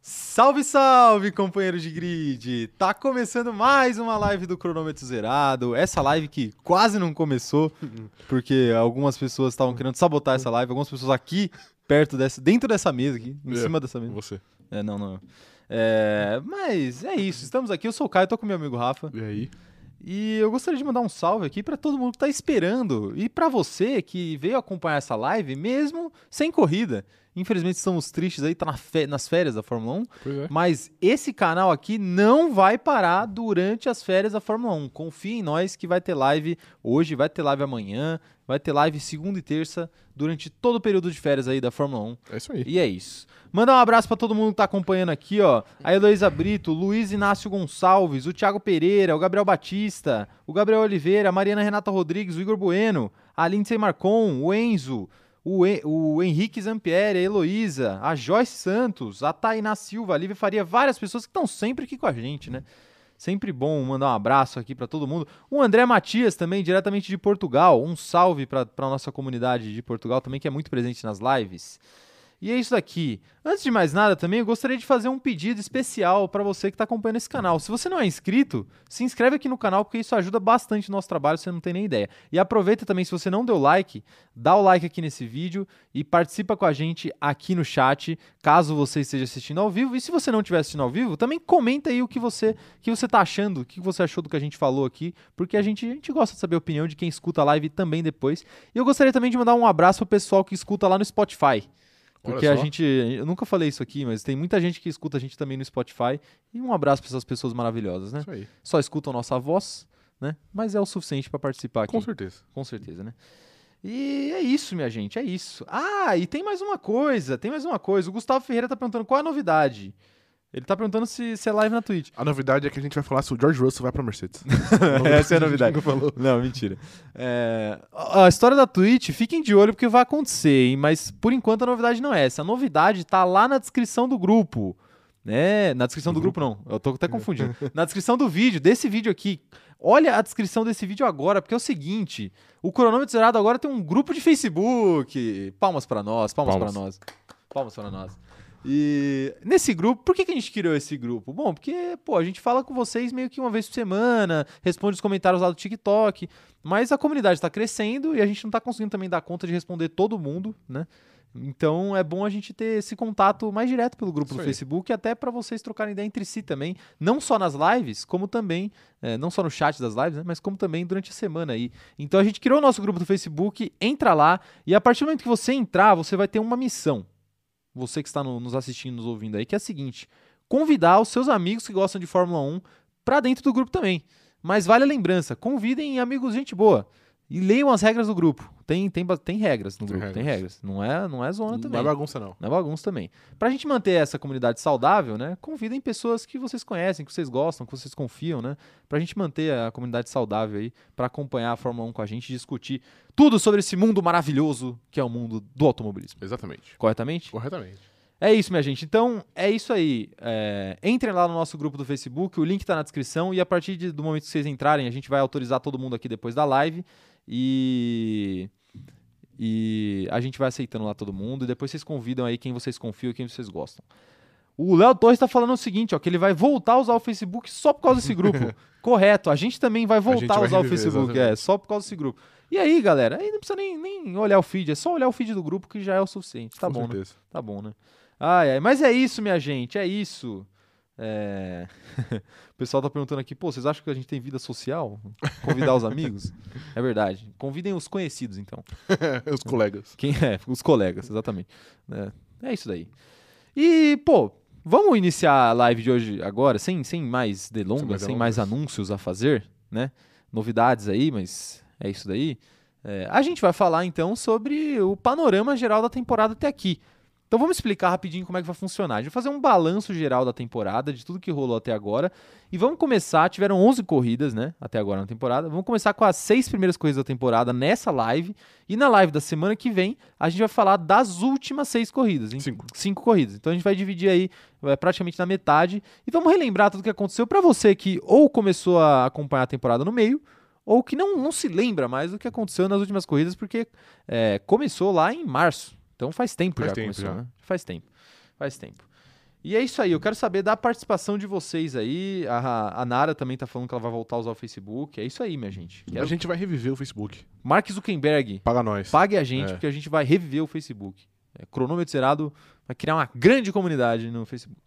Salve, salve, companheiros de grid! Tá começando mais uma live do Cronômetro Zerado. Essa live que quase não começou, porque algumas pessoas estavam querendo sabotar essa live, algumas pessoas aqui, perto dessa, dentro dessa mesa aqui, em É. cima dessa mesa. Você. É, não, não. É, mas é isso, estamos aqui. Eu sou o Caio, tô com meu amigo Rafa. E aí? E eu gostaria de mandar um salve aqui pra todo mundo que tá esperando e pra você que veio acompanhar essa live mesmo sem corrida. Infelizmente estamos tristes aí, tá na fe- nas férias da Fórmula 1, Pois é. mas esse canal aqui não vai parar durante as férias da Fórmula 1. Confia em nós que vai ter live hoje, vai ter live amanhã, vai ter live segunda e terça durante todo o período de férias aí da Fórmula 1. É isso aí. E é isso. Mandar um abraço pra todo mundo que tá acompanhando aqui, ó. A Heloísa Brito, Luiz Inácio Gonçalves, o Thiago Pereira, o Gabriel Batista, o Gabriel Oliveira, a Mariana Renata Rodrigues, o Igor Bueno, a Lindsay Marcon, o Enzo, o, En- o Henrique Zampieri, a Heloísa, a Joyce Santos, a Tainá Silva, a Lívia Faria, várias pessoas que estão sempre aqui com a gente, né? Sempre bom mandar um abraço aqui pra todo mundo. O André Matias também, diretamente de Portugal. Um salve pra pra nossa comunidade de Portugal também, que é muito presente nas lives. E é isso daqui. Antes de mais nada, também eu gostaria de fazer um pedido especial para você que está acompanhando esse canal. Se você não é inscrito, se inscreve aqui no canal porque isso ajuda bastante o nosso trabalho, você não tem nem ideia. E aproveita também, se você não deu like, dá o like aqui nesse vídeo e participa com a gente aqui no chat, caso você esteja assistindo ao vivo. E se você não estiver assistindo ao vivo, também comenta aí o que você que você tá achando, o que você achou do que a gente falou aqui, porque a gente, a gente gosta de saber a opinião de quem escuta a live também depois. E eu gostaria também de mandar um abraço pro pessoal que escuta lá no Spotify. Olha Porque a só. gente. Eu nunca falei isso aqui, mas tem muita gente que escuta a gente também no Spotify. E um abraço para essas pessoas maravilhosas, né? Isso aí. Só escutam nossa voz, né? Mas é o suficiente para participar aqui. Com certeza. Com certeza, né? E é isso, minha gente, é isso. Ah, e tem mais uma coisa, tem mais uma coisa. O Gustavo Ferreira tá perguntando qual é a novidade. Ele tá perguntando se, se é live na Twitch. A novidade é que a gente vai falar se o George Russell vai pra Mercedes. Essa é a novidade. Nunca falou. Não, mentira. É, a a história da Twitch, fiquem de olho porque vai acontecer, hein? Mas por enquanto a novidade não é essa. A novidade tá lá na descrição do grupo. Né? Na descrição do grupo, não. Eu tô até confundindo. na descrição do vídeo, desse vídeo aqui. Olha a descrição desse vídeo agora, porque é o seguinte: o cronômetro zerado agora tem um grupo de Facebook. Palmas pra nós, palmas, pra Palmas. nós. Palmas pra nós. E nesse grupo, por que, que a gente criou esse grupo? Bom, porque, pô, a gente fala com vocês meio que uma vez por semana, responde os comentários lá do TikTok, mas a comunidade tá crescendo e a gente não tá conseguindo também dar conta de responder todo mundo, né? Então é bom a gente ter esse contato mais direto pelo grupo Isso do aí. Facebook, até pra vocês trocarem ideia entre si também, não só nas lives, como também, eh, não só no chat das lives, né? Mas como também durante a semana aí. Então a gente criou o nosso grupo do Facebook, entra lá e a partir do momento que você entrar, você vai ter uma missão. Você que está no- nos assistindo, nos ouvindo aí, que é a seguinte: convidar os seus amigos que gostam de Fórmula 1 para dentro do grupo também. Mas vale a lembrança, convidem amigos gente boa e leiam as regras do grupo. Tem tem ba- tem regras no Tem grupo, tem regras. Não é não é zona Não é também. bagunça, não. Não é bagunça também. Pra gente manter essa comunidade saudável, né? Convidem pessoas que vocês conhecem, que vocês gostam, que vocês confiam, né? Pra gente manter a comunidade saudável aí, pra acompanhar a Fórmula 1 com a gente, discutir tudo sobre esse mundo maravilhoso que é o mundo do automobilismo. Exatamente. Corretamente? Corretamente. É isso, minha gente. Então, é isso aí. É, entrem lá no nosso grupo do Facebook, o link tá na descrição. E a partir de- do momento que vocês entrarem, a gente vai autorizar todo mundo aqui depois da live. E. E a gente vai aceitando lá todo mundo. E depois vocês convidam aí quem vocês confiam e quem vocês gostam. O Léo Torres tá falando o seguinte, ó, que ele vai voltar a usar o Facebook só por causa desse grupo. Correto, a gente também vai gente voltar a vai usar o reviver, Facebook, exatamente. é, só por causa desse grupo. E aí, galera, aí não precisa nem, nem olhar o feed, é só olhar o feed do grupo que já é o suficiente, tá Com bom, né? certeza. Tá bom, né? Ai, ai, mas é isso, minha gente, é isso. É... o pessoal tá perguntando aqui, pô, vocês acham que a gente tem vida social? Convidar os amigos? É verdade. Convidem os conhecidos, então. Os colegas. Quem é? Os colegas, exatamente. É, é isso daí. E, pô, vamos iniciar a live de hoje agora, sem, sem mais delongas, sem Sem mais mais delongas. anúncios a fazer, né? Novidades aí, mas é isso daí. É, a gente vai falar então sobre o panorama geral da temporada até aqui. Então vamos explicar rapidinho como é que vai funcionar. A gente vai fazer um balanço geral da temporada, de tudo que rolou até agora. E vamos começar, tiveram 11 corridas, né, até agora na temporada. Vamos começar com as seis primeiras corridas da temporada nessa live. E na live da semana que vem, a gente vai falar das últimas seis corridas. hein? Cinco. Cinco corridas. Então a gente vai dividir aí é, praticamente na metade. E vamos relembrar tudo o que aconteceu pra você que ou começou a acompanhar a temporada no meio, ou que não, não se lembra mais do que aconteceu nas últimas corridas, porque é, começou lá em março. Então faz tempo Faz já tempo começou, já. né? né? Faz tempo. Faz tempo. E é isso aí, eu quero saber da participação de vocês aí. A, a Nara também tá falando que ela vai voltar a usar o Facebook. É isso aí, minha gente. A Quero... gente vai reviver o Facebook. Mark Zuckerberg, Paga nós. pague a gente, É. porque a gente vai reviver o Facebook. É, cronômetro zerado vai criar uma grande comunidade no Facebook.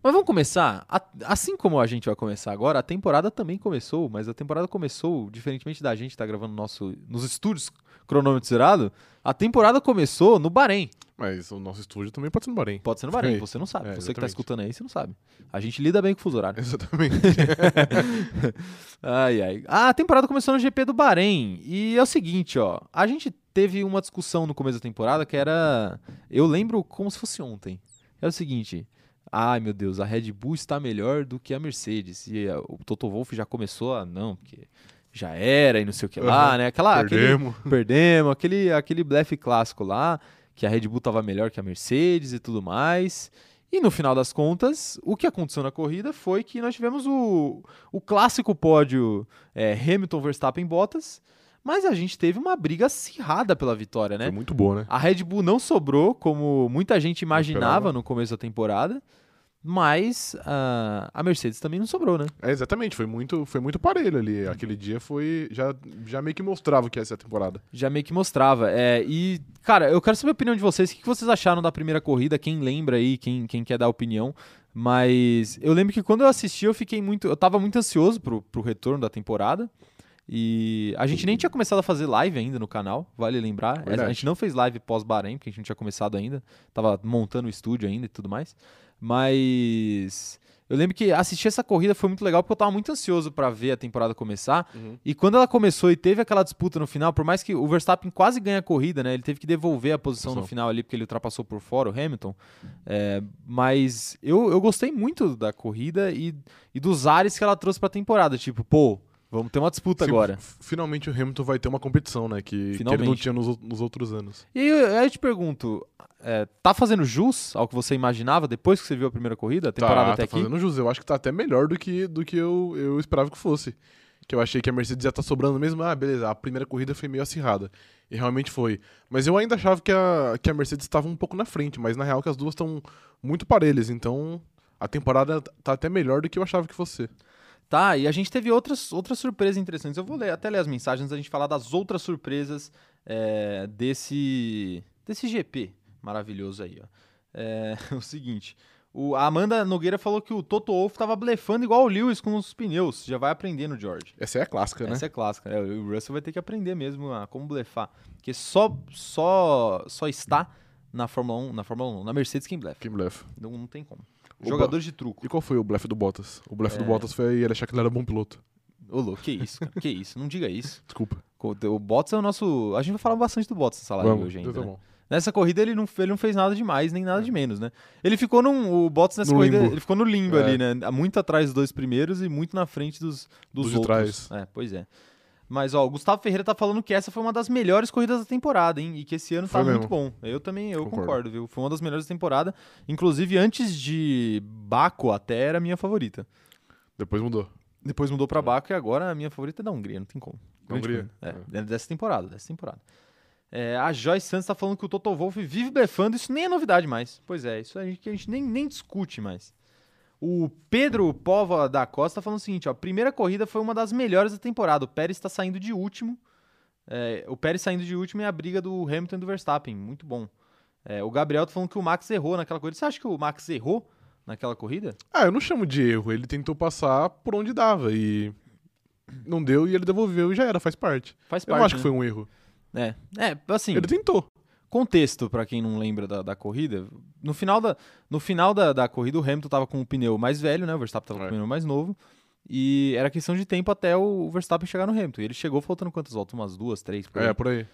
Mas vamos começar. A- assim como a gente vai começar agora, a temporada também começou, mas a temporada começou, diferentemente da gente estar gravando nosso, nos estúdios cronômetro zerado, a temporada começou no Bahrein. Mas o nosso estúdio também pode ser no Bahrein. Pode ser no Bahrein, Sim. você não sabe. É, você que tá exatamente. escutando aí, você não sabe. A gente lida bem com o fuso horário. Exatamente. Ai, ai. A temporada começou no GP do Bahrein. E é o seguinte, ó. A gente teve uma discussão no começo da temporada que era. Eu lembro como se fosse ontem. Era o seguinte. Ai, meu Deus, a Red Bull está melhor do que a Mercedes. E ah, o Toto Wolff já começou a. Não, porque já era e não sei o que lá, Aham. né? Aquela, aquele- Perdemos. perdemos, aquele, aquele blefe clássico lá, que a Red Bull tava melhor que a Mercedes e tudo mais. E no final das contas, o que aconteceu na corrida foi que nós tivemos o, o clássico pódio é, Hamilton, Verstappen, Bottas, mas a gente teve uma briga acirrada pela vitória, né? Foi muito boa, né? A Red Bull não sobrou, como muita gente imaginava Esperava. no começo da temporada, mas ah, a Mercedes também não sobrou, né? É, exatamente, foi muito, foi muito parelho ali. Aquele dia foi. Já, já meio que mostrava o que ia ser a temporada. Já meio que mostrava. É, e, cara, eu quero saber a opinião de vocês. O que que vocês acharam da primeira corrida? Quem lembra aí, quem, quem quer dar opinião. Mas eu lembro que quando eu assisti, eu fiquei muito. Eu tava muito ansioso pro, pro retorno da temporada. E a gente nem tinha começado a fazer live ainda no canal, vale lembrar. A- A Verdade. gente não fez live pós-Bahrein, porque a gente não tinha começado ainda. Tava montando o estúdio ainda e tudo mais. Mas. Eu lembro que assistir essa corrida foi muito legal porque eu tava muito ansioso pra ver a temporada começar. Uhum. E quando ela começou e teve aquela disputa no final, por mais que o Verstappen quase ganhe a corrida, né? Ele teve que devolver a posição no Posição. final ali, porque ele ultrapassou por fora o Hamilton. É, mas eu, eu gostei muito da corrida e, e dos ares que ela trouxe pra temporada. Tipo, pô, vamos ter uma disputa Se- agora. f- Finalmente o Hamilton vai ter uma competição, né? Que, que ele não Finalmente. tinha nos, ou- nos outros anos. E aí eu, aí eu te pergunto, é, tá fazendo jus ao que você imaginava depois que você viu a primeira corrida, a temporada tá, até tá aqui? fazendo jus. Eu acho que tá até melhor do que, do que eu, eu esperava que fosse. Que eu achei que a Mercedes ia estar sobrando mesmo. Ah, beleza, a primeira corrida foi meio acirrada. E realmente foi. Mas eu ainda achava que a, que a Mercedes estava um pouco na frente, mas na real que as duas estão muito parelhas. Então a temporada tá até melhor do que eu achava que fosse. Tá, e a gente teve outras, outras surpresas interessantes. Eu vou ler, até ler as mensagens antes da gente falar das outras surpresas é, desse, desse GP maravilhoso aí. Ó. É, o seguinte, o, a Amanda Nogueira falou que o Toto Wolff tava blefando igual o Lewis com os pneus. Já vai aprendendo, George. Essa é a clássica, né? Essa é clássica. né? o Russell vai ter que aprender mesmo a como blefar. Porque só, só, só está na Fórmula 1, na Fórmula 1, não, na Mercedes quem blefa. Quem blefa. Não, não tem como. Oba. Jogadores de truco. E qual foi o blefe do Bottas? O blefe É. do Bottas foi ele achar que ele era bom piloto. Ô, louco, que isso, cara, que isso. Não diga isso. Desculpa. Co- O Bottas é o nosso. A gente vai falar bastante do Bottas nessa live Vamos, hoje ainda. então tá né? bom. É. Nessa corrida ele não, ele não fez nada de mais, nem nada de menos, né? Ele ficou num. O Bottas nessa No corrida limbo. ele ficou no limbo É. ali, né? Muito atrás dos dois primeiros e muito na frente dos, dos Dos de outros. trás. É, pois é. Mas ó, o Gustavo Ferreira tá falando que essa foi uma das melhores corridas da temporada, hein? E que esse ano Foi tá mesmo. muito bom. Eu também, eu concordo. Concordo. viu? Foi uma das melhores da temporada. Inclusive, antes de Baco até era a minha favorita. Depois mudou. Depois mudou pra Baco e agora a minha favorita é da Hungria, não tem como. Uhum. Da Hungria? Uhum. É, dessa temporada, dessa temporada. É, a Joyce Santos tá falando que o Toto Wolff vive blefando, isso nem é novidade mais. Pois é, isso a gente, que a gente nem, nem discute mais. O Pedro Pova da Costa tá falando o seguinte, ó, a primeira corrida foi uma das melhores da temporada, o Pérez tá saindo de último, é, o Pérez saindo de último é a briga do Hamilton e do Verstappen, muito bom. É, o Gabriel tá falando que o Max errou naquela corrida, você acha que o Max errou naquela corrida? Ah, eu não chamo de erro. Ele tentou passar por onde dava e não deu e ele devolveu e já era, faz parte. Faz eu parte, não acho que né? foi um erro. É, é, assim... Ele tentou. Contexto, pra quem não lembra da, da corrida, no final, da, no final da, da corrida o Hamilton tava com o pneu mais velho, né? O Verstappen tava com o É. pneu mais novo. E era questão de tempo até o Verstappen chegar no Hamilton. E ele chegou faltando quantas voltas? Umas duas, três? Por aí. É, por aí.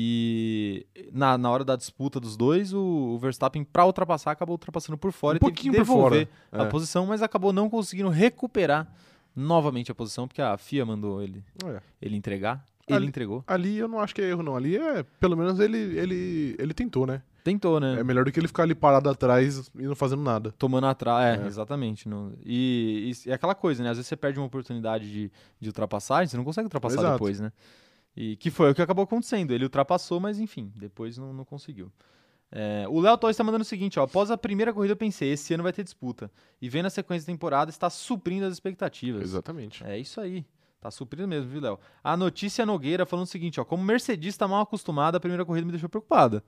E na, na hora da disputa dos dois, o, o Verstappen, pra ultrapassar, acabou ultrapassando por fora Um e teve que pouquinho por fora, devolver a é. posição, mas acabou não conseguindo recuperar novamente a posição, porque a FIA mandou ele, É. ele entregar. Ali- Ele entregou. Ali eu não acho que é erro, não. Ali é, pelo menos ele, ele, ele tentou, né? Tentou, né? É melhor do que ele ficar ali parado atrás e não fazendo nada. tomando atrás. É, É. exatamente. não- E, e é aquela coisa, né? Às vezes você perde uma oportunidade de, de ultrapassagem, você não consegue ultrapassar Exato. depois, né? E que foi o que acabou acontecendo. Ele ultrapassou, mas enfim, depois não, não conseguiu. É, o Léo Torres está mandando o seguinte, ó, após a primeira corrida eu pensei, esse ano vai ter disputa. E vendo a sequência da temporada, está suprindo as expectativas. Exatamente. É isso aí. Tá suprindo mesmo, viu, Léo? A notícia Nogueira falando o seguinte, ó. Como mercedista mal acostumada, a primeira corrida me deixou preocupada.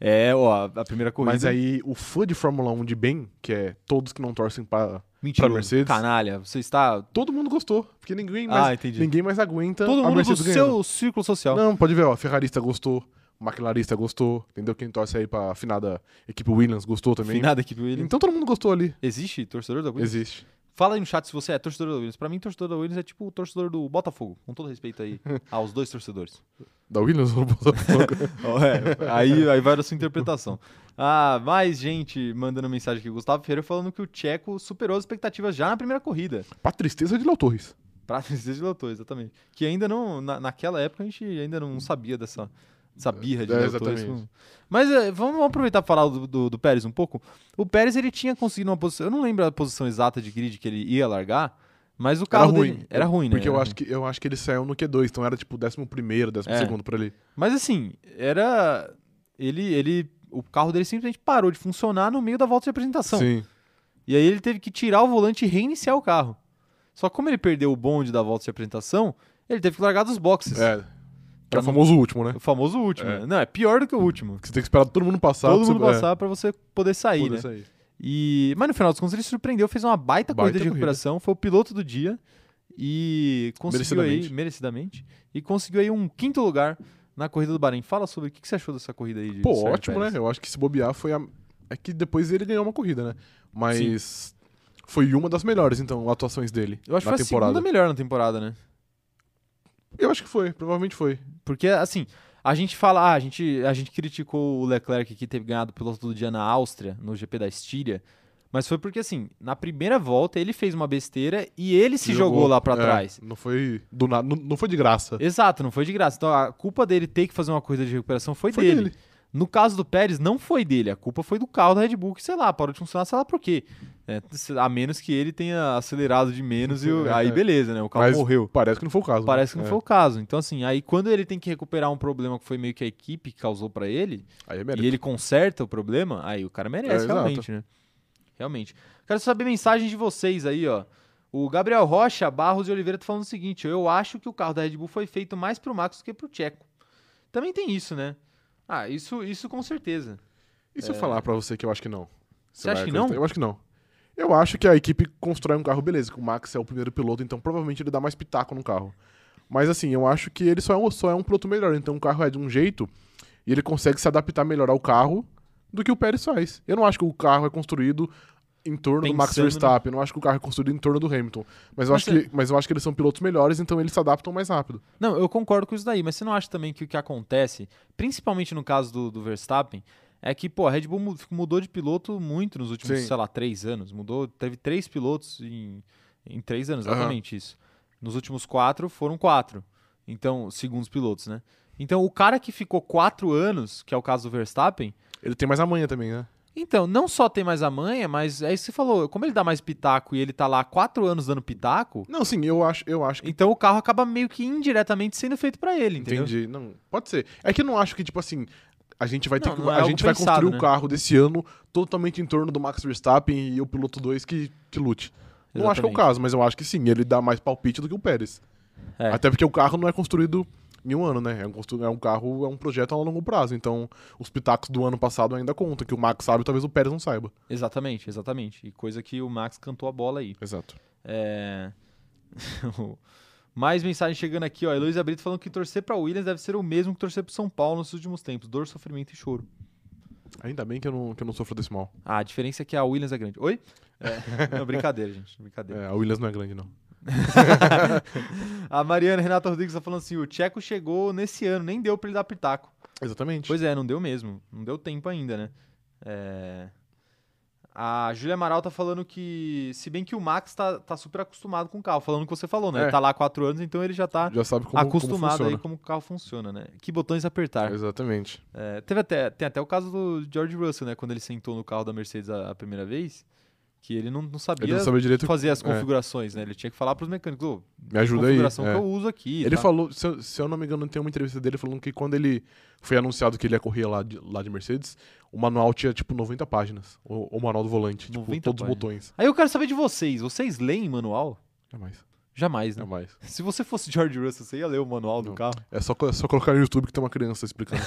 É, ó, a primeira corrida... Mas aí o fã de Fórmula 1 de bem, que é todos que não torcem pra. Mentira, pra Mercedes? canalha. Você está... Todo mundo gostou, porque ninguém mais, ah, entendi. ninguém mais aguenta Todo a mundo do Mercedes ganhando. seu círculo social. Não, pode ver, ó, ferrarista gostou, maquilarista gostou, entendeu? Quem torce aí pra afinada equipe Williams gostou também. Finada equipe Williams. Então todo mundo gostou ali. Existe torcedor da Williams? Existe. Fala aí no chat se você é torcedor da Williams. Pra mim, torcedor da Williams é tipo o torcedor do Botafogo. Com todo respeito aí aos dois torcedores. Da Williams ou do Botafogo? Ó, é, aí, aí vai da sua interpretação. Ah, mais gente mandando mensagem aqui. Gustavo Ferreira falando que o Tcheco superou as expectativas já na primeira corrida. pra tristeza de Léo Torres. Pra tristeza de Lotô, exatamente. Que ainda não, na- naquela época, a gente ainda não sabia dessa, dessa birra de É, Léo Torres. exatamente. Mas é, vamos, vamos aproveitar para falar do, do, do Pérez um pouco. O Pérez, ele tinha conseguido uma posição... Eu não lembro a posição exata de grid que ele ia largar, mas o carro era ruim. dele... Era ruim, né? Porque Era eu, ruim. acho que, eu acho que ele saiu no Q2, então era tipo 11 primeiro, 12 É. segundo por ali. Mas assim, era... Ele, ele... O carro dele simplesmente parou de funcionar no meio da volta de apresentação. Sim. E aí ele teve que tirar o volante e reiniciar o carro. Só que como ele perdeu o bonde da volta de apresentação, ele teve que largar dos boxes. É. Que é Pra o não- famoso último, né? O famoso último. É. né? Não, é pior do que o último. Que você tem que esperar todo mundo passar. Todo pra mundo você- passar pra você poder é, sair, poder né? sair. E... Mas no final dos contos ele surpreendeu, fez uma baita, Baita corrida de corrida. recuperação, foi o piloto do dia e conseguiu aí, Merecidamente. merecidamente, e conseguiu aí um quinto lugar na corrida do Bahrein. Fala sobre o que que você achou dessa corrida aí de Pô, Sérgio ótimo, Pérez. né? Eu acho que se bobear foi a. É que depois ele ganhou uma corrida, né? Mas foi uma das melhores, então, atuações dele. Eu acho que na foi a temporada. segunda melhor na temporada, né? Eu acho que foi, provavelmente foi. Porque, assim, a gente fala, ah, a gente, a gente criticou o Leclerc que teve ganhado o piloto do dia na Áustria, no GP da Estíria, mas foi porque, assim, na primeira volta ele fez uma besteira e ele se jogou, lá pra é, trás. Não foi do nada, não, não foi de graça. Exato, não foi de graça. Então a culpa dele ter que fazer uma corrida de recuperação foi, Foi dele. dele. No caso do Pérez, não foi dele. A culpa foi do carro da Red Bull, que sei lá, parou de funcionar, sei lá por quê. É, a menos que ele tenha acelerado de menos e o- aí beleza, né? O carro É. Mas morreu. Parece que não foi o caso. né? Parece que não É. foi o caso. Então, assim, aí quando ele tem que recuperar um problema que foi meio que a equipe que causou pra ele, Aí é mérito. e ele conserta o problema, aí o cara merece, É, realmente, né? Realmente. Quero saber mensagem de vocês aí, ó. O Gabriel Rocha, Barros e Oliveira tá falando o seguinte: eu acho que o carro da Red Bull foi feito mais pro Max do que pro Tcheco. Também tem isso, né? Ah, isso, isso com certeza. E se eu falar pra você que eu acho que não? Você acha vai que não? acreditar? Eu acho que não. Eu acho que a equipe constrói um carro beleza, que o Max é o primeiro piloto, então provavelmente ele dá mais pitaco no carro. Mas assim, eu acho que ele só é um, só é um piloto melhor, então o carro é de um jeito e ele consegue se adaptar melhor ao carro do que o Pérez faz. Eu não acho que o carro é construído em torno do Max Pensando no- Verstappen, eu não acho que o carro é construído em torno do Hamilton, mas é. Mas eu, acho, que, mas eu acho que eles são pilotos melhores, então eles se adaptam mais rápido. Não, eu concordo com isso daí, mas você não acha também que o que acontece, principalmente no caso do, do Verstappen, é que, pô, a Red Bull mu- mudou de piloto muito nos últimos, Sim. sei lá, três anos. Mudou, teve três pilotos em, em três anos, Aham. exatamente isso. Nos últimos quatro, foram quatro. Então, segundos pilotos, né? Então, o cara que ficou quatro anos, que é o caso do Verstappen, Ele tem mais amanhã também, né? então, não só tem mais a manha, mas é isso que você falou, como ele dá mais pitaco e ele tá lá há quatro anos dando pitaco, Não, sim, eu acho, eu acho que então o carro acaba meio que indiretamente sendo feito pra ele, entendeu? Entendi. Não, pode ser. É que eu não acho que, tipo assim, a gente vai ter Não, que. não é a algo gente vai pensado, construir né? um carro desse ano totalmente em torno do Max Verstappen e o piloto 2 que, que lute. Não acho que é o Exatamente. caso, mas eu acho que sim, ele dá mais palpite do que o Pérez. É. Até porque o carro não é construído em um ano, né? É um, constru- é um carro, é um projeto a longo prazo. Então, os pitacos do ano passado ainda contam, que o Max sabe, talvez o Pérez não saiba. Exatamente, exatamente. E coisa que o Max cantou a bola aí. Exato. É... Mais mensagem chegando aqui, ó. Heloísa Brito falando que torcer pra Williams deve ser o mesmo que torcer pro São Paulo nos últimos tempos. Dor, sofrimento e choro. Ainda bem que eu não, que eu não sofro desse mal. Ah, a diferença é que a Williams é grande. Oi? É, não, brincadeira, gente. Brincadeira. É, a Williams não é grande, não. A Mariana Renata Rodrigues tá falando assim: o Tcheco chegou nesse ano, nem deu pra ele dar pitaco. Exatamente. Pois é, não deu mesmo. Não deu tempo ainda, né? É... A Júlia Amaral tá falando que. Se bem que o Max tá, tá super acostumado com o carro, falando o que você falou, né? É. Ele tá lá há quatro anos, então ele já tá Já sabe como, acostumado como aí funciona. como o carro funciona, né? Que botões apertar. Exatamente. É, teve até, tem até o caso do George Russell, né? Quando ele sentou no carro da Mercedes a, a primeira vez. que ele não, não sabia Ele não sabia direito. fazer as é. configurações, né? Ele tinha que falar pros mecânicos, ô, Me ajuda aí. configuração é. que eu tá? uso aqui. e Ele tal. falou, se eu, se eu não me engano, tem uma entrevista dele falando que quando ele foi anunciado que ele ia correr lá de, lá de Mercedes, o manual tinha tipo 90 páginas. O, o manual do volante, tipo, 90 todos páginas. os botões. É Aí eu quero saber de vocês. Vocês leem manual? Jamais, Jamais, né? jamais. Se você fosse George Russell, você ia ler o manual do Não. carro? É só, co- é só colocar no YouTube que tem uma criança explicando.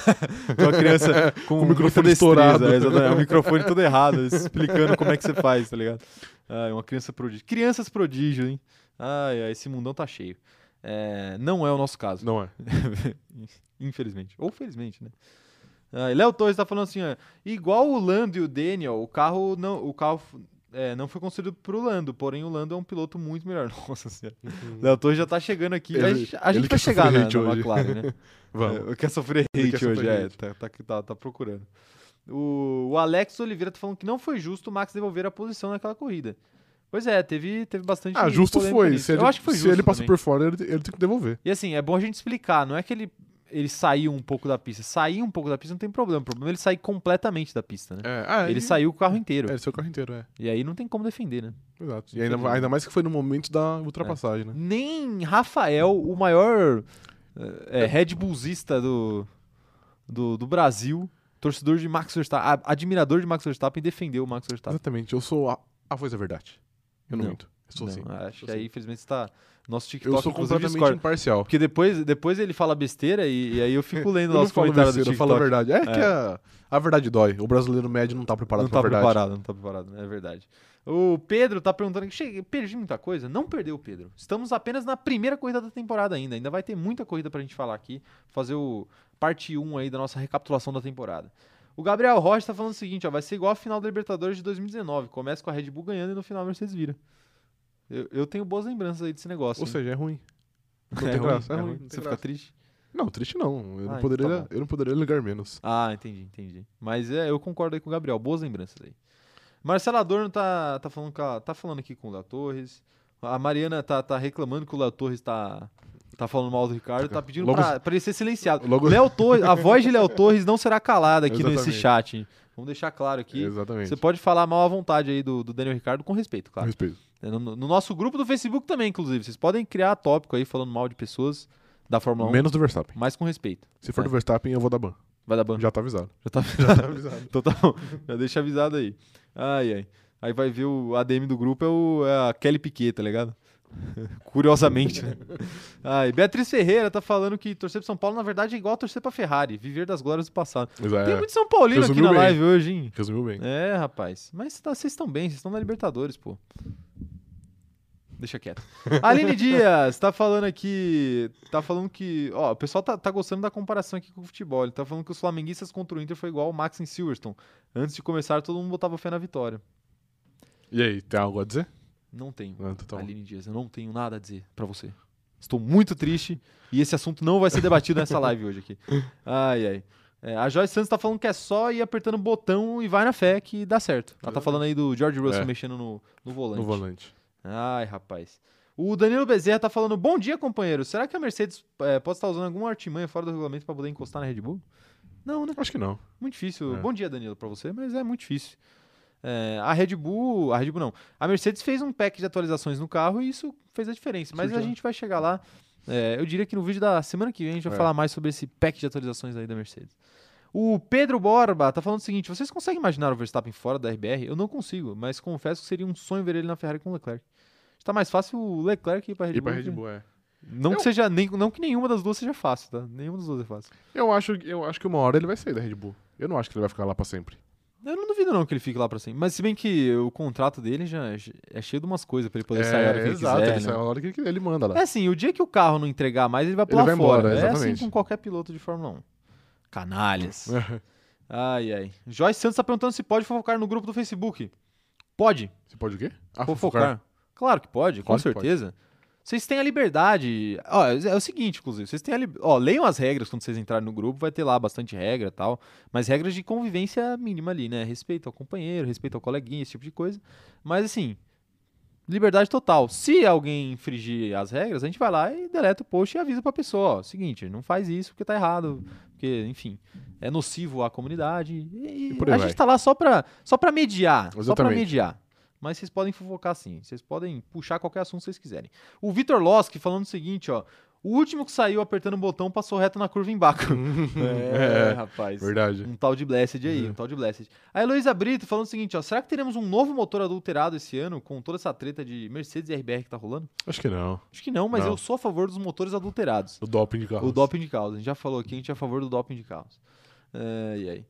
Com a criança com, o muita microfone destreza, estourado. é, exatamente, o microfone todo errado, explicando como é que você faz, tá ligado? Ah, é uma criança prodígio. Crianças prodígio, hein? Ai, ai, esse mundão tá cheio. É, não é o nosso caso. não é. Infelizmente. Ou felizmente, né? Ah, e Léo Torres tá falando assim, ó, igual o Lando e o Daniel, o carro não, o carro f- é, não foi construído pro Lando, porém o Lando é um piloto muito melhor. Nossa senhora. Léo Torres já tá chegando aqui. a Uhum. Ele- gente, a ele gente vai quer chegar sofrer na, hate na hoje. McLaren, né? Vamos. É, quer sofrer Ele hate quer hoje, sofrer é, hate. tá, tá, tá- tá procurando. O, o Alex Oliveira tá falando que não foi justo o Max devolver a posição naquela corrida. Pois é, teve, teve bastante. Ah, justo polêmica foi. nisso. Se ele, Eu acho que foi se justo ele passou também. por fora, ele, ele tem que devolver. E assim, é bom a gente explicar, não é que ele, ele saiu um pouco da pista. Sair um pouco da pista não tem problema, o problema é ele sair completamente da pista, né? É, ah, ele e- saiu o carro inteiro. É, seu carro inteiro, é. E aí não tem como defender, né? Exato. E ainda, ainda mais que foi no momento da ultrapassagem, É. né? Nem Rafael, o maior eh, eh, Red Bullsista do, do, do Brasil, torcedor de Max Verstappen, a- admirador de Max Verstappen, defendeu o Max Verstappen. Exatamente. Eu sou a, a voz da verdade. Eu não, Tá. Não. minto. Eu sou Não, assim. acho Eu que sou aí, infelizmente, está. Nosso TikTok Eu sou inclusive, completamente discorda. imparcial. Porque depois, depois ele fala besteira e, e aí eu fico lendo Eu nossos falo comentários do besteira, eu TikTok. falo a verdade. É, que a, a verdade dói. O brasileiro médio não tá preparado não pra tá verdade. preparado, não tá preparado, é verdade. O Pedro tá perguntando aqui, cheguei, perdi muita coisa? Não perdeu, Pedro. Estamos apenas na primeira corrida da temporada ainda, ainda vai ter muita corrida pra gente falar aqui, fazer o parte 1 aí da nossa recapitulação da temporada. O Gabriel Rocha tá falando o seguinte, ó, vai ser igual a final da Libertadores de 2019, começa com a Red Bull ganhando e no final a Mercedes vira. Eu, eu tenho boas lembranças aí desse negócio. Ou hein? seja, é ruim. Não É tem ruim, graça. É é ruim. ruim. não Você tem fica graça. triste? Não, triste não. Eu, Ah, não então poderia, tá bom. eu não poderia ligar menos. Ah, entendi, entendi. Mas é, eu concordo aí com o Gabriel. Boas lembranças aí. Marcela Adorno tá, tá, falando, com a- tá falando aqui com o Léo Torres. A Mariana tá, tá reclamando que o Léo Torres tá, tá falando mal do Ricardo. Tá pedindo Logo- pra, pra ele ser silenciado. Logo- Léo Torres, a voz de Léo Torres não será calada aqui nesse Exatamente. chat. hein? Vamos deixar claro aqui. Exatamente. Você pode falar mal à vontade aí do, do Daniel Ricardo com respeito, Com claro. respeito. É, No, no nosso grupo do Facebook também, inclusive. Vocês podem criar tópico aí falando mal de pessoas da Fórmula 1, Menos do Verstappen. mas com respeito. Se for um É. do Verstappen, eu vou dar ban. Vai dar ban. Já tá avisado. Já tá, Já tá avisado. Então tá bom, já deixa avisado aí. Ai, ai. Aí vai ver o ADM do grupo é, o, é a Kelly Piquet, tá ligado? Curiosamente, né? Ai, Beatriz Ferreira tá falando que torcer pro São Paulo, na verdade, é igual torcer pra Ferrari, viver das glórias do passado. Mas é, Tem muito São Paulino aqui resumiu na bem. live hoje, hein? Resumiu bem. É, rapaz. Mas tá- vocês estão bem, vocês estão na Libertadores, pô. Deixa quieto. Aline Dias tá falando aqui. Tá falando que. Ó, o pessoal tá, tá gostando da comparação aqui com o futebol. Ele tá falando que os flamenguistas contra o Inter foi igual o Max em Silverstone. Antes de começar, todo mundo botava fé na vitória. E aí, tem algo a dizer? Não tenho. Não, então tá bom. Aline Dias, eu não tenho nada a dizer pra você. Estou muito triste e esse assunto não vai ser debatido nessa live hoje aqui. Ai, ai. É, a Joyce Santos tá falando que é só ir apertando o botão e vai na fé que dá certo. Ela tá falando aí do George Russell É. mexendo no, no volante. No volante. Ai, rapaz. O Danilo Bezerra tá falando: Bom dia, companheiro. Será que a Mercedes é, pode estar usando alguma artimanha fora do regulamento pra poder encostar na Red Bull? Não, né? Acho que não. Muito difícil. É. Bom dia, Danilo, pra você, mas é muito difícil. É, a Red Bull, a Red Bull não. A Mercedes fez um pack de atualizações no carro e isso fez a diferença. Mas a Surgiu. gente vai chegar lá. é, eu diria que no vídeo da semana que vem a gente vai É. falar mais sobre esse pack de atualizações aí da Mercedes. O Pedro Borba tá falando o seguinte: vocês conseguem imaginar o Verstappen fora da RBR? Eu não consigo, mas confesso que seria um sonho ver ele na Ferrari com o Leclerc. Tá mais fácil o Leclerc ir pra Red E Bull. né? pra que- Red Bull, é. Não, Eu- que seja, nem, não que nenhuma das duas seja fácil, tá? Nenhuma das duas é fácil. Eu acho, eu acho que uma hora ele vai sair da Red Bull. Eu não acho que ele vai ficar lá pra sempre. Eu não duvido não que ele fique lá pra sempre. Mas se bem que o contrato dele já é cheio de umas coisas pra ele poder sair a hora que É, exato, ele ele quiser. sai né? a hora que ele, quiser, ele manda lá. É assim, o dia que o carro não entregar mais, ele vai pra Ele lá vai fora. embora, é assim exatamente. com qualquer piloto de Fórmula 1. Canalhas. ai, ai. Joyce Santos tá perguntando se pode fofocar no grupo do Facebook. Pode, Você pode o quê? Ah, fofocar. Claro que pode, com Claro que pode. certeza. Vocês têm a liberdade. Ó, é o seguinte, inclusive, vocês têm a li- Ó, leiam as regras quando vocês entrarem no grupo, vai ter lá bastante regra e tal. Mas regras de convivência mínima ali, né? Respeito ao companheiro, respeito ao coleguinha, esse tipo de coisa. Mas assim, liberdade total. Se alguém infringir as regras, a gente vai lá e deleta o post e avisa pra pessoa, ó, seguinte, não faz isso porque tá errado, porque, enfim, é nocivo à comunidade. E, E por aí a vai. gente tá lá só pra, só pra mediar. Só pra Exatamente. mediar. Mas vocês podem fofocar sim, vocês podem puxar qualquer assunto que vocês quiserem. O Vitor Loski falando o seguinte, ó. O último que saiu apertando o botão passou reto na curva em Baco. é, rapaz. Verdade. Um tal de Blessed aí, um tal de Blessed. A Heloísa Brito falando o seguinte, ó. Será que teremos um novo motor adulterado esse ano com toda essa treta de Mercedes e RBR que tá rolando? Acho que não. Acho que não, mas Não. eu sou a favor dos motores adulterados. O doping de carro. O doping de carros. A gente já falou aqui, a gente é a favor do doping de carros. É, e aí?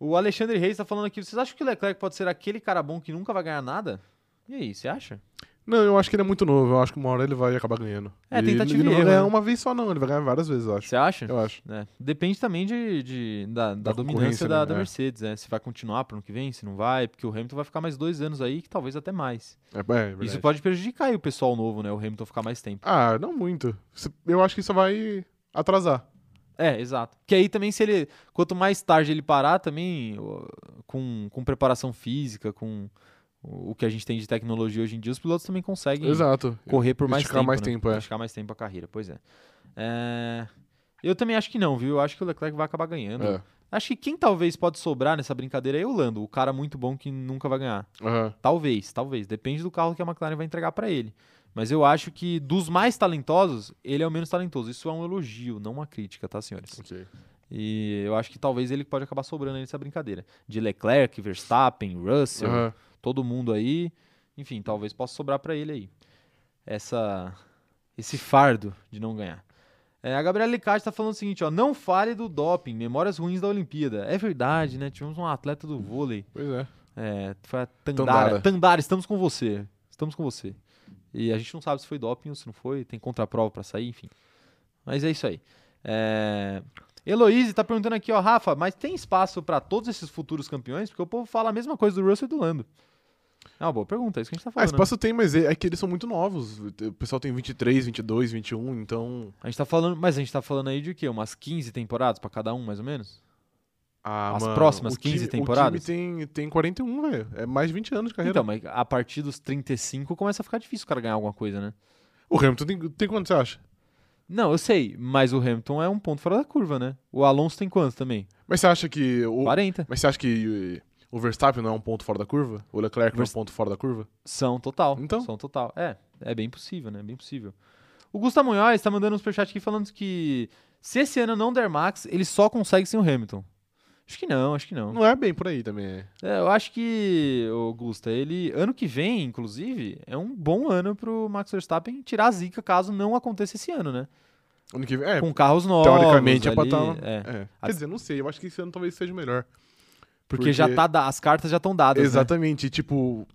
O Alexandre Reis tá falando aqui. Vocês acham que o Leclerc pode ser aquele cara bom que nunca vai ganhar nada? E aí, você acha? Não, eu acho que ele é muito novo. Eu acho que uma hora ele vai acabar ganhando. É, ele, tentativa ele não e vai erro, ganhar né? uma vez só, não. Ele vai ganhar várias vezes, eu acho. Você acha? Eu acho. É. Depende também de, de- da, da Da dominância concorrência, da, né? da É. Mercedes, né? Se vai continuar pro ano que vem, se não vai, porque o Hamilton vai ficar mais dois anos aí, que talvez até mais. É, é verdade. Isso pode prejudicar aí o pessoal novo, né? O Hamilton ficar mais tempo. Ah, não muito. Se- Eu acho que isso vai atrasar. É, exato. Porque aí também, se ele. Quanto mais tarde ele parar, também, o- com, com preparação física, com o o que a gente tem de tecnologia hoje em dia, os pilotos também conseguem Exato. correr por mais Esticar tempo. mais né? tempo, é. Esticar mais tempo a carreira, pois é. É, Eu também acho que não, viu? Eu acho que o Leclerc vai acabar ganhando. É. Acho que quem talvez pode sobrar nessa brincadeira é o Lando, o cara muito bom que nunca vai ganhar. Aham. Talvez, talvez. Depende do carro que a McLaren vai entregar pra ele. Mas eu acho que dos mais talentosos, ele é o menos talentoso. Isso é um elogio, não uma crítica, tá, senhores? Ok. E eu acho que talvez ele pode acabar sobrando aí nessa brincadeira. De Leclerc, Verstappen, Russell, Aham. todo mundo aí. Enfim, talvez possa sobrar pra ele aí. Essa, esse fardo de não ganhar. É, a Gabriela Licati tá falando o seguinte, ó. Não fale do doping, memórias ruins da Olimpíada. É verdade, né? Tivemos um atleta do vôlei. Pois é. É, foi a Tandara. Tandara. Tandara. estamos com você. Estamos com você. E a gente não sabe se foi doping ou se não foi, tem contraprova pra sair, enfim. Mas é isso aí. É... Heloise tá perguntando aqui, ó, Rafa, mas tem espaço pra todos esses futuros campeões? Porque o povo fala a mesma coisa do Russell e do Lando. É uma boa pergunta, é isso que a gente tá Ah, falando. né? espaço tem, mas é é que eles são muito novos. O pessoal tem 23, 22, 21, então. A gente tá falando, mas a gente tá falando aí de quê? Umas 15 temporadas pra cada um, mais ou menos? Ah, As mano, próximas o time- 15 temporadas? O time tem, tem 41, velho. É mais de 20 anos de carreira. Então, mas a partir dos 35 começa a ficar difícil o cara ganhar alguma coisa, né? O Hamilton tem, tem quanto você acha? Não, eu sei, mas o Hamilton é um ponto fora da curva, né? O Alonso tem quanto também? Mas você acha que. O, 40. mas você acha que o Verstappen não é um ponto fora da curva? O Leclerc não é Vers- um ponto fora da curva? São total. Então? São total. É, é bem possível, né? Bem possível. O Gustavo Munhoz tá mandando um superchat aqui falando que se esse ano não der Max, ele só consegue sem o Hamilton. Acho que não, acho que não. Não é bem por aí também. é. É, eu acho que, ô, Gusta, ele. Ano que vem, inclusive, é um bom ano pro Max Verstappen tirar a zica caso não aconteça esse ano, né? Ano que vem. É, Com carros novos. teoricamente é pra ali, estar. é. Quer dizer, não sei. Eu acho que esse ano talvez seja o melhor. Porque, já tá. da- As cartas já estão dadas. né? Exatamente. e, Tipo,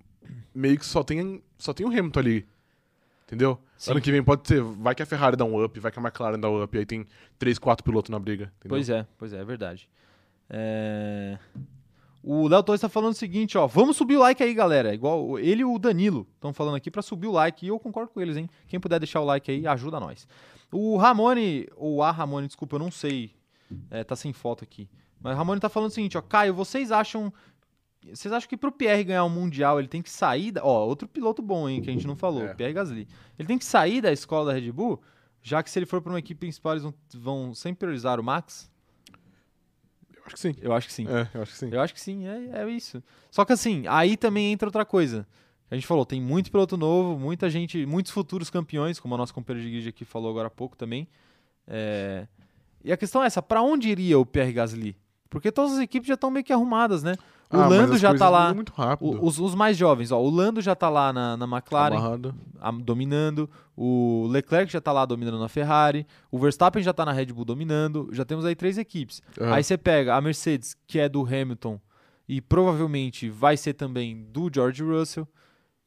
meio que só tem, só tem o Hamilton ali. Entendeu? Sim. Ano que vem pode ser. Vai que a Ferrari dá um up, vai que a McLaren dá um up. Aí tem 3, 4 pilotos na briga. Entendeu? Pois é, pois é, é verdade. É, O Léo Torres tá falando o seguinte, ó. Vamos subir o like aí, galera. Igual o- ele e o Danilo estão falando aqui pra subir o like. E eu concordo com eles, hein? Quem puder deixar o like aí, ajuda nós. O Ramone, ou a Ramone, desculpa, eu não sei. É, tá sem foto aqui. Mas o Ramone tá falando o seguinte, ó. Caio, vocês acham. Vocês acham que pro Pierre ganhar o Mundial ele tem que sair. Da... Ó, outro piloto bom, hein, que a gente não falou, É. Pierre Gasly. Ele tem que sair da escola da Red Bull, já que se ele for pra uma equipe principal, eles vão, vão sempre priorizar o Max? Eu acho que sim. Eu acho que sim. É, eu acho que sim. Eu acho que sim, é, é isso. Só que assim, aí também entra outra coisa. A gente falou, tem muito piloto novo, muita gente, muitos futuros campeões, como a nossa companheira de grid aqui falou agora há pouco também. É, E a questão é essa, pra onde iria o Pierre Gasly? Porque todas as equipes já estão meio que arrumadas, né? O Ah, mas Lando as já tá coisas lá, mudam muito rápido. o- os, os mais jovens, ó, o Lando já tá lá na, na McLaren, Amarrado. a- dominando, o Leclerc já tá lá dominando na Ferrari, o Verstappen já tá na Red Bull dominando, já temos aí três equipes. Aham. Aí você pega a Mercedes, que é do Hamilton, e provavelmente vai ser também do George Russell.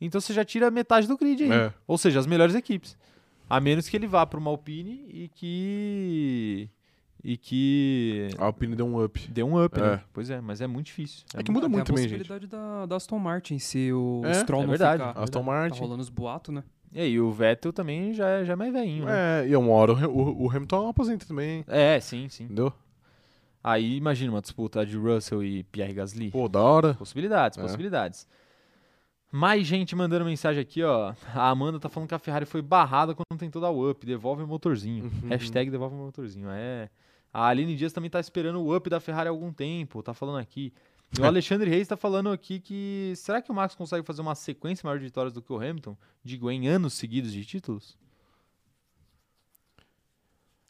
Então você já tira metade do grid aí. É. Ou seja, as melhores equipes. A menos que ele vá para uma Alpine e que. E que. A Alpine deu um up. Dê um up, né? É. Pois é, mas é muito difícil. É que muda Tem muito a também, gente. possibilidade da, da Aston Martin, se o É, Stroll é não verdade. ficar. Aston Tá Martin. rolando os boatos, né? E aí, o Vettel também já, já é mais velhinho, né? É, e uma hora o, Re- o, o Hamilton aposenta também, É, sim, sim. entendeu? Aí imagina uma disputa de Russell e Pierre Gasly. Pô, da hora. Possibilidades, É. possibilidades. Mais gente mandando mensagem aqui, ó. A Amanda tá falando que a Ferrari foi barrada quando tentou dar o up. Devolve o motorzinho. Uhum. Hashtag devolve o motorzinho. É. A Aline Dias também tá esperando o up da Ferrari há algum tempo, tá falando aqui. E o Alexandre Reis tá falando aqui que será que o Max consegue fazer uma sequência maior de vitórias do que o Hamilton? Digo, em anos seguidos de títulos?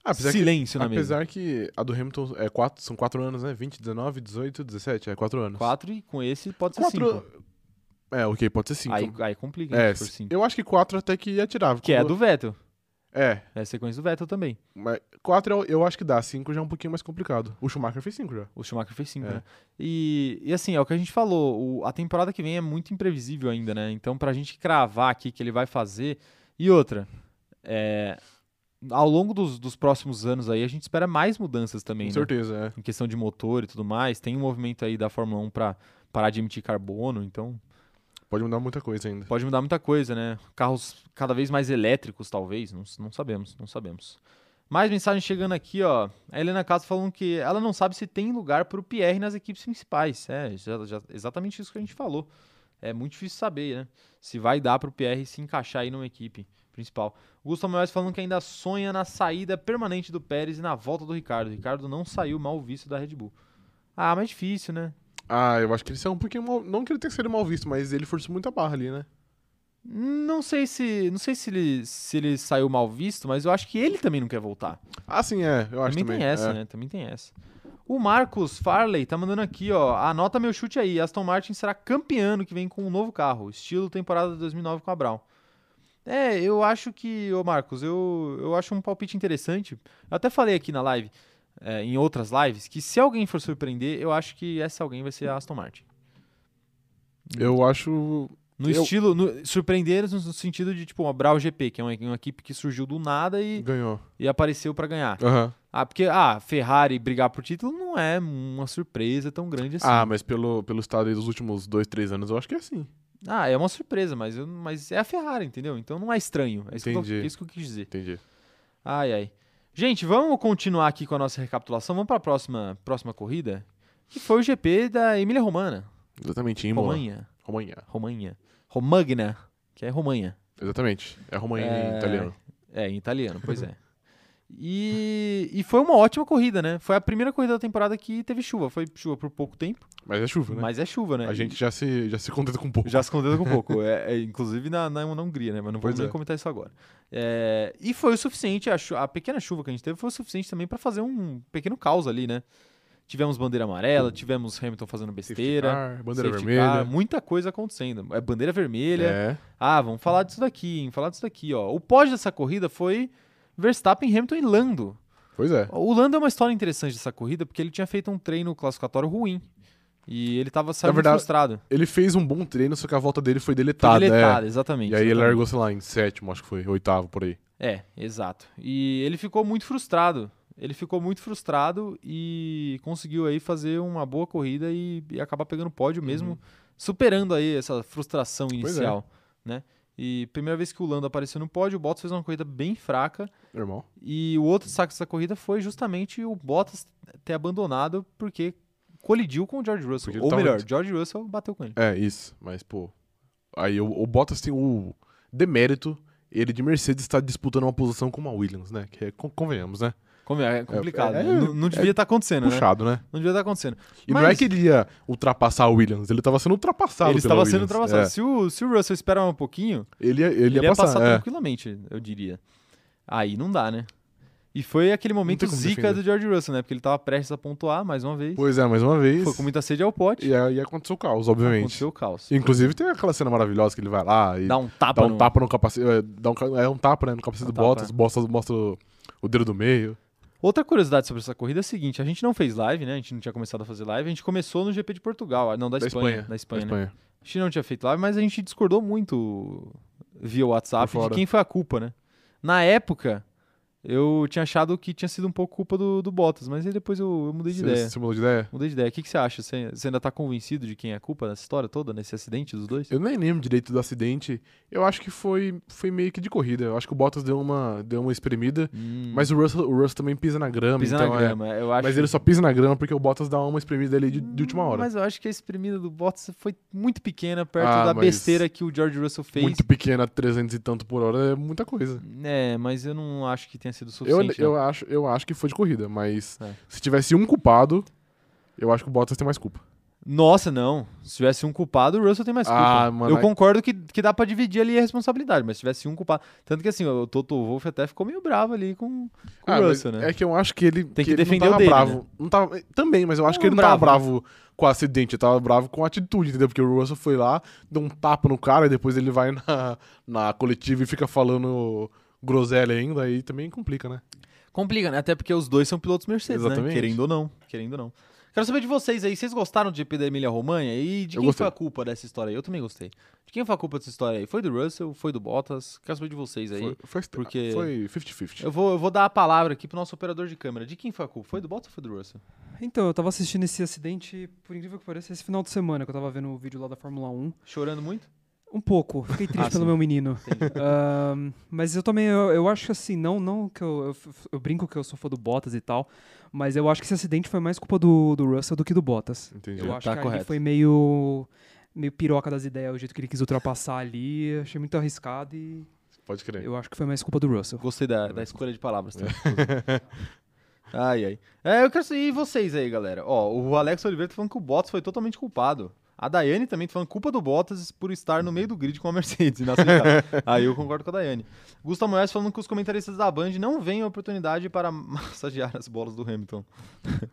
Ah, apesar que- Silêncio na mesa. Apesar que a do Hamilton é quatro, são quatro anos, né? 20, 19, 18, 17, é quatro anos. Quatro e com esse pode ser cinco. Quatro- É, ok, pode ser cinco. Aí, aí complica, hein, é, se for cinco. eu acho que quatro até que atirava. Que é a do Vettel. É, É a sequência do Vettel também. mas quatro eu, eu acho que dá. Cinco já é um pouquinho mais complicado. O Schumacher fez cinco já. O Schumacher fez 5, É. né? E, e assim, é o que a gente falou, o- a temporada que vem é muito imprevisível ainda, né? Então, pra gente cravar aqui que ele vai fazer. E outra, é, ao longo dos, dos próximos anos aí, a gente espera mais mudanças também, Com né? certeza, é. Em questão de motor e tudo mais. Tem um movimento aí da Fórmula 1 pra parar de emitir carbono, então Pode mudar muita coisa ainda. pode mudar muita coisa, né? Carros cada vez mais elétricos, talvez, não, s- não sabemos, não sabemos. Mais mensagem chegando aqui, ó. A Helena Castro falando que ela não sabe se tem lugar pro Pierre nas equipes principais. É, já- já- exatamente isso que a gente falou. É muito difícil saber, né? Se vai dar pro Pierre se encaixar aí numa equipe principal. O Gustavo Moraes falando que ainda sonha na saída permanente do Pérez e na volta do Ricardo. O Ricardo não saiu mal visto da Red Bull. Ah, mas difícil, né? Ah, eu acho que ele saiu um pouquinho mal... Não que ele tenha sido mal visto, mas ele forçou muita barra ali, né? Não sei se. Não sei se ele, se ele saiu mal visto, mas eu acho que ele também não quer voltar. Ah, sim, é. Eu acho também, também. tem essa, é. né? Também tem essa. O Marcos Farley tá mandando aqui, ó. Anota meu chute aí. Aston Martin será campeã ano que vem com um novo carro, estilo temporada de 2009 com a Brown. É, eu acho que, ô Marcos, eu, eu acho um palpite interessante. Eu até falei aqui na live, é, em outras lives, que se alguém for surpreender, eu acho que essa alguém vai ser a Aston Martin. Eu acho. No Eu- estilo, no, surpreender no sentido de, tipo, a Brown GP, que é uma, uma equipe que surgiu do nada e, Ganhou. e apareceu pra ganhar. Aham. Ah, porque ah, Ferrari brigar por título não é uma surpresa tão grande assim. Ah, Ah, mas pelo, pelo estado aí dos últimos dois, três anos, eu acho que é assim. é uma surpresa, mas, eu- mas é a Ferrari, entendeu? Então não é estranho. É isso, que eu, tô- Entendi. é isso que eu quis dizer. Entendi. Ai, ai. Gente, vamos continuar aqui com a nossa recapitulação. Vamos para a próxima, próxima corrida, que foi o GP da Emília Romana. Exatamente, em Imola. Romanha. Romanha. Romanha. Romagna, que é Romanha. Exatamente. É Romanha em É. italiano. É, em italiano, pois é. E, e foi uma ótima corrida, né? Foi a primeira corrida da temporada que teve chuva. Foi chuva por pouco tempo, Mas é chuva, né? mas é chuva, né? A gente já se, já se contenta com um pouco. Já se contenta com pouco. É, é, inclusive na, na, na Hungria, né? Mas não Pois vamos nem é. comentar isso agora. É, e foi o suficiente, a, chu- a pequena chuva que a gente teve foi o suficiente também para fazer um pequeno caos ali, né? Tivemos bandeira amarela, tivemos Hamilton fazendo Safety besteira. car, bandeira safety vermelha. car, muita coisa acontecendo. É bandeira vermelha. É. Ah, vamos falar disso daqui, hein? Falar disso daqui, ó. O pós dessa corrida foi Verstappen, Hamilton e Lando. Pois é. O Lando é uma história interessante dessa corrida, porque ele tinha feito um treino classificatório ruim. E ele tava saindo verdade, frustrado. Ele fez um bom treino, só que a volta dele foi Foi deletada. deletado, é. exatamente. E aí ele exatamente. largou, sei lá, em sétimo, acho que foi, oitavo, por aí. É, exato. E ele ficou muito frustrado. Ele ficou muito frustrado e conseguiu aí fazer uma boa corrida e, e acabar pegando pódio mesmo, superando aí essa frustração Uhum. é. inicial, né? E primeira vez que o Lando apareceu no pódio, o Bottas fez uma corrida bem fraca Normal. e o outro destaque dessa corrida foi justamente o Bottas ter abandonado porque colidiu com o George Russell. Porque ele Ou tava- melhor, George Russell bateu com ele. É, isso. Mas, pô. Aí o, o Bottas tem o demérito, ele de Mercedes está disputando uma posição com uma Williams, né? Que é, con- convenhamos, né? Como é, é complicado, é- né? Não, não devia estar acontecendo, né? Puxado, né? Não devia estar acontecendo. E não é Mas- que ele ia ultrapassar o Williams, ele tava sendo ultrapassado. Ele pela estava sendo Williams. ultrapassado. Se, o, se o Russell esperar um pouquinho, É, Ele ia, é. ele ele, ia ia passar, é. tranquilamente, eu diria. Aí não dá, né? E foi aquele momento tem como zica defender. do George Russell, né? Porque ele tava prestes a pontuar mais uma vez. Pois é, mais uma vez. Foi com muita sede ao pote. E aí aconteceu o caos, obviamente. Aconteceu o caos. Inclusive tem aquela cena maravilhosa que ele vai lá e Dá um tapa dá um no... tapa no capacete. É, dá um ca- é um tapa, né? No capacete Um do tapa, Bottas, Bottas mostra o, o dedo do meio. Outra curiosidade sobre essa corrida é a seguinte: a gente não fez live, né? A gente não tinha começado a fazer live. A gente começou no GP de Portugal, ah, não, da, Da Espanha, Espanha. Da Espanha, Na né? Espanha. A gente não tinha feito live, mas a gente discordou muito via Por WhatsApp de fora. quem foi a culpa, né? Na época, eu tinha achado que tinha sido um pouco culpa do, do Bottas, mas aí depois eu, eu mudei de Você- ideia. você mudou de ideia? Mudei de ideia. O que, que você acha? Você, você ainda tá convencido de quem é a culpa nessa história toda, nesse acidente dos dois? Eu nem lembro direito do acidente. Eu acho que foi, foi meio que de corrida. Eu acho que o Bottas deu uma, deu uma espremida. Hum, Mas o Russell, o Russell também pisa na grama. pisa então na é- grama. Eu acho Mas ele só pisa na grama porque o Bottas dá uma espremida ali de, de última hora. Mas eu acho que a espremida do Bottas foi muito pequena perto Ah, da mas- besteira que o George Russell fez. Muito pequena, 300 e tanto por hora, é muita coisa. É, mas eu não acho que tenha sido Eu, suficiente. não. eu, acho, eu acho que foi de corrida, mas É. se tivesse um culpado, eu acho que o Bottas tem mais culpa. Nossa, não. Se tivesse um culpado, o Russell tem mais culpa. Ah, mano, eu aí- concordo que, que dá pra dividir ali a responsabilidade, mas se tivesse um culpado. Tanto que assim, o Toto Wolff até ficou meio bravo ali com, com Ah, o mas Russell, né? É que eu acho que ele, Tem que ele defender o não tava dele, né? bravo. Não tava, também, mas eu acho Não, que ele não tava bravo, bravo com o acidente, ele tava bravo com a atitude, entendeu? Porque o Russell foi lá, deu um tapa no cara e depois ele vai na, na coletiva e fica falando groselha ainda, aí também complica, né? Complica, né? Até porque os dois são pilotos Mercedes, né? Exatamente. Querendo ou não. Querendo ou não. Quero saber de vocês aí. Vocês gostaram do GP da Emília Romanha? E de Eu quem gostei. foi a culpa dessa história aí? Eu também gostei. De quem foi a culpa dessa história aí? Foi do Russell? Foi do Bottas? Quero saber de vocês aí. Foi- foi porque- foi 50-50. Eu, vou, eu vou dar a palavra aqui pro nosso operador de câmera. De quem foi a culpa? Foi do Bottas ou foi do Russell? Então, eu tava assistindo esse acidente, por incrível que pareça, esse final de semana que eu tava vendo o vídeo lá da Fórmula 1. Chorando muito? Um pouco, fiquei triste Ah, pelo sim. meu menino. Entendi. Ahn, mas eu também, eu, eu acho que assim, não, não que eu, eu f- eu brinco que eu sou fã do Bottas e tal, mas eu acho que esse acidente foi mais culpa do, do Russell do que do Bottas. Entendi. Eu acho Tá que correto. ali foi meio, meio piroca das ideias, o jeito que ele quis ultrapassar ali, achei muito arriscado e Pode crer. eu acho que foi mais culpa do Russell. Gostei da, Né? da escolha de palavras. Tá? É. ai, ai. É, eu quero saber. E vocês aí, galera? Ó, o Alex Oliveira tá falando que o Bottas foi totalmente culpado. A Daiane também tá falando culpa do Bottas por estar no meio do grid com a Mercedes. inaceitável. aí eu concordo com a Daiane. Gustavo Moraes falando que os comentaristas da Band não veem a oportunidade para massagear as bolas do Hamilton.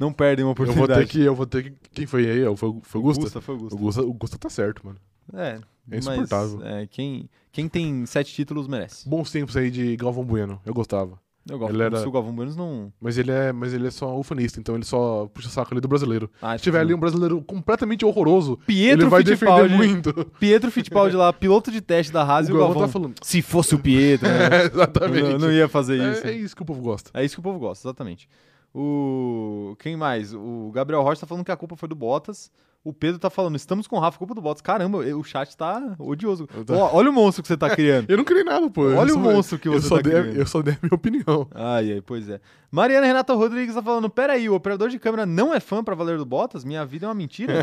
não perdem uma Eu vou oportunidade. ter que. Eu vou ter que. Quem foi aí? Eu- Foi, foi o Gusta? Gusta, foi o Gusta. O Gusta, o Gusta tá certo, mano. É, É insuportável. Mas, é, quem, quem tem sete títulos merece. Bons tempos aí de Galvão Bueno. Eu gostava. Eu gosto. Ele era- Se o Galvão Buenos não... Mas ele é, mas ele é só ufanista, então ele só puxa o saco ali do brasileiro. Ah, Se tiver ali um brasileiro completamente horroroso, Pietro ele vai Fittipaldi. defender muito. Pietro Fittipaldi lá, piloto de teste da Haas e o Galvão. tá falando. Se fosse o Pietro, né? É, exatamente. não, não ia fazer isso. é, é isso que o povo gosta. É isso que o povo gosta, exatamente. O. Quem mais? O Gabriel Rocha tá falando que a culpa foi do Bottas. O Pedro tá falando, estamos com o Rafa, culpa do Bottas. Caramba, o chat tá odioso. Eu tô- Ó, olha o monstro que você tá criando. Eu não criei nada, pô. Eu Olha só- o monstro que eu você só tá dei, criando. Eu só dei a minha opinião. Ai, ai, pois é. Mariana Renata Rodrigues tá falando: peraí, o operador de câmera não é fã pra valer do Bottas? Minha vida é uma mentira?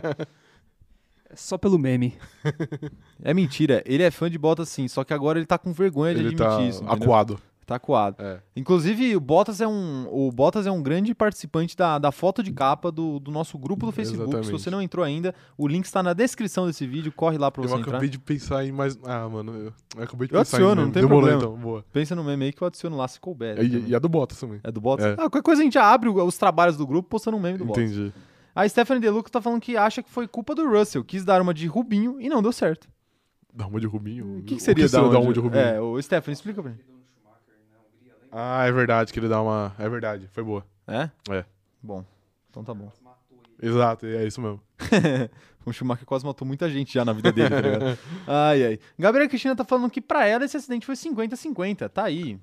É Só pelo meme. é mentira. Ele é fã de Bottas sim, só que agora ele tá com vergonha de Ele admitir tá isso. entendeu? acuado. Tá coado. É. Inclusive, o Bottas é um, o Bottas é um grande participante da, da foto de capa do, do nosso grupo do Facebook. Se Exatamente. você não entrou ainda, o link está na descrição desse vídeo. Corre lá pra Eu você entrar. acabei de pensar em mais. Ah, mano, eu, eu acabei de Eu pensar adiciono, em. não tem Demorou, problema. então. Boa. Pensa no meme aí que eu adiciono lá se couber. né, também. E, e a do Bottas também. É do Bottas? É. Ah, qualquer coisa a gente abre o- os trabalhos do grupo postando um meme do Bottas. Entendi. A Stephanie Deluca tá falando que acha que foi culpa do Russell. Quis dar uma de Rubinho e não deu certo. Dá uma de Rubinho. O Hum, que, que seria dar uma de Rubinho? É, o Stephanie, explica pra mim. Ah, é verdade que ele dá uma. É verdade, foi boa. É? É. Bom, então tá bom. Exato, é isso mesmo. O Schumacher quase matou muita gente já na vida dele, tá ligado? Ai, ai. Gabriela Cristina tá falando que pra ela esse acidente foi 50-50. Tá aí.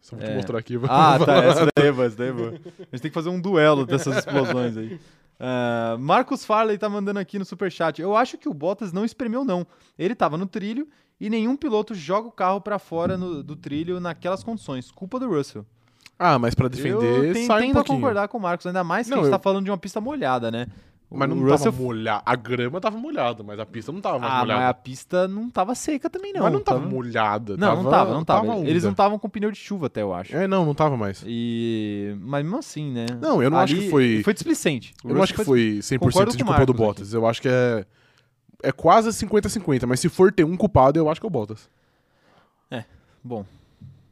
Só vou É. te mostrar aqui. Ah, tá. Essa daí é boa, essa daí é boa. A gente tem que fazer um duelo dessas explosões aí. Ah, Marcos Farley tá mandando aqui no superchat. Eu acho que o Bottas não espremeu, não. Ele tava no trilho e nenhum piloto joga o carro pra fora no- do trilho naquelas condições. Culpa do Russell. Ah, mas pra Eu defender, ten- sai um tendo a pouquinho. concordar com o Marcos, ainda mais que Não, a gente tá eu- falando de uma pista molhada, né? Mas O não Russell tava molhada. A grama tava molhada, mas a pista não tava mais Ah, mas a molhada. pista não tava seca também, não. mas não tava, molhada. Não, não tava, não tava. onda. Eles não estavam com pneu de chuva até, eu acho. É, não, não tava mais. E... Mas mesmo assim, né? Não, eu não acho Ali que foi- Foi displicente. O Eu não acho Russell que foi 100% Concordo com de o culpa do Marcos Bottas. Eu acho que é. É quase 50-50, mas se for ter um culpado, eu acho que é o Bottas. Bom,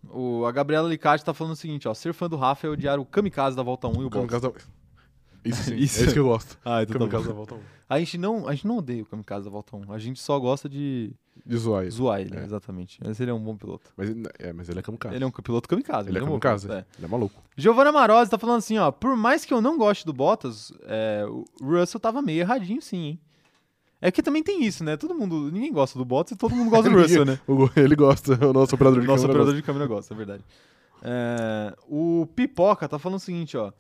o... a Gabriela Licati tá falando o seguinte, ó. Ser fã do Rafa é odiar o kamikaze da volta 1 e o Bottas. Kamikaze da- Isso sim, Isso. é isso que eu gosto. Ah, então tá bom. Kamikaze da volta 1. A gente, não, a gente não odeia o kamikaze da volta 1. A gente só gosta de De zoar ele. zoar ele, É. exatamente. Mas ele é um bom piloto. Mas, ele- é, mas ele é kamikaze. Ele é um piloto kamikaze. Ele é um bom kamikaze. piloto, é. Ele é maluco. Giovanna Marozzi tá falando assim, ó. Por mais que eu não goste do Bottas, é, o Russell tava meio erradinho, sim, hein? É que também tem isso, né? Todo mundo. Ninguém gosta do Bottas e todo mundo gosta do Russell, né? O- ele gosta, né? o nosso operador de Nosso câmera operador de câmera gosta, é verdade. É, o Pipoca tá falando o seguinte, ó.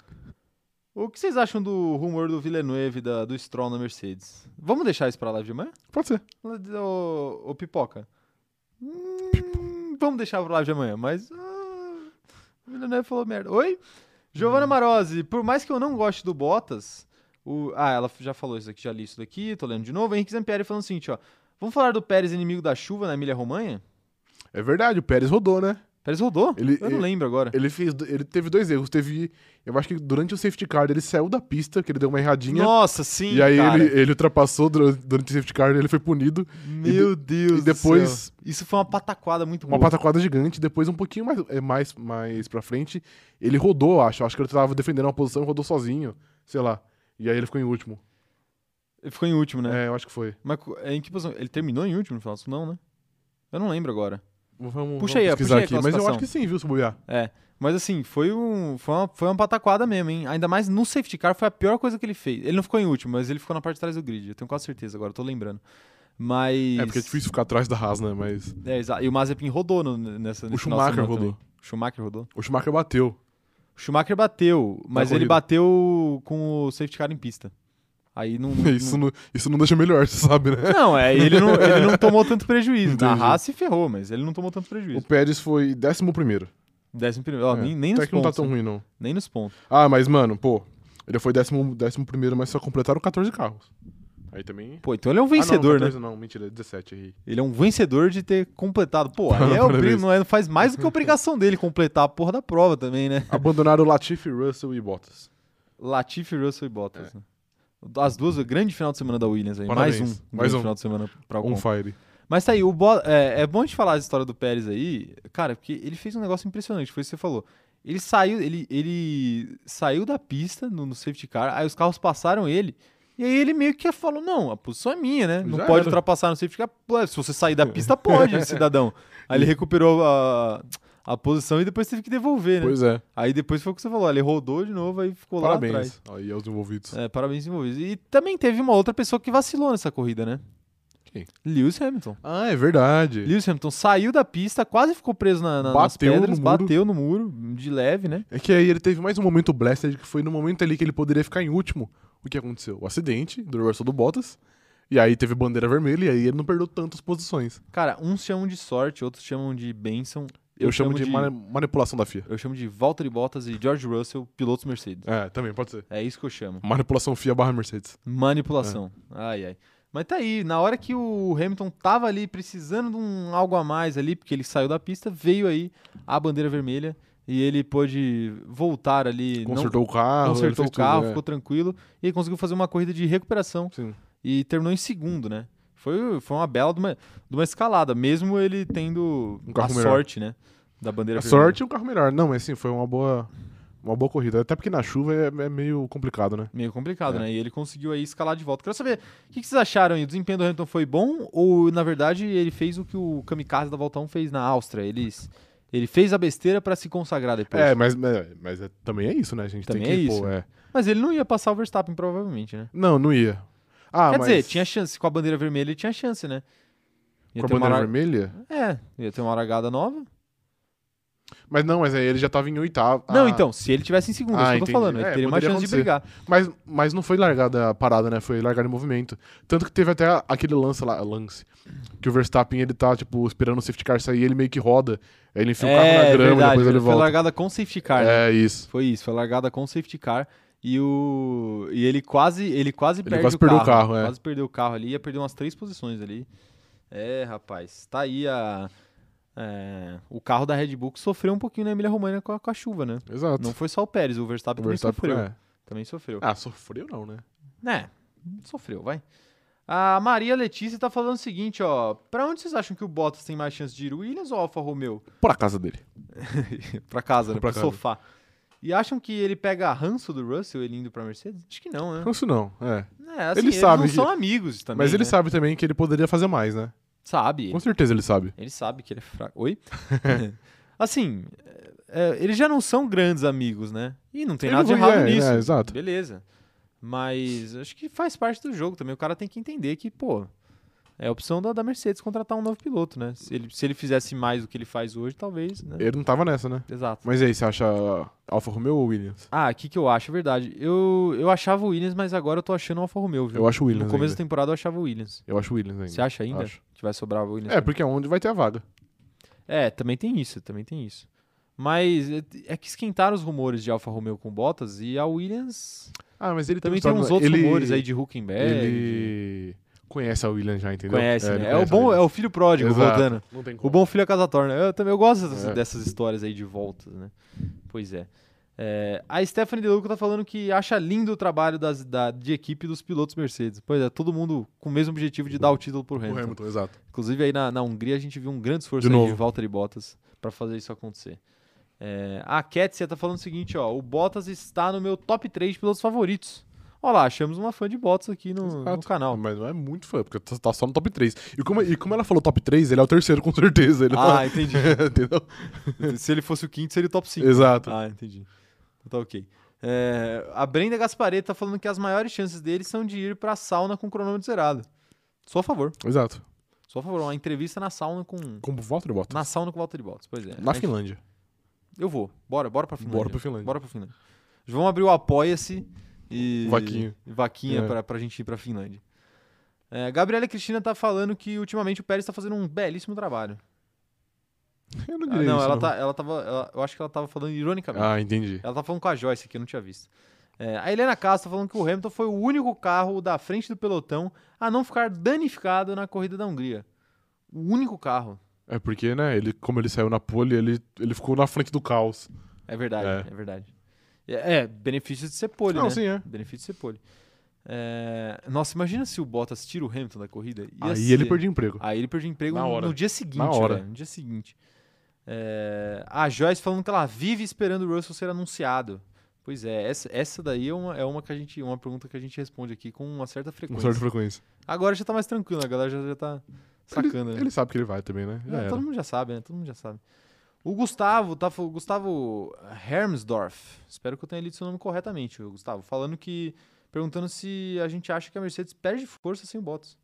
O que vocês acham do rumor do Villeneuve, da, do Stroll na Mercedes? Vamos deixar isso pra live de amanhã? gosta. Pode ser. Ô, ô, Pipoca. Hum, vamos deixar pra lá de amanhã, mas. Ah, o Villeneuve falou merda. Oi? Hum. Giovanna Marozzi, por mais que eu não goste do Bottas. o- Ah, ela já falou isso aqui, já li isso daqui, tô lendo de novo. Henrique Zampieri falando o seguinte, ó. Vamos falar do Pérez inimigo da chuva na Emília Romanha? É verdade, o Pérez rodou, né? Pérez rodou? Ele- eu não ele- lembro agora. Ele fez, do- ele teve dois erros. Teve, eu acho que durante o safety car ele saiu da pista, que ele deu uma erradinha. Nossa, sim, e aí cara. ele, ele ultrapassou durante, durante o safety car, ele foi punido. Meu Deus e depois- do céu. Isso foi uma pataquada muito Uma boa. pataquada gigante. Depois, um pouquinho mais, é, mais, mais pra frente, ele rodou, acho. Acho que ele tava defendendo uma posição e rodou sozinho. Sei lá. E aí ele ficou em último. Ele ficou em último, né? É, eu acho que foi. Mas co- em que posição? Ele terminou em último, no final? Não, né? Eu não lembro agora. Vamos, vamos Puxa aí, pesquisar puxa aí a aqui. Mas eu classificação. acho que sim, viu, se bobear. É. Mas assim, foi, um, foi, uma, foi uma pataquada mesmo, hein? Ainda mais no safety car foi a pior coisa que ele fez. Ele não ficou em último, mas ele ficou na parte de trás do grid. Eu tenho quase certeza agora, eu tô lembrando. Mas. É porque é difícil ficar atrás da Haas, né? Mas É, exa- e o Mazepin rodou no- nessa. o nesse final de Schumacher semana também. rodou. O Schumacher rodou. O Schumacher bateu. O Schumacher bateu, mas ele corrida. bateu com o safety car em pista. Aí não. não- É Isso não, isso não deixa melhor, você sabe, né? Não, é, ele não, ele não tomou tanto prejuízo. Na Entendi. Haas se ferrou, mas ele não tomou tanto prejuízo. O Pérez foi décimo primeiro. Décimo primeiro. Ó, É, nem, nem até nos que não tá pontos. tão né? ruim, não. nem nos pontos. Ah, mas, mano, pô, ele foi décimo, décimo primeiro, mas só completaram 14 carros. Aí também. Pô, então ele é um vencedor, ah, né? não, 14 Não, mentira, 17 aí. Ele é um vencedor de ter completado. Pô, aí é Parabéns. obri- não é, faz mais do que a obrigação dele completar a porra da prova também, né? Abandonaram Latifi, Russell e Bottas. Latifi, Russell e Bottas. né? As duas, o grande final de semana da Williams aí. Parabéns. Mais um. Mais grande um. final de semana pra On algum. fire. Mas tá aí, o Bo- é, é bom de falar a história do Pérez aí, cara, porque ele fez um negócio impressionante, foi isso que você falou. Ele saiu, ele, ele saiu da pista no, no safety car, aí os carros passaram ele, e aí ele meio que falou: não, a posição é minha, né? Não Já pode era. ultrapassar no safety car. Pô, Se você sair da pista, pode, cidadão. Aí ele recuperou a, a posição e depois teve que devolver, né? Pois é. Aí depois foi o que você falou, ele rodou de novo, aí ficou lá atrás. Parabéns aí aos envolvidos. É, parabéns envolvidos. E também teve uma outra pessoa que vacilou nessa corrida, né? Quem? Lewis Hamilton. Ah, é verdade. Lewis Hamilton saiu da pista, quase ficou preso na, na, nas Bateu no pedras, muro. bateu no muro, de leve, né? É que aí ele teve mais um momento blasted, que foi no momento ali que ele poderia ficar em último. O que aconteceu? O acidente do Russell do Bottas. E aí teve bandeira vermelha e aí ele não perdeu tantas posições. Cara, uns chamam de sorte, outros chamam de bênção. Eu, chamo, de, mani- manipulação da FIA. Eu chamo de Valtteri Bottas e George Russell, pilotos Mercedes. É, também pode ser. É isso que eu chamo. Manipulação FIA barra Mercedes. Manipulação. É. Ai, ai. Mas tá aí, na hora que o Hamilton tava ali precisando de um algo a mais ali, porque ele saiu da pista, veio aí a bandeira vermelha e ele pôde voltar ali. não- Consertou o carro. ele consertou fez o carro, tudo, é. ficou tranquilo e conseguiu fazer uma corrida de recuperação. Sim. e terminou em segundo, né? Foi, foi uma bela de uma, de uma escalada, mesmo ele tendo Um a carro melhor. sorte, né? Da bandeira A vermelha. sorte e um carro melhor. Não, mas sim, foi uma boa, uma boa corrida. Até porque na chuva é, é meio complicado, né? Meio complicado, É. né? E ele conseguiu aí escalar de volta. Quero saber, o que, que vocês acharam aí? O desempenho do Hamilton foi bom ou, na verdade, ele fez o que o Kamikaze da Volta 1 fez na Áustria? Ele, ele fez a besteira pra se consagrar depois. É, mas, mas, mas é- também é isso, né? A gente Também tem é que isso. pô, é. Mas ele não ia passar o Verstappen, provavelmente, né? Não, não ia. Ah, Quer mas dizer, tinha chance. Com a bandeira vermelha, ele tinha chance, né? Ia com a ter uma bandeira lar- vermelha? É, ia ter uma largada nova. Mas não, mas aí ele já tava em oitavo. Não, Ah, então, se ele tivesse em segundo, Ah, é isso que eu tô entendi. falando. É, Ele teria uma poderia chance de acontecer. brigar. Mas, mas não foi largada a parada, né? Foi largada em movimento. Tanto que teve até aquele lance lá, lance. Que o Verstappen, ele tá, tipo, esperando o safety car sair, ele meio que roda. Aí ele enfia o carro na grama e depois ele É, foi volta. largada com safety car, né? É isso. Foi isso, foi largada com safety car e o e ele quase, ele quase perde quase o carro. perdeu o carro, é. Quase perdeu o carro ali, ia perder umas três posições ali. É, rapaz, tá aí a é, o carro da Red Bull que sofreu um pouquinho na Emília Romagna com a, com a chuva, né? Exato. Não foi só o Pérez, o Verstappen, O Verstappen também sofreu. é. Também sofreu. Ah, sofreu não, né? Né? Sofreu, vai. A Maria Letícia tá falando o seguinte, ó. Pra onde vocês acham que o Bottas tem mais chance de ir? O Williams ou o Alfa Romeo? Por a casa dele. pra casa, né? Pra Pro casa. sofá. E acham que ele pega ranço do Russell, ele indo pra Mercedes? Acho que não, né? Não, isso não, é. É, assim, Ele eles sabe não que- são amigos também, Mas né? ele sabe também que ele poderia fazer mais, né? Sabe, Com certeza ele sabe. ele sabe que ele é fraco. Oi? assim, é, é, eles já não são grandes amigos, né? E não tem Ele nada de não vai- errado é, nisso. é, exato. Beleza. Mas acho que faz parte do jogo também. O cara tem que entender que, pô, é a opção da, da Mercedes contratar um novo piloto, né? Se ele, se ele fizesse mais do que ele faz hoje, talvez, né? Ele não tava nessa, né? Exato. Mas e aí, você acha Alfa Romeo ou Williams? Ah, o que, que eu acho, é verdade. Eu, eu achava o Williams, mas agora eu tô achando o Alfa Romeo, viu? Eu acho o Williams No começo da ainda. temporada eu achava o Williams. Eu acho o Williams ainda. Você acha ainda Acho. que vai sobrar o Williams? É, porque é onde vai ter a vaga. É, também tem isso, também tem isso. Mas é- é que esquentaram os rumores de Alfa Romeo com Bottas e a Williams Ah, mas ele também tem uns outros rumores aí de Huckenberg. Ele conhece a Williams já, entendeu? Conhece, ele né? É o, conhece a bom, é Williams. o filho pródigo né? Exato. voltando. Não tem como. O bom filho é casa torna. Eu também eu gosto dessas, É. dessas histórias aí de voltas, né? Pois é. É, a Stephanie Deluca tá falando que acha lindo o trabalho das, da, de equipe dos pilotos Mercedes. Pois é, todo mundo com o mesmo objetivo de dar o título pro O Hamilton. Hamilton, exato. Inclusive aí na, na Hungria a gente viu um grande esforço De aí de, novo. Valtteri Bottas pra fazer isso acontecer. É, a Ketsia tá falando o seguinte, ó, o Bottas está no meu top 3 de pilotos favoritos. Olha lá, achamos uma fã de Bottas aqui no, no Exato. canal. Mas não é muito fã, porque tá- tá só no top 3. E como, é- e como ela falou top 3, ele é o terceiro, com certeza. Ele não- Ah, entendi. entendeu? Se ele fosse o quinto, seria o top 5. Exato. Ah, entendi. Então tá ok. É, a Brenda Gasparetto tá falando que as maiores chances dele são de ir pra sauna com o cronômetro zerado. Sou a favor. Exato. Sou a favor. Uma entrevista na sauna com. Como Walter Bottas. Na sauna com o Walter Bottas. Pois é. Na A gente- Finlândia. Eu vou. Bora, bora pra Finlândia. Bora pra Finlândia. Bora pra Finlândia. Vamos abrir o Apoia-se e. Vaquinha. e Vaquinha É. pra, pra gente ir pra Finlândia. É, Gabriela Cristina tá falando que ultimamente o Pérez tá fazendo um belíssimo trabalho. Eu não Ah, diria não, isso, ela, Tá, ela tava. ela- eu acho que ela tava falando ironicamente. Ah, entendi. Ela tá falando com a Joyce aqui, eu não tinha visto. É, a Helena Castro tá falando que o Hamilton foi o único carro da frente do pelotão a não ficar danificado na corrida da Hungria. O único carro. É porque, né, ele, como ele saiu na pole, ele, ele ficou na frente do caos. É verdade, é, É. verdade. É, é, benefício de ser pole, não, né? sim, é. Benefício de ser pole. É, nossa, imagina se o Bottas tira o Hamilton da corrida. Ia Aí ser- ele perdeu emprego. Aí ele perdeu emprego Na no, hora. no dia seguinte, Na hora. velho, No dia seguinte. É, a Joyce falando que ela vive esperando o Russell ser anunciado. Pois é, essa, essa daí é uma, é uma que a gente. Uma pergunta que a gente responde aqui com uma certa Com frequência. certa frequência. Agora já tá mais tranquilo, a galera já, já tá sacando. né? Ele sabe que ele vai também, né? Já É, era. todo mundo já sabe, né? Todo mundo já sabe. O Gustavo, tá, fal- o Gustavo Hermsdorf, espero que eu tenha lido seu nome corretamente, o Gustavo, falando que. perguntando se a gente acha que a Mercedes perde força sem o Bottas.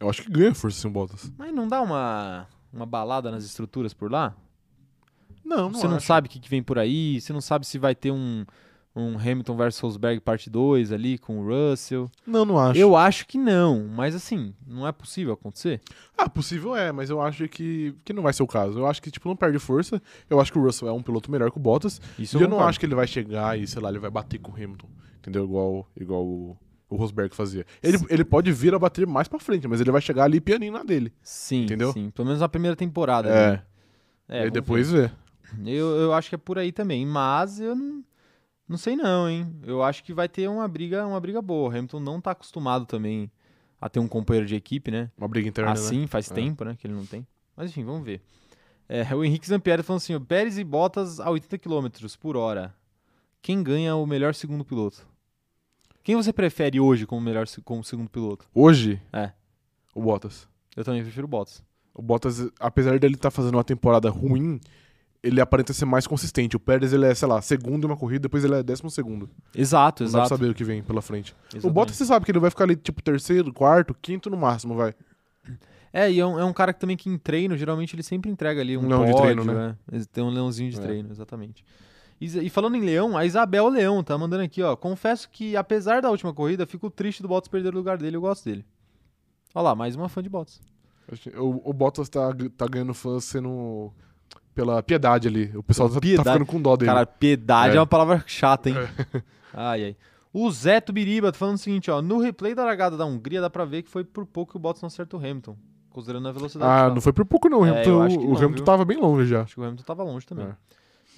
Eu acho que ganha força sem o Bottas. Mas não dá uma, uma balada nas estruturas por lá? Não, você não sabe o que, que vem por aí, você não sabe se vai ter um, um Hamilton versus Rosberg parte 2 ali com o Russell. Não, não acho. Eu acho que não, mas assim, não é possível acontecer. Ah, possível é, mas eu acho que, que não vai ser o caso. Eu acho que, tipo, não perde força. Eu acho que o Russell é um piloto melhor que o Bottas. Isso e eu não concordo. acho que ele vai chegar e, sei lá, ele vai bater com o Hamilton. Entendeu? Igual, igual o, o Rosberg fazia. Ele, ele pode vir a bater mais pra frente, mas ele vai chegar ali pianinho na dele. Sim, Entendeu? sim. Pelo menos na primeira temporada. né? É. É, aí vamos depois vê. ver. Eu, eu acho que é por aí também, mas eu não, não sei não, hein? Eu acho que vai ter uma briga, uma briga boa. O Hamilton não tá acostumado também a ter um companheiro de equipe, né? Uma briga interna, né? assim, faz É. tempo, né, que ele não tem. Mas enfim, vamos ver. É, o Henrique Zampieri falando assim, ó, Pérez e Bottas a 80 km por hora. Quem ganha o melhor segundo piloto? Quem você prefere hoje como melhor se- como segundo piloto? Hoje, É. o Bottas. Eu também prefiro o Bottas. O Bottas, apesar dele estar fazendo uma temporada ruim, ele aparenta ser mais consistente. O Pérez, ele é, sei lá, segundo em uma corrida, depois ele é décimo segundo. Exato, Não dá pra exato. saber o que vem pela frente. O exatamente. Bottas, você sabe que ele vai ficar ali, tipo, terceiro, quarto, quinto no máximo, vai. É, e é um, é um cara que também que em treino, geralmente ele sempre entrega ali um, Um leão de pódio, treino, né? é. Tem um leãozinho de É. treino, exatamente. Isa- E falando em leão, a Isabel Leão tá mandando aqui, ó. Confesso que, apesar da última corrida, fico triste do Bottas perder o lugar dele, eu gosto dele. Olha lá, mais uma fã de Bottas. O, o Bottas tá, tá ganhando fã sendo. pela piedade ali. O pessoal tá, tá Piedade. ficando com dó dele. Cara, piedade é. É. uma palavra chata, hein? Ai, ai. O Zé Tubiriba tá falando o seguinte, ó. No replay da largada da Hungria, dá pra ver que foi por pouco que o Bottas não acerta o Hamilton, considerando a velocidade. ah, final. não foi por pouco, não. O É, eu Hamilton, acho que o não, Hamilton viu? tava bem longe já. Acho que o Hamilton tava longe também.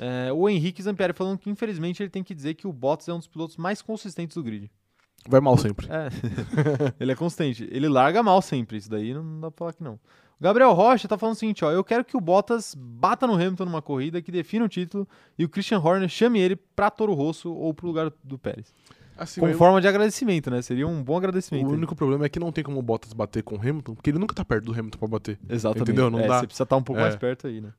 É, o Henrique Zampieri falando que, infelizmente, ele tem que dizer que o Bottas é um dos pilotos mais consistentes do grid. Vai mal sempre. É. ele é consistente. Ele larga mal sempre. Isso daí não dá pra falar que não. O Gabriel Rocha tá falando o seguinte, ó. Eu quero que o Bottas bata no Hamilton numa corrida que defina o título e o Christian Horner chame ele pra Toro Rosso ou pro lugar do Pérez. Assim, Com eu- forma de agradecimento, né? Seria um bom agradecimento. o único problema é que não tem como o Bottas bater com o Hamilton, porque ele nunca tá perto do Hamilton pra bater. Exatamente. Entendeu? Não É, dá. Você precisa estar um pouco É. mais perto aí, né?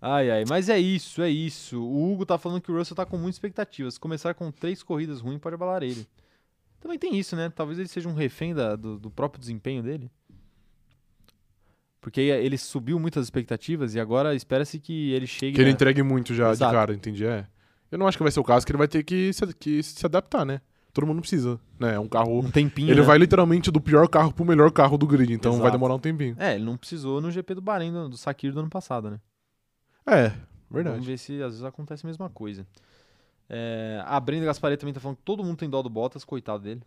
Ai, ai. Mas é isso, é isso. O Hugo tá falando que o Russell tá com muitas expectativas. Começar com três corridas ruins pode abalar ele. Também tem isso, né? Talvez ele seja um refém da- do, do próprio desempenho dele. Porque ele subiu muitas expectativas e agora espera-se que ele chegue. Que ele né? entregue muito já Exato. de cara, entendi? É. Eu não acho que vai ser o caso, que ele vai ter que se, que se adaptar, né? Todo mundo precisa, né? É um carro. um tempinho. Ele né? vai literalmente do pior carro pro melhor carro do grid, então vai Exato. demorar um tempinho. É, ele não precisou no GP do Bahrein, do, do Sakir do ano passado, né? É, verdade. Vamos ver se às vezes acontece a mesma coisa. É, a Brenda Gasparetto também tá falando que todo mundo tem dó do Bottas, coitado dele.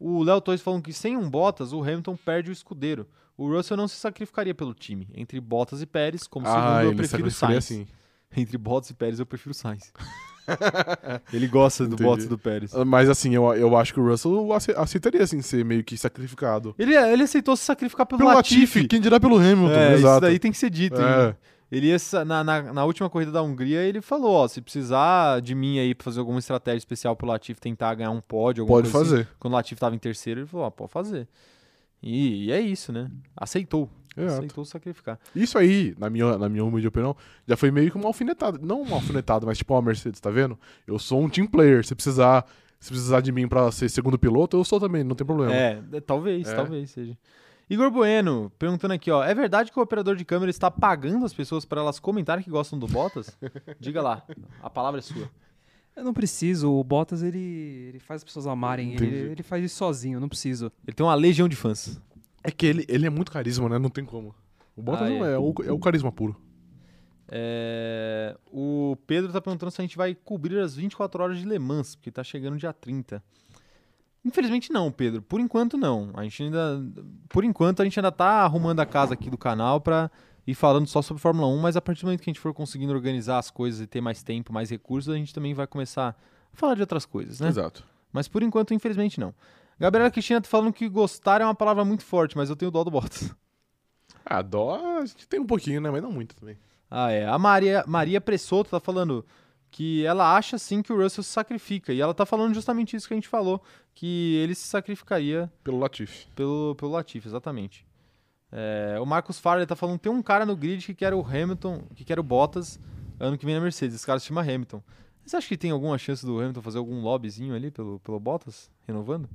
O Léo Torres falando que sem um Bottas, o Hamilton perde o escudeiro. O Russell não se sacrificaria pelo time. Entre Bottas e Pérez, Ah, como segundo, eu prefiro Sainz. assim. Entre Bottas e Pérez, eu prefiro Sainz. Ele gosta do Entendi. Bottas e do Pérez. Mas assim, eu, eu acho que o Russell ace- aceitaria assim ser meio que sacrificado. Ele, ele aceitou se sacrificar pelo, Pelo Latifi. Latifi, quem dirá pelo Hamilton, É, exato. isso daí tem que ser dito. hein? É. Ele ia sa- na, na, na última corrida da Hungria, ele falou, ó, se precisar de mim aí pra fazer alguma estratégia especial pro Latifi tentar ganhar um pódio, alguma Pode coisa assim. fazer. Quando o Latifi tava em terceiro, ele falou, ó, pode fazer. E, e é isso, né? Aceitou. Exato. Aceitou sacrificar. Isso aí, na minha, na minha humilde opinião, já foi meio que uma alfinetada. Não uma alfinetada, mas tipo uma Mercedes, tá vendo? Eu sou um team player. Se precisar, se precisar de mim pra ser segundo piloto, eu sou também, não tem problema. É, é, talvez, um É. talvez seja. Igor Bueno perguntando aqui, ó, é verdade que o operador de câmera está pagando as pessoas para elas comentarem que gostam do Bottas? Diga lá, a palavra é sua. Eu não preciso, o Bottas ele, ele faz as pessoas amarem, ele, Entendi. ele faz isso sozinho, eu não preciso. Ele tem uma legião de fãs. É que ele, ele é muito carisma, né? Não tem como. O Bottas Ah, não é. é, é, o, é o carisma puro. É, o Pedro tá perguntando se a gente vai cobrir as 24 horas de Le Mans, porque tá chegando dia 30. Infelizmente não, Pedro. Por enquanto não. A gente ainda por enquanto a gente ainda tá arrumando a casa aqui do canal pra ir falando só sobre Fórmula 1, mas a partir do momento que a gente for conseguindo organizar as coisas e ter mais tempo, mais recursos, a gente também vai começar a falar de outras coisas, né? Exato. Mas por enquanto, infelizmente não. Gabriela Cristina tá falando que gostar é uma palavra muito forte, mas eu tenho dó do Bottas. Ah, dó, a gente tem um pouquinho, né? Mas não muito também. Ah, é. A Maria, Maria Pressoto tá falando que ela acha sim que o Russell se sacrifica. E ela tá falando justamente isso que a gente falou, que ele se sacrificaria Pelo Latifi. pelo, pelo Latifi, exatamente. É, o Marcos Farley tá falando tem um cara no grid que quer o Hamilton, que quer o Bottas ano que vem na Mercedes. Esse cara se chama Hamilton. Você acha que tem alguma chance do Hamilton fazer algum lobbyzinho ali pelo, pelo Bottas, renovando?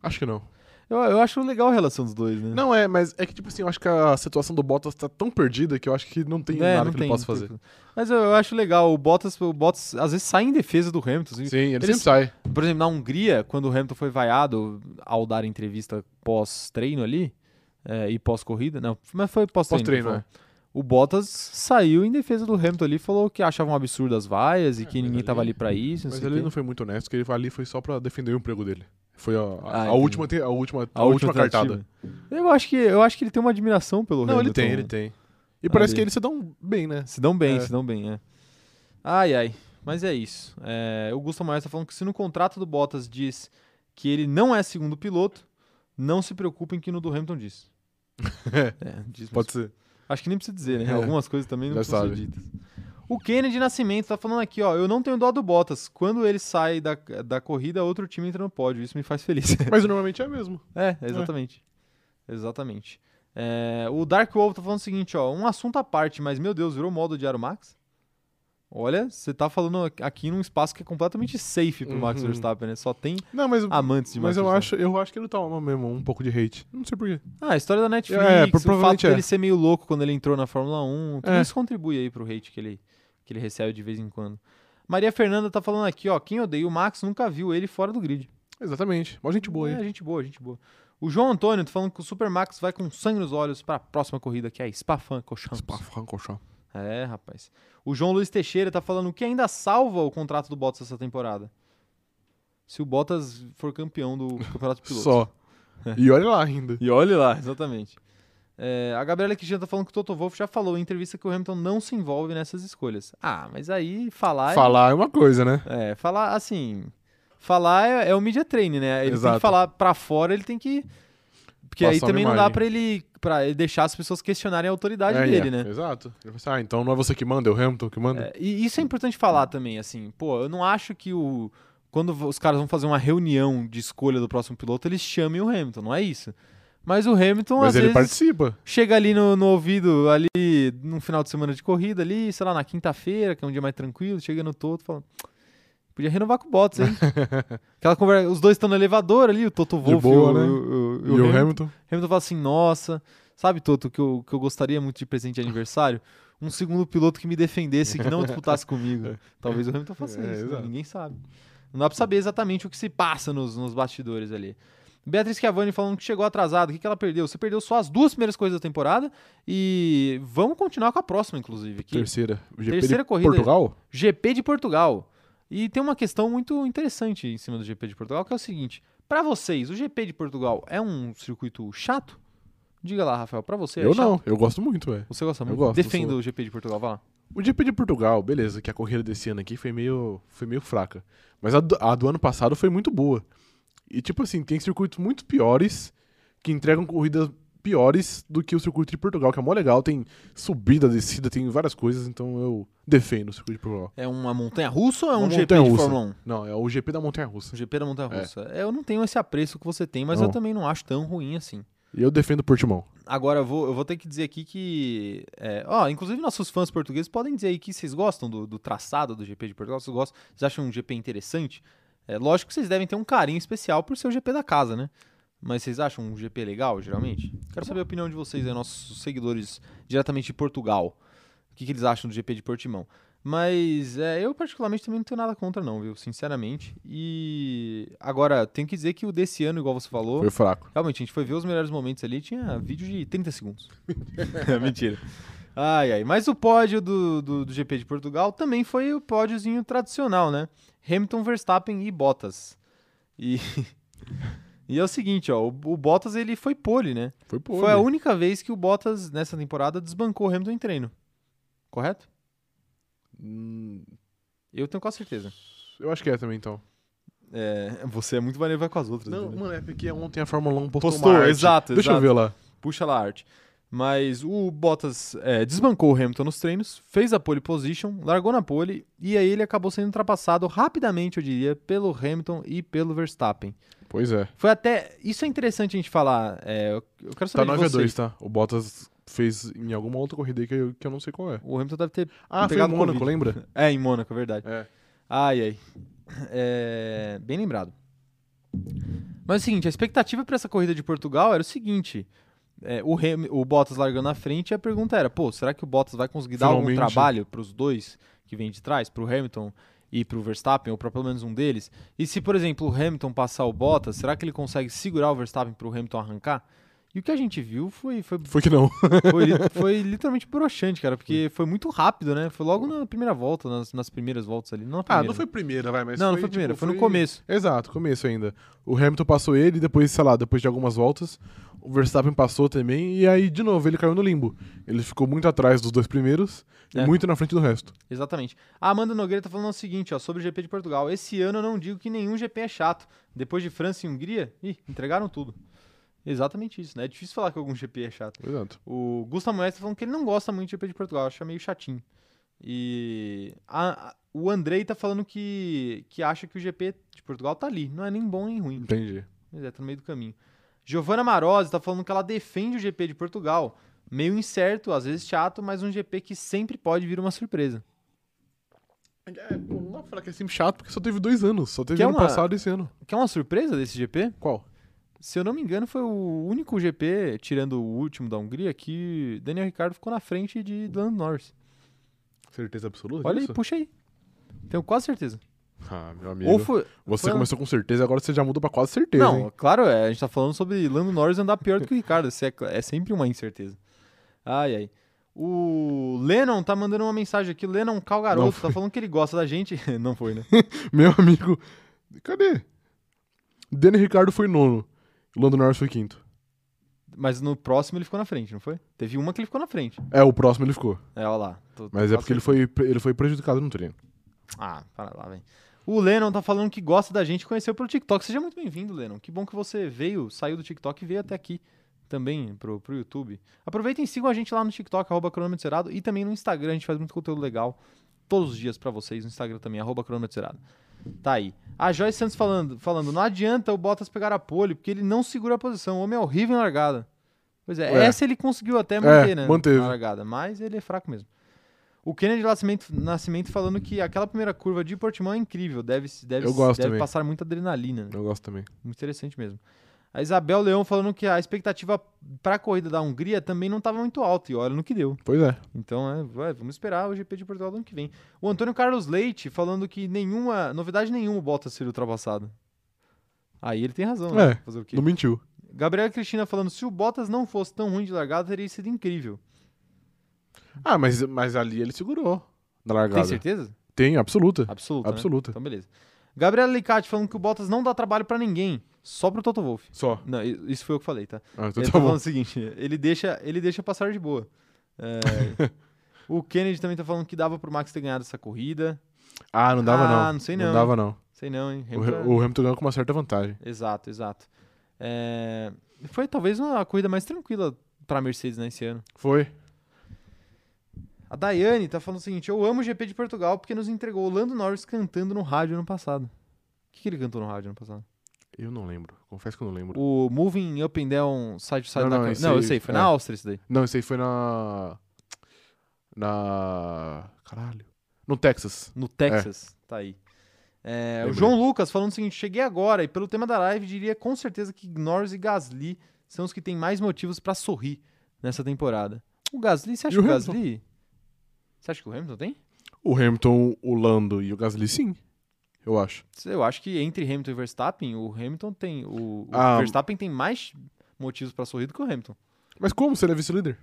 Acho que não. Eu, eu acho legal a relação dos dois, né? Não, é, mas é que, tipo assim, eu acho que a situação do Bottas tá tão perdida que eu acho que não tem É, nada não que tem, ele possa não fazer. tem. Mas eu, eu acho legal, o Bottas, o Bottas às vezes sai em defesa do Hamilton. assim, Sim, ele, Ele sempre sai. Por exemplo, na Hungria, quando o Hamilton foi vaiado ao dar entrevista pós-treino ali, é, e pós-corrida, não, mas foi pós-treino. que Pós-treino, falou. é. O Bottas saiu em defesa do Hamilton ali, falou que achava um absurdo as vaias e que É, mas ninguém ali- tava ali pra isso, não Mas sei o ele quê. não foi muito honesto, porque ele ali foi só pra defender o emprego dele. Foi a, Ah, a, a entendi. última, te- a última, a última cartada. tentativa. Eu acho, que, eu acho que ele tem uma admiração pelo Não, Hamilton. ele tem, ele tem. E parece Ali. que eles se dão bem, né? Se dão bem, É. se dão bem, é. Ai, ai. Mas é isso. É, o Gustavo Maior tá falando que se no contrato do Bottas diz que ele não é segundo piloto, não se preocupem que no do Hamilton diz. é, diz mas- Pode ser. Acho que nem precisa dizer, né? É. Algumas coisas também não Já precisam ser sabe. ditas. O Kennedy Nascimento tá falando aqui, ó. Eu não tenho dó do Bottas. Quando ele sai da, da corrida, outro time entra no pódio. Isso me faz feliz. Mas normalmente é mesmo. É, exatamente. Exatamente. É, o Dark Wolf tá falando o seguinte, ó. Um assunto à parte, mas meu Deus, virou modo de Aro Max? Olha, você tá falando aqui num espaço que é completamente safe pro Max Uhum. Verstappen, né? Só tem Não, mas, amantes de Max mas eu, Verstappen. acho, eu acho que ele toma mesmo um pouco de hate. Não sei porquê. Ah, a história da Netflix, É, pro- o fato provavelmente dele é. ser meio louco quando ele entrou na Fórmula 1, tudo É. isso contribui aí pro hate que ele, que ele recebe de vez em quando. Maria Fernanda tá falando aqui, ó, quem odeia o Max nunca viu ele fora do grid. Exatamente. Mó gente boa, hein? É, gente boa, gente boa. O João Antônio tá falando que o Super Max vai com sangue nos olhos pra próxima corrida, que é a Spa-Francorchamps. Spa, Francorchamps. É, rapaz. O João Luiz Teixeira tá falando que ainda salva o contrato do Bottas essa temporada. Se o Bottas for campeão do Campeonato de Pilotos. Só. E olha lá ainda. É. E olhe lá, exatamente. É, a Gabriela Cristina tá falando que o Toto Wolff já falou em entrevista que o Hamilton não se envolve nessas escolhas. Ah, mas aí falar. é- Falar é uma coisa, né? É, falar assim. Falar é, é o media training, né? Ele tem que Exato. falar pra fora, ele tem que. Porque aí Passar uma também não dá imagem. pra ele, pra ele deixar as pessoas questionarem a autoridade É, dele, é. né? Exato. Ele fala assim, ah, então não é você que manda, é o Hamilton que manda. É, e isso é importante falar também, assim, pô, eu não acho que o. Quando os caras vão fazer uma reunião de escolha do próximo piloto, eles chamem o Hamilton, não é isso. Mas o Hamilton, Então, às mas ele vezes, participa. chega ali no, no ouvido, ali num final de semana de corrida, ali, sei lá, na quinta-feira, que é um dia mais tranquilo, chega no Toto falando. Podia renovar com o Bottas, hein? Aquela conversa, os dois estão no elevador ali, o Toto Wolff boa, e, o, né? e o- e E o o Hamilton. Hamilton. Hamilton fala assim, nossa, sabe, Toto, que eu, que eu gostaria muito de presente de aniversário? Um segundo piloto que me defendesse, que não disputasse comigo. Talvez o Hamilton faça É, isso, né? exato. ninguém sabe. Não dá pra saber exatamente o que se passa nos, nos bastidores ali. Beatriz Chiavani falando que chegou atrasado, o que, que ela perdeu? Você perdeu só as duas primeiras coisas da temporada e vamos continuar com a próxima, inclusive. Que Terceira. O GP Terceira de corrida. Portugal? GP de Portugal. E tem uma questão muito interessante em cima do GP de Portugal, que é o seguinte: Pra vocês, o GP de Portugal é um circuito chato? Diga lá, Rafael, pra você é eu chato? não, eu gosto muito, velho. Você gosta Eu muito? gosto, Defenda sou- o GP de Portugal, vai lá. O GP de Portugal, beleza, que a corrida desse ano aqui foi meio, foi meio fraca. Mas a do, a do ano passado foi muito boa. E, tipo assim, tem circuitos muito piores que entregam corridas piores do que o circuito de Portugal, que é mó legal. Tem subida, descida, tem várias coisas, então eu defendo o circuito de Portugal. É uma montanha russa ou é Uma um GP de montanha-russa. Fórmula 1? Não, é o GP da Montanha Russa. Um GP da montanha russa. É, Eu não tenho esse apreço que você tem, mas eu Não. também não acho tão ruim assim. E eu defendo o Portimão. Agora, eu vou, eu vou ter que dizer aqui que. é, ó, inclusive nossos fãs portugueses podem dizer aí que vocês gostam do, do traçado do GP de Portugal, vocês gostam, vocês acham um GP interessante. É, lógico que vocês devem ter um carinho especial por ser o GP da casa, né? Mas vocês acham um GP legal, geralmente? Quero saber a opinião de vocês aí, nossos seguidores diretamente de Portugal. O que, que eles acham do GP de Portimão. Mas é, eu, particularmente, também não tenho nada contra, não, viu? Sinceramente. E agora, tenho que dizer que o desse ano, igual você falou. Foi fraco. Realmente, a gente foi ver os melhores momentos ali, tinha vídeo de 30 segundos. Mentira. Ai, ai. Mas o pódio do, do, do GP de Portugal também foi o pódiozinho tradicional, né? Hamilton, Verstappen e Bottas. E, e é o seguinte, ó, o, o Bottas ele foi pole, né? Foi pô. Foi a né? única vez que o Bottas, nessa temporada, desbancou o Hamilton em treino. Correto? Hum, Eu tenho quase certeza. Eu acho que é também, então. É, você é muito maneiro, vai com as outras. Não, né? mano, é porque ontem a Fórmula 1 postou, Postou, uma arte. exato, Deixa eu exato. ver lá. puxa lá a arte. Mas o Bottas é, desbancou o Hamilton nos treinos, fez a pole position, largou na pole e aí ele acabou sendo ultrapassado rapidamente, eu diria, pelo Hamilton e pelo Verstappen. Pois é. Foi até. Isso é interessante a gente falar. é, eu- eu quero saber. Tá de 9 a 2 vocês. tá? O Bottas fez em alguma outra corrida aí que eu, que eu não sei qual é. O Hamilton deve ter. Ah, foi o pegado Mônaco, Covid. lembra? É, em Mônaco, é verdade. É. Ai, ai. É, bem lembrado. Mas é o seguinte, a expectativa para essa corrida de Portugal era o seguinte. é, o, Ham- o Bottas largando na frente e a pergunta era, pô, será que o Bottas vai conseguir dar algum Finalmente. trabalho para os dois que vêm de trás, para o Hamilton e para o Verstappen, ou para pelo menos um deles? E se, por exemplo, o Hamilton passar o Bottas, será que ele consegue segurar o Verstappen para o Hamilton arrancar? E o que a gente viu foi, foi Foi que não. foi, li- foi literalmente broxante, cara, porque foi muito rápido, né? Foi logo na primeira volta, nas, nas primeiras voltas ali. Não na Ah, primeira, não foi né? primeira, vai, mas Não, não foi, foi a primeira, tipo, foi no começo. Exato, começo ainda. O Hamilton passou ele, depois, sei lá, depois de algumas voltas, o Verstappen passou também, e aí, de novo, ele caiu no limbo. Ele ficou muito atrás dos dois primeiros É. e muito na frente do resto. Exatamente. A Amanda Nogueira tá falando o seguinte, ó, sobre o GP de Portugal. Esse ano eu não digo que nenhum GP é chato. Depois de França e Hungria, ih, entregaram tudo. Exatamente isso, né? É difícil falar que algum GP é chato. Exato. O Gustavo Moesta falando que ele não gosta muito de GP de Portugal, acha meio chatinho. E a- a- o Andrei tá falando que, que acha que o GP de Portugal tá ali. Não é nem bom nem ruim. Entendi. Pois é, tá no meio do caminho. Giovanna Marozzi tá falando que ela defende o GP de Portugal. Meio incerto, às vezes chato, mas um GP que sempre pode vir uma surpresa. É, pô, não dá pra falar que é sempre chato, porque só teve dois anos. Só teve Que é ano uma- passado e esse ano. Quer uma surpresa desse GP? Qual? Se eu não me engano, foi o único GP, tirando o último da Hungria, que Daniel Ricciardo ficou na frente de Lando Norris. Certeza absoluta Olha aí, disso? puxa aí. Tenho quase certeza. Ah, meu amigo. Ou foi. Você foi- começou com certeza, agora você já mudou pra quase certeza, Não, hein? claro, é, a gente tá falando sobre Lando Norris andar pior do que o Ricardo. Isso é, cl- é sempre uma incerteza. Ai, ai. O Lennon tá mandando uma mensagem aqui. Lennon Não Calgaroto tá falando que ele gosta da gente. Não foi, né? Meu amigo, cadê? Dani Ricardo foi nono. Lando Norris foi quinto. Mas no próximo ele ficou na frente, não foi? Teve uma que ele ficou na frente. É, o próximo ele ficou. É, olha lá. Tô- tô Mas é quase porque ele foi, pre- ele foi prejudicado no treino. Ah, para lá, velho. O Lennon tá falando que gosta da gente, conheceu pelo TikTok. Seja muito bem-vindo, Lennon. Que bom que você veio, saiu do TikTok e veio até aqui também pro, pro YouTube. Aproveitem e sigam a gente lá no TikTok, arroba cronômetro zerado, e também no Instagram, a gente faz muito conteúdo legal todos os dias pra vocês, no Instagram também, arroba cronômetro zerado. Tá aí. A Joyce Santos falando, falando, não adianta o Bottas pegar a pole, porque ele não segura a posição, o homem é horrível em largada. Pois é, É. essa ele conseguiu até manter, né? manteve. Na largada, mas ele é fraco mesmo. O Kennedy Nascimento, Nascimento falando que aquela primeira curva de Portimão é incrível, deve, deve, Eu gosto deve também. passar muita adrenalina. né? Eu gosto também. Muito interessante mesmo. A Isabel Leão falando que a expectativa para a corrida da Hungria também não estava muito alta, e olha no que deu. Pois é. Então, é, vai, vamos esperar o GP de Portugal do ano que vem. O Antônio Carlos Leite falando que nenhuma, novidade nenhuma, o Bottas ser ultrapassado. Aí ele tem razão, né? É, Fazer o quê? Não mentiu. Gabriela Cristina falando, se o Bottas não fosse tão ruim de largada, teria sido incrível. Ah, mas, mas ali ele segurou. Na largada. Tem certeza? Tem, absoluta. Absoluta, né? Absoluta. Então, beleza. Gabriela Licati falando que o Bottas não dá trabalho pra ninguém. só pro Toto Wolff. Só. Não, i- isso foi eu que falei, tá? Ah, então Ele tá tá falando bom. o seguinte, ele deixa, ele deixa passar de boa. É, o Kennedy também tá falando que dava pro Max ter ganhado essa corrida. Ah, não dava não. Ah, não sei não. Não dava não. Sei não, hein? O, Hamilton é- Re- o Hamilton ganhou com uma certa vantagem. Exato, exato. É, Foi talvez uma corrida mais tranquila pra Mercedes né, esse ano. Foi. A Daiane tá falando o seguinte: eu amo o GP de Portugal porque nos entregou o Lando Norris cantando no rádio ano passado. O que, que ele cantou no rádio ano passado? Eu não lembro. Confesso que eu não lembro. O Moving Up and Down Side to Side Não, da não, Cam- esse Não, eu aí- sei, foi é. na Áustria isso daí. Não, isso aí foi na. Na. Caralho. No Texas. No Texas, tá aí. É, o Lembrei. João Lucas falando o seguinte: cheguei agora e pelo tema da live diria com certeza que Norris e Gasly são os que têm mais motivos pra sorrir nessa temporada. O Gasly, você acha E o que o Hamilton? Gasly. Você acha que o Hamilton tem? O Hamilton, o Lando e o Gasly, sim. Eu acho. Eu acho que entre Hamilton e Verstappen, o Hamilton tem. O, o Ah. Verstappen tem mais motivos pra sorrir do que o Hamilton. Mas como? Se ele é vice-líder?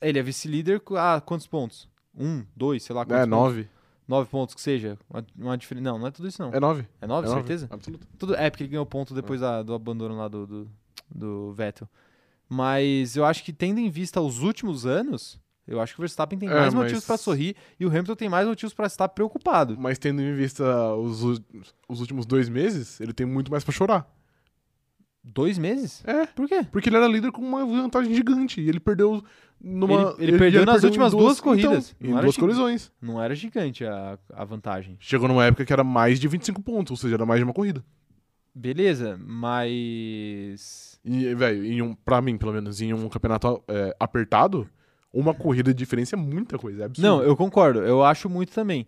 Ele é vice-líder com- ah, quantos pontos? Um, dois, sei lá quantos. É, pontos. nove. Nove pontos que seja. Uma, uma diferen- Não, não é tudo isso, não. É nove. É nove, é nove. certeza? Absoluto. Tudo... É, porque ele ganhou ponto depois da- do abandono lá do, do, do Vettel. Mas eu acho que, tendo em vista os últimos anos, eu acho que o Verstappen tem É, mais mas- motivos pra sorrir e o Hamilton tem mais motivos pra estar preocupado. Mas tendo em vista os, u- os últimos dois meses, ele tem muito mais pra chorar. Dois meses? É. Por quê? Porque ele era líder com uma vantagem gigante. E ele perdeu numa. Ele- ele perdeu nas em últimas duas corridas. Não Então, em era duas gigante. colisões. Não era gigante a, a vantagem. Chegou numa época que era mais de 25 pontos, ou seja, era mais de uma corrida. Beleza, mas. E, velho, em um, pra mim, pelo menos, em um campeonato é, apertado, uma corrida de diferença é muita coisa, é absurdo. Não, eu concordo. Eu acho muito também.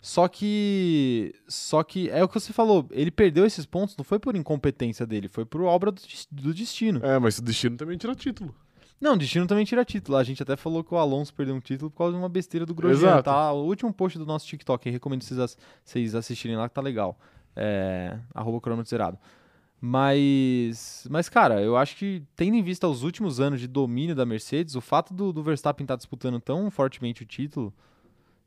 Só que. Só que é o que você falou. Ele perdeu esses pontos, não foi por incompetência dele, foi por obra do, des- do destino. É, mas o destino também tira título. Não, o destino também tira título. A gente até falou que o Alonso perdeu um título por causa de uma besteira do Grosjean, Exato. tá? O último post do nosso TikTok, aí recomendo vocês, ass- vocês assistirem lá que tá legal. É, arroba cronômetro zerado. Mas, mas, cara, eu acho que, tendo em vista os últimos anos de domínio da Mercedes, o fato do, do Verstappen estar disputando tão fortemente o título,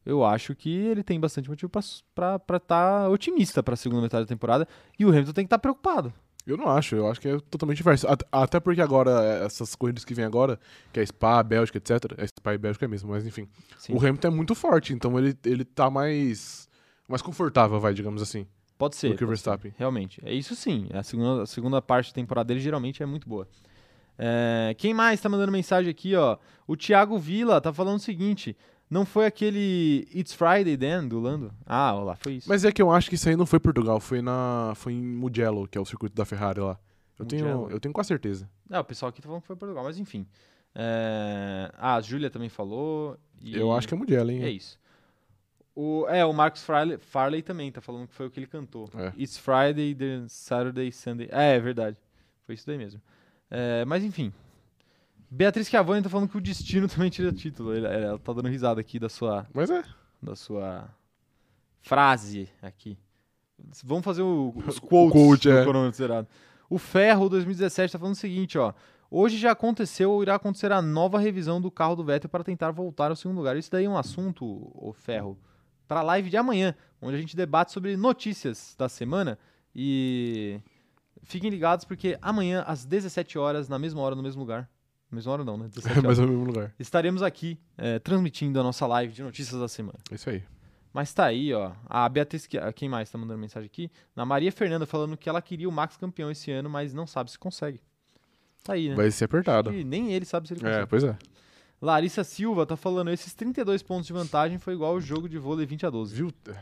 eu acho que ele tem bastante motivo para estar tá otimista para a segunda metade da temporada. E o Hamilton tem que estar preocupado. Eu não acho, eu acho que é totalmente diverso. At- até porque agora, é, essas corridas que vem agora, que é Spa, Bélgica, etc. É Spa e Bélgica mesmo, mas enfim. Sim. O Hamilton é muito forte, então ele, ele tá mais. mais confortável, vai, digamos assim, Pode ser. do que o Verstappen. Realmente. É isso sim. A segunda, a segunda parte da temporada dele geralmente é muito boa. É, quem mais tá mandando mensagem aqui, ó? O Thiago Vila tá falando o seguinte: não foi aquele It's Friday then do Lando? Ah, olha lá, foi isso. Mas é que eu acho que isso aí não foi Portugal, foi na. foi em Mugello, que é o circuito da Ferrari lá. Eu tenho, Mugello. eu tenho quase certeza. Ah, o pessoal aqui tá falando que foi Portugal, mas enfim. É, ah, a Júlia também falou. e- Eu acho que é Mugello, hein? É isso. O, é, o Marcos Farley, Farley também tá falando que foi o que ele cantou. É. It's Friday, then Saturday, Sunday. É, é verdade. Foi isso daí mesmo. É, mas enfim. Beatriz Chiavone tá falando que o destino também tira título. Ela, ela tá dando risada aqui da sua, Mas é. da sua frase aqui. Vamos fazer o, os O quotes quote, do é. cronômetro zerado. O Ferro 2017 tá falando o seguinte, ó. Hoje já aconteceu ou irá acontecer a nova revisão do carro do Vettel para tentar voltar ao segundo lugar. Isso daí é um assunto, o Ferro, para a live de amanhã, onde a gente debate sobre notícias da semana e fiquem ligados porque amanhã às 17 horas, na mesma hora, no mesmo lugar. Na mesma hora não, né? 17 horas. mas é o mesmo lugar. Estaremos aqui eh, transmitindo a nossa live de notícias da semana. É isso aí. Mas tá aí, ó. A Beatriz, que- ah, quem mais tá mandando mensagem aqui? Na Maria Fernanda falando que ela queria o Max campeão esse ano, mas não sabe se consegue. Tá aí, né? Vai ser apertado. E nem ele sabe se ele consegue. É, pois é. Larissa Silva tá falando, esses 32 pontos de vantagem foi igual o jogo de vôlei 20 a 12. Viu? É,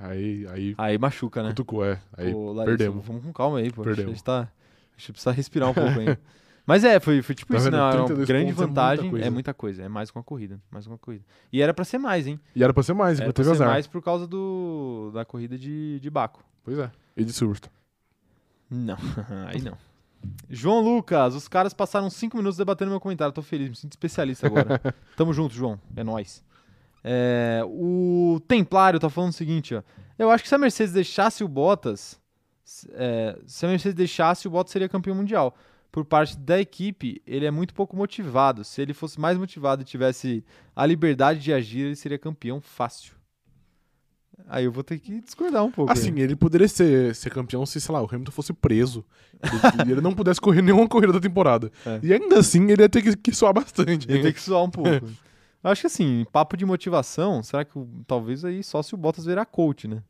Aí, aí, Aí machuca, né? cutucou, é. Aí Pô, perdemos. Vamos com calma aí, pô. A Perdemos. gente tá... A gente precisa respirar um pouco ainda. Mas é, foi, foi tipo Tá isso, vendo? né? É uma 32 grande pontos é muita vantagem. coisa. É muita coisa. É mais que uma corrida. Mais que uma corrida. E era pra ser mais, hein? E era pra ser mais, Era mas pra teve ser azar. mais por causa do, da corrida de, de Baco. Pois é. E de surto. Não, aí não. João Lucas, os caras passaram cinco minutos debatendo meu comentário. Tô feliz, me sinto especialista agora. Tamo junto, João. É nóis. É, o Templário tá falando o seguinte, ó. Eu acho que se a Mercedes deixasse o Bottas. se- é, se a Mercedes deixasse, o Bottas seria campeão mundial. Por parte da equipe, ele é muito pouco motivado. Se ele fosse mais motivado e tivesse a liberdade de agir, ele seria campeão fácil. Aí eu vou ter que discordar um pouco. Assim, ele poderia ser, ser campeão se, sei lá, o Hamilton fosse preso e ele não pudesse correr nenhuma corrida da temporada. É. E ainda assim, ele ia ter que, que suar bastante. Eu tenho que suar um pouco. Eu acho que assim, papo de motivação, será que o- talvez aí só se o Bottas virar coach, né?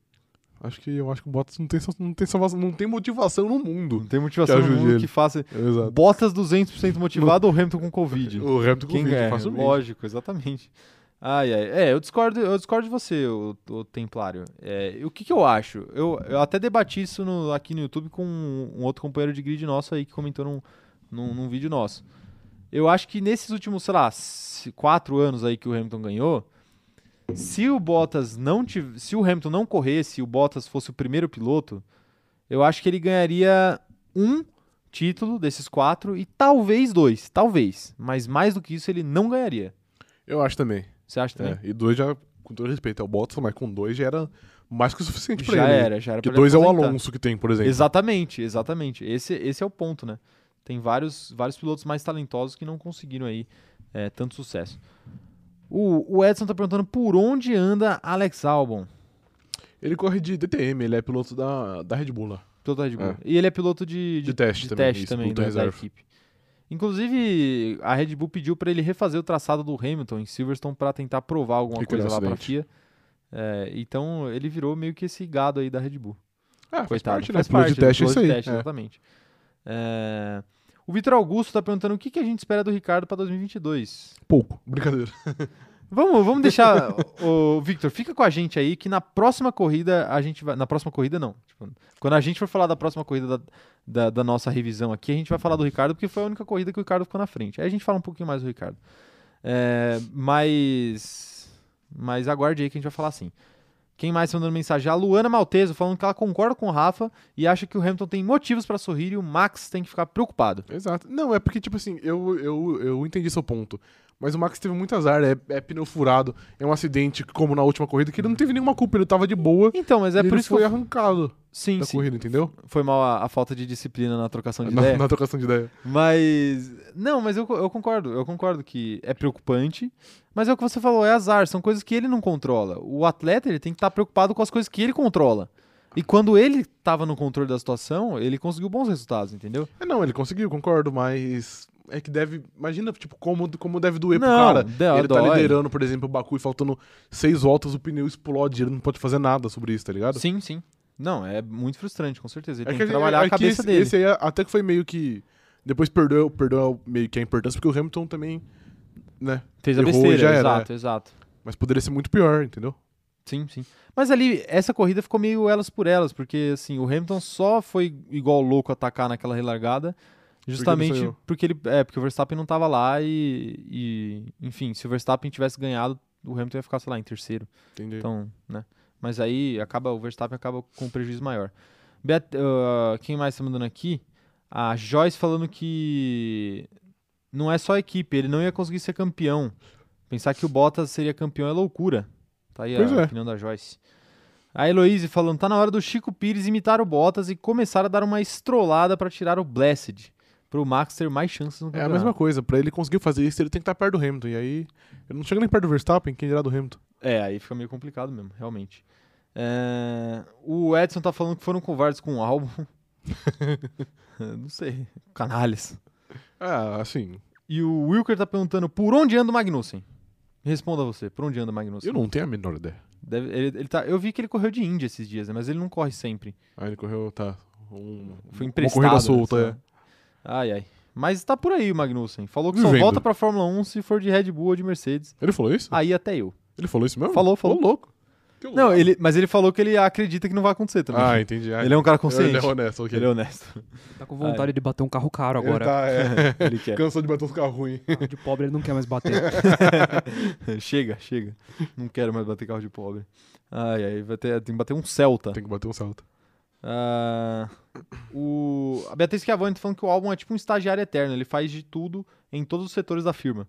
Acho que eu acho que o Bottas não tem, sal- não tem salvação, não tem motivação no mundo. Não tem motivação Que é no ajude mundo ele. que faça. Exato. Bottas 200% motivado ou Hamilton com Covid? O Hamilton com Quem vídeo, ganha? né? facilmente. Lógico, exatamente. Ai, ai. É, eu discordo, eu discordo de você, o, o Templário. É, o que, que eu acho? Eu, eu até debati isso no- aqui no YouTube com um, um outro companheiro de grid nosso aí que comentou num, num, num vídeo nosso. Eu acho que nesses últimos, sei lá, c- quatro anos aí que o Hamilton ganhou, se o Bottas não tiv- se o Hamilton não corresse e o Bottas fosse o primeiro piloto, eu acho que ele ganharia um título desses quatro e talvez dois, talvez. Mas mais do que isso ele não ganharia. Eu acho também. Você acha também? É, E dois já, com todo respeito, é o Bottas, mas com dois já era mais que o suficiente pra Tipo, Já ele. né? era, já era. Porque pra ele dois é o aposentar. Alonso que tem, por exemplo. Exatamente, exatamente. Esse, esse é o ponto, né? Tem vários, vários pilotos mais talentosos que não conseguiram aí é, tanto sucesso. O, o Edson tá perguntando por onde anda Alex Albon, Ele corre de DTM, ele é piloto da, da Red Bull lá. piloto da Red Bull. É. E ele é piloto de, De teste de também, teste isso, também piloto da, da reserva. equipe. Inclusive, a Red Bull pediu para ele refazer o traçado do Hamilton em Silverstone para tentar provar alguma Que coisa lá para a acidente. FIA. É, então, ele virou meio que esse gado aí da Red Bull. Ah, faz Coitado. parte, né? faz Piloto parte, de teste é isso piloto de aí. teste, né? é. exatamente. É, O Vitor Augusto tá perguntando o que, que a gente espera do Ricardo para 2022. Pouco, brincadeira. Vamos, vamos deixar o Victor fica com a gente aí que na próxima corrida a gente vai, na próxima corrida não, Tipo, quando a gente for falar da próxima corrida da, da, da nossa revisão aqui a gente vai falar do Ricardo porque foi a única corrida que o Ricardo ficou na frente. Aí a gente fala um pouquinho mais do Ricardo, É, mas mas aguarde aí que a gente vai falar assim. Quem mais mandando mensagem? A Luana Malteso falando que ela concorda com o Rafa e acha que o Hamilton tem motivos pra sorrir e o Max tem que ficar preocupado. Exato. Não, é porque, tipo assim, eu, eu, eu entendi seu ponto. Mas o Max teve muito azar, é, é pneu furado, é um acidente, como na última corrida, que ele não teve nenhuma culpa, ele tava de boa. Então, mas e é por ele isso foi que eu... arrancado sim, da sim, corrida, entendeu? foi mal a, a falta de disciplina na trocação de Na, ideia. na trocação de ideia. Mas. Não, mas eu, co- eu concordo. Eu concordo que é preocupante. Mas é o que você falou, é azar. São coisas que ele não controla. O atleta ele tem que estar preocupado com as coisas que ele controla. E quando ele estava no controle da situação, ele conseguiu bons resultados, entendeu? É, não, ele conseguiu, concordo, mas é que deve. Imagina, tipo, como, como deve doer pro Não, cara. dó- ele tá dói. liderando, por exemplo, o Baku e faltando seis voltas, o pneu explode, ele não pode fazer nada sobre isso, tá ligado? Sim, sim. Não, é muito frustrante, com certeza. Ele É tem que que, trabalhar a é que cabeça esse, dele. Esse aí até que foi meio que. Depois perdeu, perdeu meio que a importância, porque o Hamilton também. Né? Fez a errou e besteira, já era, exato, exato. Mas poderia ser muito pior, entendeu? Sim, sim. Mas ali, essa corrida ficou meio elas por elas, porque assim, o Hamilton só foi igual louco atacar naquela relargada, justamente saiu. porque ele, é, porque o Verstappen não tava lá e, e, enfim, se o Verstappen tivesse ganhado, o Hamilton ia ficar, sei lá, em terceiro. Entendi. Então, né? Mas aí acaba o Verstappen acaba com um prejuízo maior. Bet- ah, quem mais tá mandando aqui? A Joyce falando que não é só a equipe, ele não ia conseguir ser campeão. Pensar que o Bottas seria campeão é loucura. Tá aí Pois a é. opinião da Joyce. A Heloise falando, tá na hora do Chico Pires imitar o Bottas e começar a dar uma estrolada pra tirar o Blessed. Pro Max ter mais chances no é a campeonato. mesma coisa, pra ele conseguir fazer isso, ele tem que estar perto do Hamilton. E aí. Ele não chega nem perto do Verstappen, quem dirá do Hamilton. É, aí fica meio complicado mesmo, realmente. É, O Edson tá falando que foram covardes com o álbum. Não sei. Canalhas. Ah, assim. E o Wilker tá perguntando por onde anda o Magnussen? Responda você, por onde anda o Magnussen? Eu não tenho a menor ideia. Deve- ele- ele tá- eu vi que ele correu de Índia esses dias, né? Mas ele não corre sempre. Ah, ele correu, tá. Um, Foi Uma emprestado. corrida né, solta, sei é. lá. Ai, ai. Mas tá por aí o Magnussen. Falou que só Vivendo. volta pra Fórmula 1 se for de Red Bull ou de Mercedes. Ele falou isso? Aí até eu. Ele falou isso mesmo? Ah. Falou, falou. Ô, louco. Que louco. Não, ele, mas ele falou que ele acredita que não vai acontecer também. Ah, entendi. Ah, ele é um cara consciente. Ele é honesto, ok. Ele é honesto. Tá com vontade de bater um carro caro Ah, é. Ele agora. tá, é. Ele quer. Cansou de bater os carros ruins. Carro de pobre ele não quer mais bater. chega, chega. Não quero mais bater carro de pobre. Ai, ai, vai ter, tem que bater um Celta. Tem que bater um salto. Ah, o, a Beatriz Chiavone tá falando que o álbum é tipo um estagiário eterno. Ele faz de tudo em todos os setores da firma.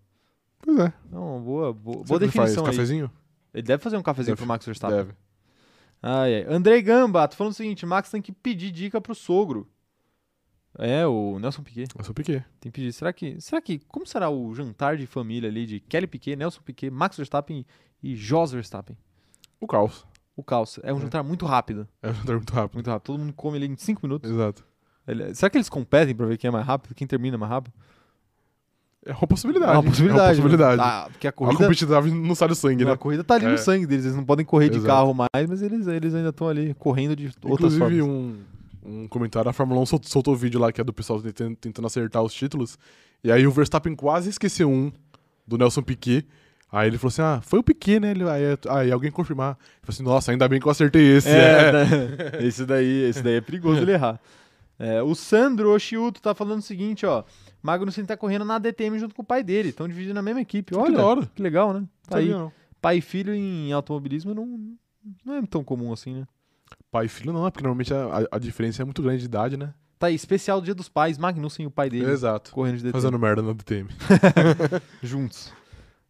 Pois é. Não, boa, boa, Sabe boa o que ele definição faz? aí. Cafezinho? Ele deve fazer um cafezinho Deve, pro Max Verstappen. Deve. Ai, ai. Andrei Gamba, tô falando o seguinte, Max tem que pedir dica pro sogro. É, o Nelson Piquet. Eu sou Piquet. Tem que pedir. Será que. Será que. Como será o jantar de família ali de Kelly Piquet, Nelson Piquet, Max Verstappen e Jos Verstappen? O caos. o calça. É um É. jantar muito rápido. É um jantar muito rápido. Muito rápido. Todo mundo come ele em 5 minutos. Exato. Ele- é- será que eles competem pra ver quem é mais rápido? Quem termina mais rápido? É uma possibilidade. É uma possibilidade. É uma né? possibilidade. Ah, porque a a corrida, competitividade não sai do sangue, né? a corrida tá ali É. no sangue deles. Eles não podem correr de Exato. carro mais, mas eles, eles ainda estão ali correndo de outras Inclusive, formas. um, um comentário, a Fórmula 1 sol- soltou o vídeo lá que é do pessoal tentando, tentando acertar os títulos. E aí o Verstappen quase esqueceu um do Nelson Piquet. Aí ele falou assim: Ah, foi o Piquet, né? Ele, aí, aí alguém confirmar. Ele falou assim: Nossa, ainda bem que eu acertei esse. É, né? esse, daí, esse daí é perigoso ele errar. É, o Sandro Oshiuto tá falando o seguinte, ó. Magnussen tá correndo na DTM junto com o pai dele. Estão dividindo a mesma equipe. Olha, da hora. que legal, né? Tá aí. Sabia não. Pai e filho em automobilismo não, não é tão comum assim, né? Pai e filho não, é porque normalmente a, a- a diferença é muito grande de idade, né? Tá aí, especial Dia dos Pais, Magnussen e o pai dele Exato. correndo de DTM. Fazendo merda no DTM. juntos.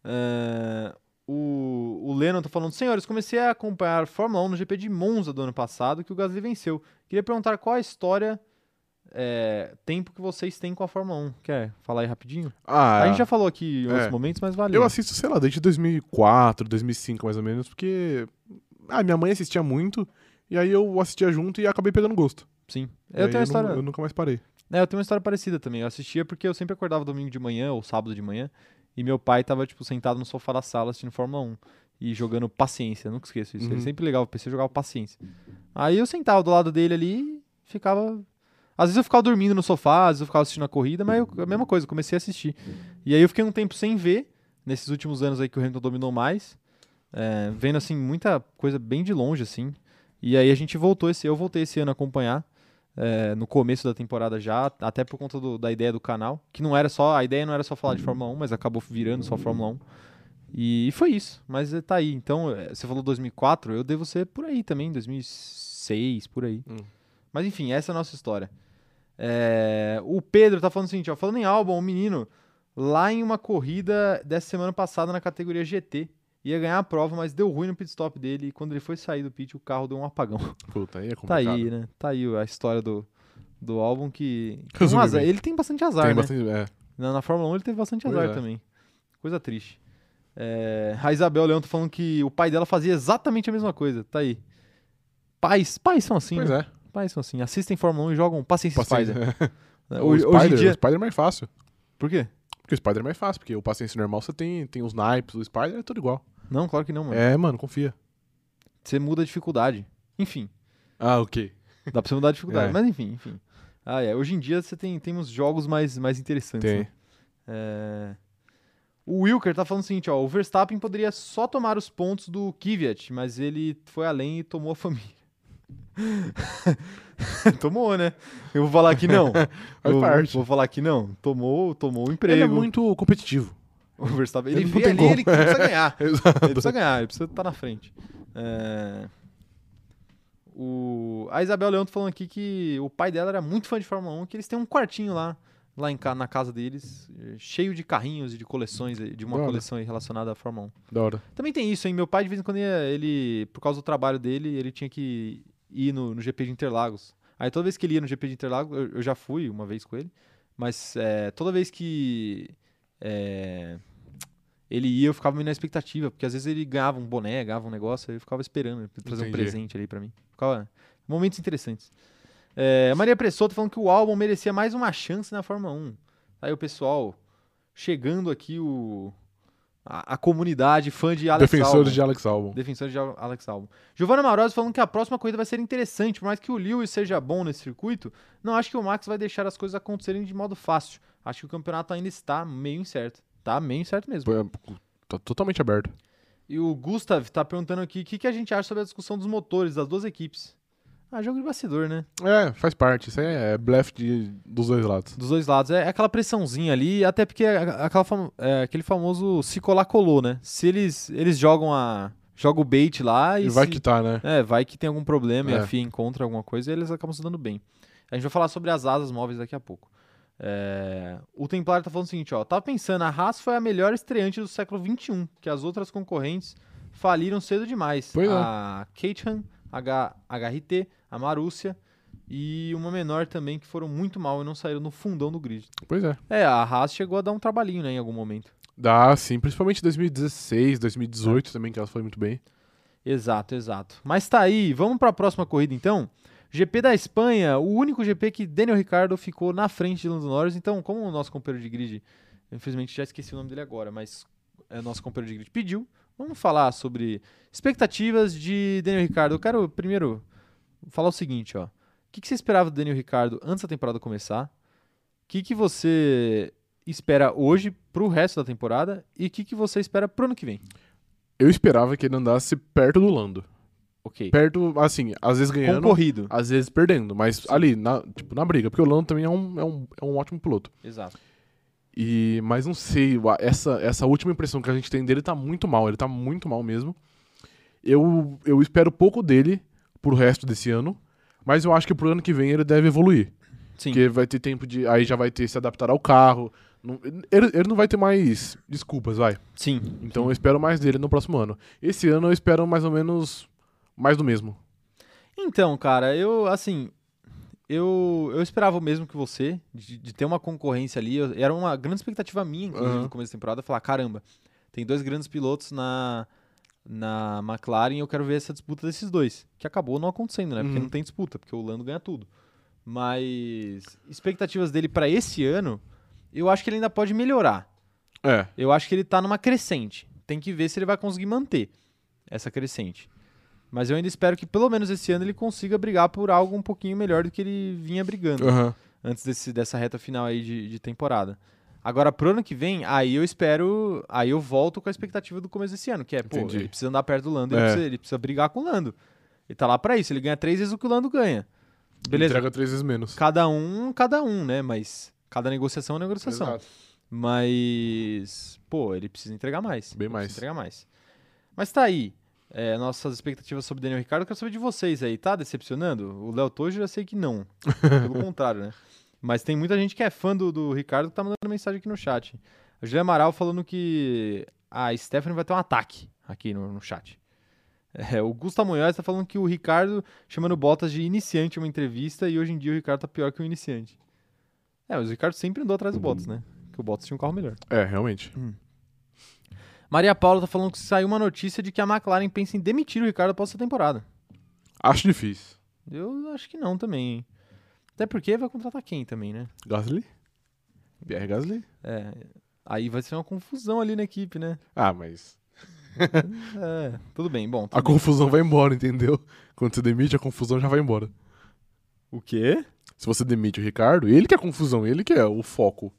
É, o, o Lennon tá falando, senhores, comecei a acompanhar a Fórmula 1 no GP de Monza do ano passado, que o Gasly venceu. Queria perguntar qual a história, é, tempo que vocês têm com a Fórmula 1. Quer falar aí rapidinho? Ah, A gente já falou aqui em outros É. momentos, mas valeu. Eu assisto, sei lá, desde 2004, 2005 mais ou menos, porque ah, minha mãe assistia muito, e aí eu assistia junto e acabei pegando gosto. Sim. E Eu tenho aí uma não- história. eu nunca mais parei. É, eu tenho uma história parecida também. Eu assistia porque eu sempre acordava domingo de manhã ou sábado de manhã e meu pai tava, tipo, sentado no sofá da sala assistindo Fórmula 1 e jogando paciência. Nunca esqueço isso. Ele Uhum. sempre ligava o PC e jogava paciência. Aí eu sentava do lado dele ali e ficava. Às vezes eu ficava dormindo no sofá, às vezes eu ficava assistindo a corrida, mas eu- a mesma coisa, eu comecei a assistir. E aí eu fiquei um tempo sem ver, nesses últimos anos aí que o Hamilton dominou mais, é, vendo assim muita coisa bem de longe assim. E aí a gente voltou esse, eu voltei esse ano a acompanhar é, no começo da temporada já, até por conta do- da ideia do canal, que não era só a ideia não era só falar de Fórmula 1, mas acabou virando só Fórmula 1. E, foi isso, mas é, tá aí. Então, é, você falou 2004, eu devo ser por aí também, 2006, por aí. Hum. Mas enfim, essa é a nossa história. É, o Pedro tá falando o seguinte, ó, falando em álbum, um menino lá em uma corrida dessa semana passada na categoria GT, ia ganhar a prova, mas deu ruim no pit stop dele e quando ele foi sair do pit, o carro deu um apagão. Puta, aí é Tá complicado. aí, né? Tá aí a história do, do álbum que. que é um Resume azar. bem. Ele tem bastante azar, Tem né? bastante, é. Na, na Fórmula 1 ele teve bastante Pois azar é. também. Coisa triste. É, a Isabel Leão tá falando que o pai dela fazia exatamente a mesma coisa. Tá aí. Pais, pais são assim, Pois né? é. Pais são assim. Assistem Fórmula 1 e jogam paciência, Paciência. Spider. O Hoje, hoje em Spider, o dia. Spider é mais fácil. Por quê? Porque o Spider é mais fácil, porque o paciência normal você tem, tem os naipes, o Spider é tudo igual. Não, claro que não, mano. É, mano, confia. Você muda a dificuldade. Enfim. Ah, ok. Dá pra você mudar a dificuldade. É. Mas enfim, enfim. Ah, é. Hoje em dia você tem, tem uns jogos mais, mais interessantes. Tem. né? É, O Wilker tá falando o seguinte, ó. O Verstappen poderia só tomar os pontos do Kvyat, mas ele foi além e tomou a família. tomou, né? Eu vou falar que não. Faz Eu parte. Vou falar que não. Tomou, tomou o emprego. Ele é muito competitivo. O Verstappen, Ele ele não vê tem ali, como. ele precisa ganhar. Ele Exato. precisa ganhar, ele precisa estar na frente. É, O... A Isabel Leão tá falando aqui que o pai dela era muito fã de Fórmula 1, que eles têm um quartinho lá, lá em ca- na casa deles, eh, cheio de carrinhos e de coleções, eh, de uma Da hora. coleção aí relacionada à Fórmula 1. Da hora. Também tem isso, hein? Meu pai, de vez em quando, ia- ele, por causa do trabalho dele, ele tinha que ir no, no GP de Interlagos. Aí toda vez que ele ia no GP de Interlagos, eu, eu já fui uma vez com ele, mas eh, toda vez que eh, ele ia, eu ficava meio na expectativa, porque às vezes ele ganhava um boné, ganhava um negócio, aí eu ficava esperando ele trazer um Entendi. presente ali pra mim. Ficava momentos interessantes. Eh, Maria Pressoto falando que o álbum merecia mais uma chance na Fórmula 1. Aí o pessoal chegando aqui, o, a, a comunidade fã de Alex Defensores Albon. de Alex Albon. Defensores de Al- Alex Albon. Giovanna Maurosi falando que a próxima corrida vai ser interessante, por mais que o Lewis seja bom nesse circuito, não acho que o Max vai deixar as coisas acontecerem de modo fácil. Acho que o campeonato ainda está meio incerto. Tá meio incerto mesmo. Pô, é- Tá totalmente aberto. E o Gustav tá perguntando aqui o que, que a gente acha sobre a discussão dos motores das duas equipes. Ah, jogo de bastidor, né? É, faz parte. Isso aí é blefe de, dos dois lados. Dos dois lados. É aquela pressãozinha ali, até porque é a- aquela fam- é aquele famoso se colar, colou, né? Se eles, eles jogam a. Joga o bait lá e. E vai se- quitar, né? É, vai que tem algum problema e a É. FIA encontra alguma coisa e eles acabam se dando bem. A gente vai falar sobre as asas móveis daqui a pouco. É, O Templário tá falando o seguinte, ó. Tava pensando, a Haas foi a melhor estreante do século XXI, que as outras concorrentes faliram cedo demais. Pois é. a Caterham, H... HRT, a Marúcia e uma menor também que foram muito mal e não saíram no fundão do grid. Pois é. É, a Haas chegou a dar um trabalhinho, né, em algum momento. É. Dá, sim. Principalmente 2016, 2018 também, que ela foi muito bem. Exato, exato. Mas tá aí, vamos para a próxima corrida então. GP da Espanha, o único GP que Daniel Ricciardo ficou na frente de Lando Norris. Então, como o nosso companheiro de grid, eu infelizmente já esqueci o nome dele agora, mas é nosso companheiro de grid pediu, vamos falar sobre expectativas de Daniel Ricciardo. Eu quero primeiro falar o seguinte, ó. O que, que você esperava do Daniel Ricciardo antes da temporada começar? O que, que você espera hoje pro resto da temporada? E o que, que você espera pro ano que vem? Eu esperava que ele andasse perto do Lando. Ok. Perto, assim, às vezes ganhando, Concorrido. às vezes perdendo, mas ali, na, tipo, na briga, porque o Lando também é um, é um, é um ótimo piloto. Exato. E, mas não sei, eu a- essa, essa última impressão que a gente tem dele tá muito mal, ele tá muito mal mesmo. Eu, eu espero pouco dele pro resto desse ano, mas eu acho que pro ano que vem ele deve evoluir. Sim. Porque vai ter tempo de. Aí já vai ter se adaptar ao carro. não- ele, ele não vai ter mais desculpas, vai. Sim. Então eu espero mais dele no próximo ano. Esse ano eu espero mais ou menos mais do mesmo. Então, cara, eu, assim, eu, eu esperava o mesmo que você, de, de ter uma concorrência ali. Eu- era uma grande expectativa minha, inclusive, Aham. no começo da temporada, falar, caramba, tem dois grandes pilotos na, na McLaren e eu quero ver essa disputa desses dois. Que acabou não acontecendo, né? Porque Uhum. não tem disputa, porque o Lando ganha tudo. Mas expectativas dele pra esse ano, eu acho que ele ainda pode melhorar. É. Eu acho que ele tá numa crescente. Tem que ver se ele vai conseguir manter essa crescente. Mas eu ainda espero que pelo menos esse ano ele consiga brigar por algo um pouquinho melhor do que ele vinha brigando Aham. antes desse, dessa reta final aí de, de temporada. Agora, pro ano que vem, aí eu espero. Aí eu volto com a expectativa do começo desse ano, que é, pô, Entendi. ele precisa andar perto do Lando, ele, É. precisa, ele precisa brigar com o Lando. Ele tá lá pra isso, ele ganha três vezes o que o Lando ganha. Beleza, Entrega três vezes menos. cada um, cada um, né? Mas cada negociação é uma negociação. Exato. Mas, pô, ele precisa entregar mais. Bem Ele mais. Precisa entregar mais. Mas tá aí. é, nossas expectativas sobre Daniel Ricardo, eu quero saber de vocês aí. Tá decepcionando? O Léo Tojo eu já sei que não. Pelo contrário, né? Mas tem muita gente que é fã do, do Ricardo que tá mandando mensagem aqui no chat. A Julia Amaral falando que a Stephanie vai ter um ataque aqui no, no chat. É, o Gustavo Munhoz tá falando que o Ricardo chamando o Bottas de iniciante em uma entrevista e hoje em dia o Ricardo tá pior que o iniciante. É, mas o Ricardo sempre andou atrás do Bottas, né? Que o Bottas tinha um carro melhor. É, realmente. Maria Paula tá falando que saiu uma notícia de que a McLaren pensa em demitir o Ricardo após essa temporada. Acho difícil. Eu acho que não também. hein? Até porque vai contratar quem também, né? Gasly? Pierre Gasly? É. Aí vai ser uma confusão ali na equipe, né? Ah, mas É, tudo bem. Bom, a confusão vai embora, entendeu? Quando você demite, a confusão já vai embora. o quê? Se você demite o Ricardo, ele que é a confusão, ele que é o foco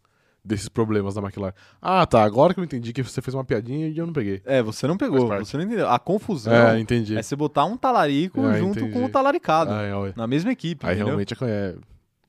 desses problemas da McLaren. Ah, tá, agora que eu entendi que você fez uma piadinha e eu não peguei. É, você não pegou, Faz parte. você não entendeu. A confusão É, é, entendi. você botar um talarico Ah, junto com o entendi. talaricado. Ah, é, olha. Na mesma equipe, Aí entendeu? realmente é, é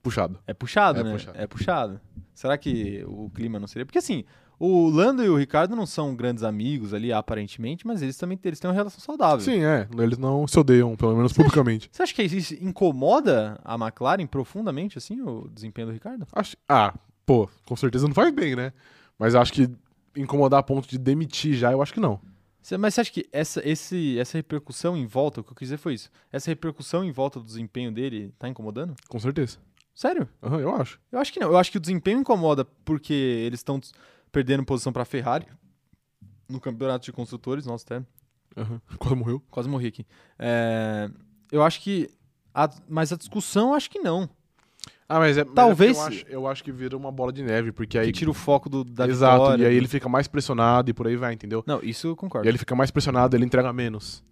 puxado. É puxado, É né? puxado. É puxado. Será que o clima não seria? Porque assim, o Lando e o Ricardo não são grandes amigos ali, aparentemente, mas eles também eles têm uma relação saudável. Sim, é. Eles não se odeiam, pelo menos publicamente. Você acha que isso incomoda a McLaren profundamente, assim, o desempenho do Ricardo? Acho- Ah, pô, com certeza não faz bem, né? Mas acho que incomodar a ponto de demitir já, eu acho que não. Você- mas você acha que essa, esse, essa repercussão em volta, o que eu quis dizer foi isso, essa repercussão em volta do desempenho dele tá incomodando? Com certeza. Sério? Aham, eu acho. Eu acho que não. Eu acho que o desempenho incomoda porque eles estão perdendo posição pra Ferrari no campeonato de construtores, nosso termo. Aham. Quase morreu. Quase morri aqui. É, eu acho que. a- mas a discussão, eu acho que não. Ah, mas é. mas é Talvez- porque eu, acho, eu acho que vira uma bola de neve, porque aí. que tira o foco do, da Exato, vitória. né? e aí do- ele fica mais pressionado e por aí vai, entendeu? Não, isso eu E concordo. ele fica mais pressionado, ele entrega menos.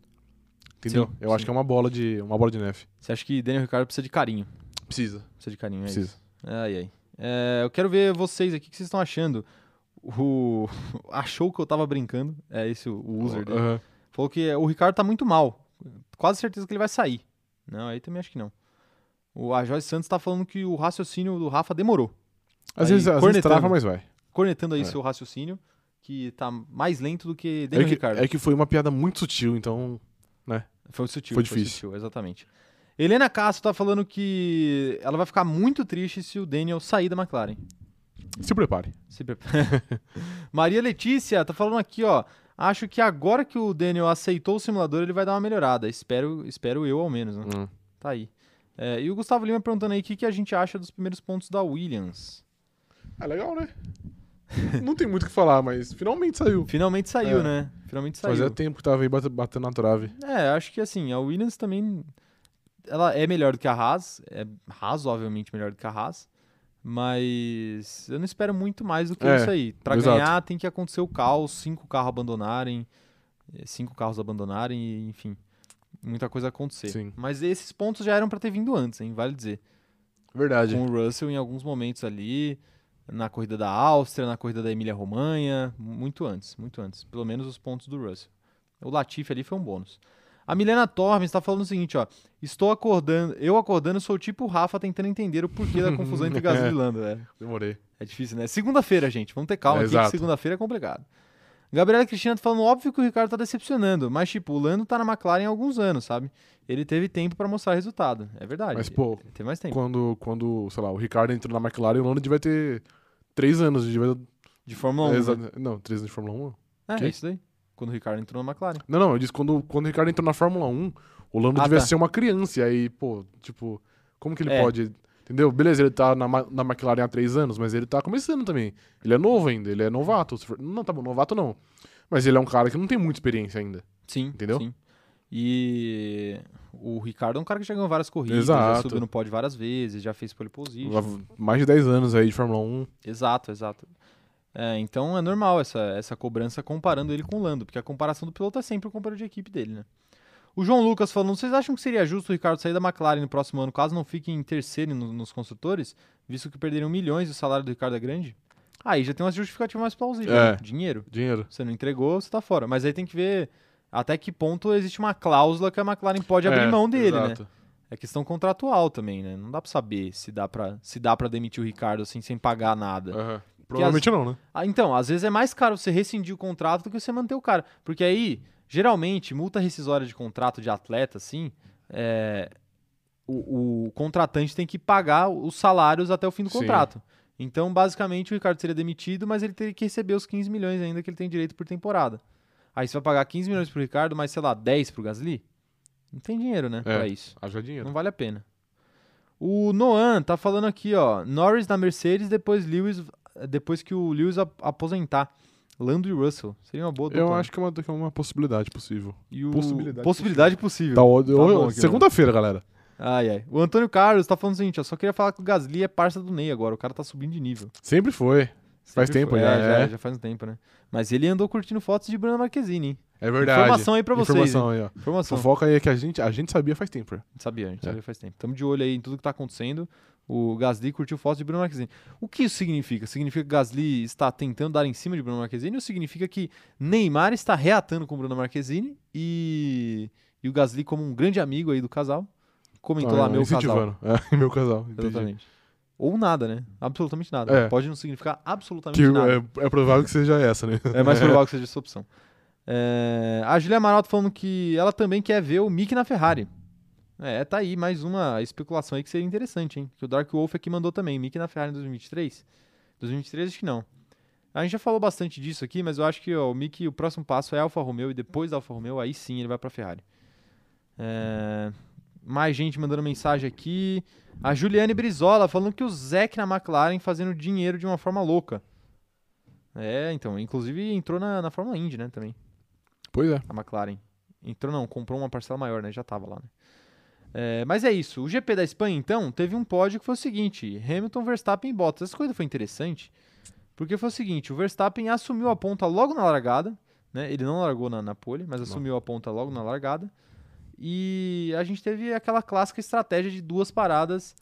Entendeu? Sim, eu sim. acho que é uma bola de uma bola de neve. Você acha que Daniel Ricardo precisa de carinho? Precisa, Precisa de carinho, é isso. precisa. Ai, ai. É, eu quero ver vocês aqui, o que vocês estão achando? O... Achou que eu tava brincando, é esse o, o user dele. Aham. Falou que o Ricardo tá muito mal. Quase certeza que ele vai sair. Não, aí também acho que não. O a Joyce Santos tá falando que o raciocínio do Rafa demorou. Às Aí, vezes, às vezes cornetando. trava, mas vai. Cornetando aí É. seu raciocínio, que tá mais lento do que É Daniel que, Ricardo. é que foi uma piada muito sutil, então. Foi sutil. Foi difícil. sutil, exatamente. Helena Castro tá falando que ela vai ficar muito triste se o Daniel sair da McLaren. Se prepare. Se prepara. Maria Letícia tá falando aqui, ó. Acho que agora que o Daniel aceitou o simulador, ele vai dar uma melhorada. Espero, espero eu, ao menos, né? Hum. Tá aí. É, e o Gustavo Lima perguntando aí o que, que a gente acha dos primeiros pontos da Williams. É Ah, legal, né? Não tem muito o que falar, mas finalmente saiu. Finalmente saiu, É. né? Finalmente saiu. Fazia tempo que tava aí bate- batendo na trave. É, acho que assim, a Williams também ela é melhor do que a Haas, é razoavelmente melhor do que a Haas, mas eu não espero muito mais do que É, isso aí. Pra exato. ganhar tem que acontecer o caos, cinco carros abandonarem, eh, cinco carros abandonarem, e, enfim, muita coisa acontecer. Sim. Mas esses pontos já eram pra ter vindo antes, hein, vale dizer. Verdade. Com o Russell em alguns momentos ali, na corrida da Áustria, na corrida da Emília Romanha, muito antes, muito antes. Pelo menos os pontos do Russell. O Latifi ali foi um bônus. A Milena Tormes está falando o seguinte, ó. Estou acordando, eu acordando sou tipo o Rafa tentando entender o porquê da confusão entre Gasly e Lando, né? Demorei. É difícil, né? Segunda-feira, gente. Vamos ter calma É, aqui, exato. que segunda-feira é complicado. Gabriela Cristina tá falando, óbvio que o Ricardo tá decepcionando, mas, tipo, o Lando tá na McLaren há alguns anos, sabe? Ele teve tempo para mostrar resultado. É verdade. Mas, pô, ele teve mais tempo. quando, quando, sei lá, o Ricardo entrou na McLaren, o Lando vai ter três anos. de- Vai... De Fórmula 1. é, né? exa- Não, três anos de Fórmula 1. É, Que? é isso daí. Quando o Ricardo entrou na McLaren. Não, não, eu disse quando, quando o Ricardo entrou na Fórmula 1, o Lando Ah, devia tá. ser uma criança. E aí, pô, tipo, como que ele É. pode. Entendeu? Beleza, ele tá na, Ma- na McLaren há três anos, mas ele tá começando também. Ele é novo ainda, ele é novato. se for- Não, tá bom, novato não. Mas ele é um cara que não tem muita experiência ainda. Sim. Entendeu? sim. E o Ricardo é um cara que já ganhou várias corridas, já Exato. subiu no pódio várias vezes, já fez pole position. Lá- Mais de 10 anos aí de Fórmula 1. Exato, exato. É, então é normal essa, essa cobrança comparando ele com o Lando, porque a comparação do piloto é sempre o companheiro de equipe dele, né? O João Lucas falando, vocês acham que seria justo o Ricardo sair da McLaren no próximo ano, caso não fique em terceiro no- nos construtores, visto que perderiam milhões e o salário do Ricardo é grande? Aí já tem uma justificativa mais plausível, É. né? dinheiro. Dinheiro. Você não entregou, você tá fora. Mas aí tem que ver até que ponto existe uma cláusula que a McLaren pode abrir mão dele, né? É, exato. É questão contratual também, né? Não dá pra saber se dá pra, se dá pra demitir o Ricardo assim sem pagar nada. Aham. É. Provavelmente não, né? Ah, então, às vezes é mais caro você rescindir o contrato do que você manter o cara. Porque aí, geralmente, multa rescisória de contrato de atleta, assim, é, o, o contratante tem que pagar os salários até o fim do Sim. contrato. Então, basicamente, o Ricardo seria demitido, mas ele teria que receber os 15 milhões ainda que ele tem direito por temporada. Aí você vai pagar 15 milhões pro Ricardo, mas, sei lá, 10 pro Gasly? Não tem dinheiro, né, pra isso. Haja dinheiro. Não vale a pena. O Noan tá falando aqui, ó. Norris na Mercedes, depois Lewis, depois que o Lewis ap- aposentar. Lando e Russell. Seria uma boa dupla. Eu né? acho que é uma, que é uma possibilidade possível. E o- possibilidade possibilidade possível. Tá, ó- ó- bom aqui, Segunda-feira, galera. Ai, ai. O Antônio Carlos tá falando o seguinte, ó. Só queria falar que o Gasly é parça do Ney agora. O cara tá subindo de nível. Sempre foi. Faz tempo, foi. né? já. É. Já faz um tempo, né? Mas ele andou curtindo fotos de Bruna Marquezine, hein? É verdade. Informação aí pra vocês, Informação aí, ó. Informação. Fofoca aí é que a gente, a gente sabia faz tempo. né? A gente sabia, a gente sabia faz tempo. Estamos de olho aí em tudo que tá acontecendo. O Gasly curtiu foto de Bruno Marquezine. O que isso significa? Significa que o Gasly está tentando dar em cima de Bruno Marquezine ou significa que Neymar está reatando com Bruno Marquezine e, e o Gasly, como um grande amigo aí do casal, comentou Ah, lá meu casal. incentivando. É, meu casal. entendi. Exatamente. Ou nada, né? Absolutamente nada. É. Pode não significar absolutamente Que nada. é, é provável que seja essa, né? É mais provável que seja essa opção. É, a Julia Amaral tá falando que ela também quer ver o Mick na Ferrari. É, tá aí mais uma especulação aí que seria interessante, hein? Que o Dark Wolf aqui mandou também. Mick na Ferrari em 2023? 2023 acho que não. A gente já falou bastante disso aqui, mas eu acho que ó, o Mick, o próximo passo é Alfa Romeo e depois da Alfa Romeo, aí sim ele vai pra Ferrari. É, mais gente mandando mensagem aqui. A Juliane Brizola falando que o Zeke na McLaren fazendo dinheiro de uma forma louca. É, então. Inclusive entrou na, na Fórmula Indy, né, também. Pois é. A McLaren. Entrou não, comprou uma parcela maior, né? Já tava lá, né? É, mas é isso. O GP da Espanha, então, teve um pódio que foi o seguinte: Hamilton, Verstappen e Bottas. Essa coisa foi interessante, porque foi o seguinte: o Verstappen assumiu a ponta logo na largada, né? Ele não largou na, na pole, mas assumiu a ponta logo na largada. E a gente teve aquela clássica estratégia de duas paradas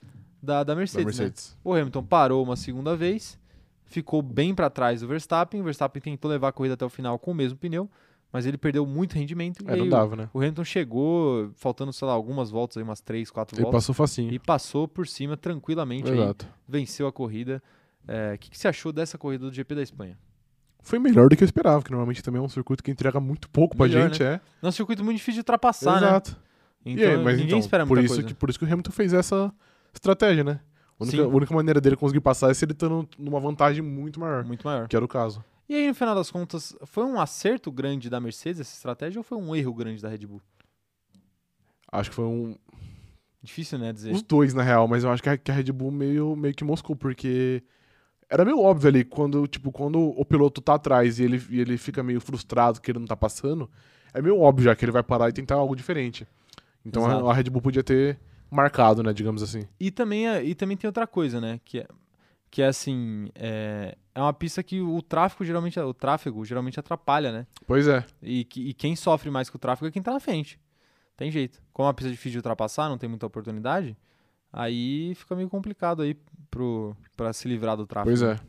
da, da Da Mercedes, né? é Mercedes. O Hamilton parou uma segunda vez, ficou bem para trás do Verstappen. O Verstappen tentou levar a corrida até o final com o mesmo pneu, mas ele perdeu muito rendimento. e É, aí não o- dava, né? O Hamilton chegou, faltando, sei lá, algumas voltas, aí, umas três, quatro Ele voltas, passou facinho. e passou por cima tranquilamente, aí, Exato. venceu a corrida. É, O que, que você achou dessa corrida do GP da Espanha? Foi melhor do que eu esperava, que normalmente também é um circuito que entrega muito pouco pra Melhor, gente, é. É um circuito muito difícil de ultrapassar, né? Exato. Então, e aí, mas ninguém então, espera por muita isso coisa. que Por isso que o Hamilton fez essa estratégia, né? A única, Sim. a única maneira dele conseguir passar é se ele estando numa vantagem muito maior, Muito maior. que era o caso. E aí, no final das contas, foi um acerto grande da Mercedes essa estratégia ou foi um erro grande da Red Bull? Acho que foi um, Difícil, né, dizer. Os dois, na real, mas eu acho que a, que a Red Bull meio, meio que moscou, porque Era meio óbvio ali, quando, tipo, quando o piloto tá atrás e ele, e ele fica meio frustrado que ele não tá passando, é meio óbvio já que ele vai parar e tentar algo diferente. Então Exato. a, a Red Bull podia ter marcado, né, digamos assim. E também, é- e também tem outra coisa, né? Que é, que é assim, é, é uma pista que o tráfego geralmente, o tráfego geralmente atrapalha, né? Pois é. E, que- e quem sofre mais com o tráfego é quem tá na frente. Tem jeito. Como é uma pista difícil de ultrapassar, não tem muita oportunidade, aí fica meio complicado aí pro, pra se livrar do tráfego. Pois é.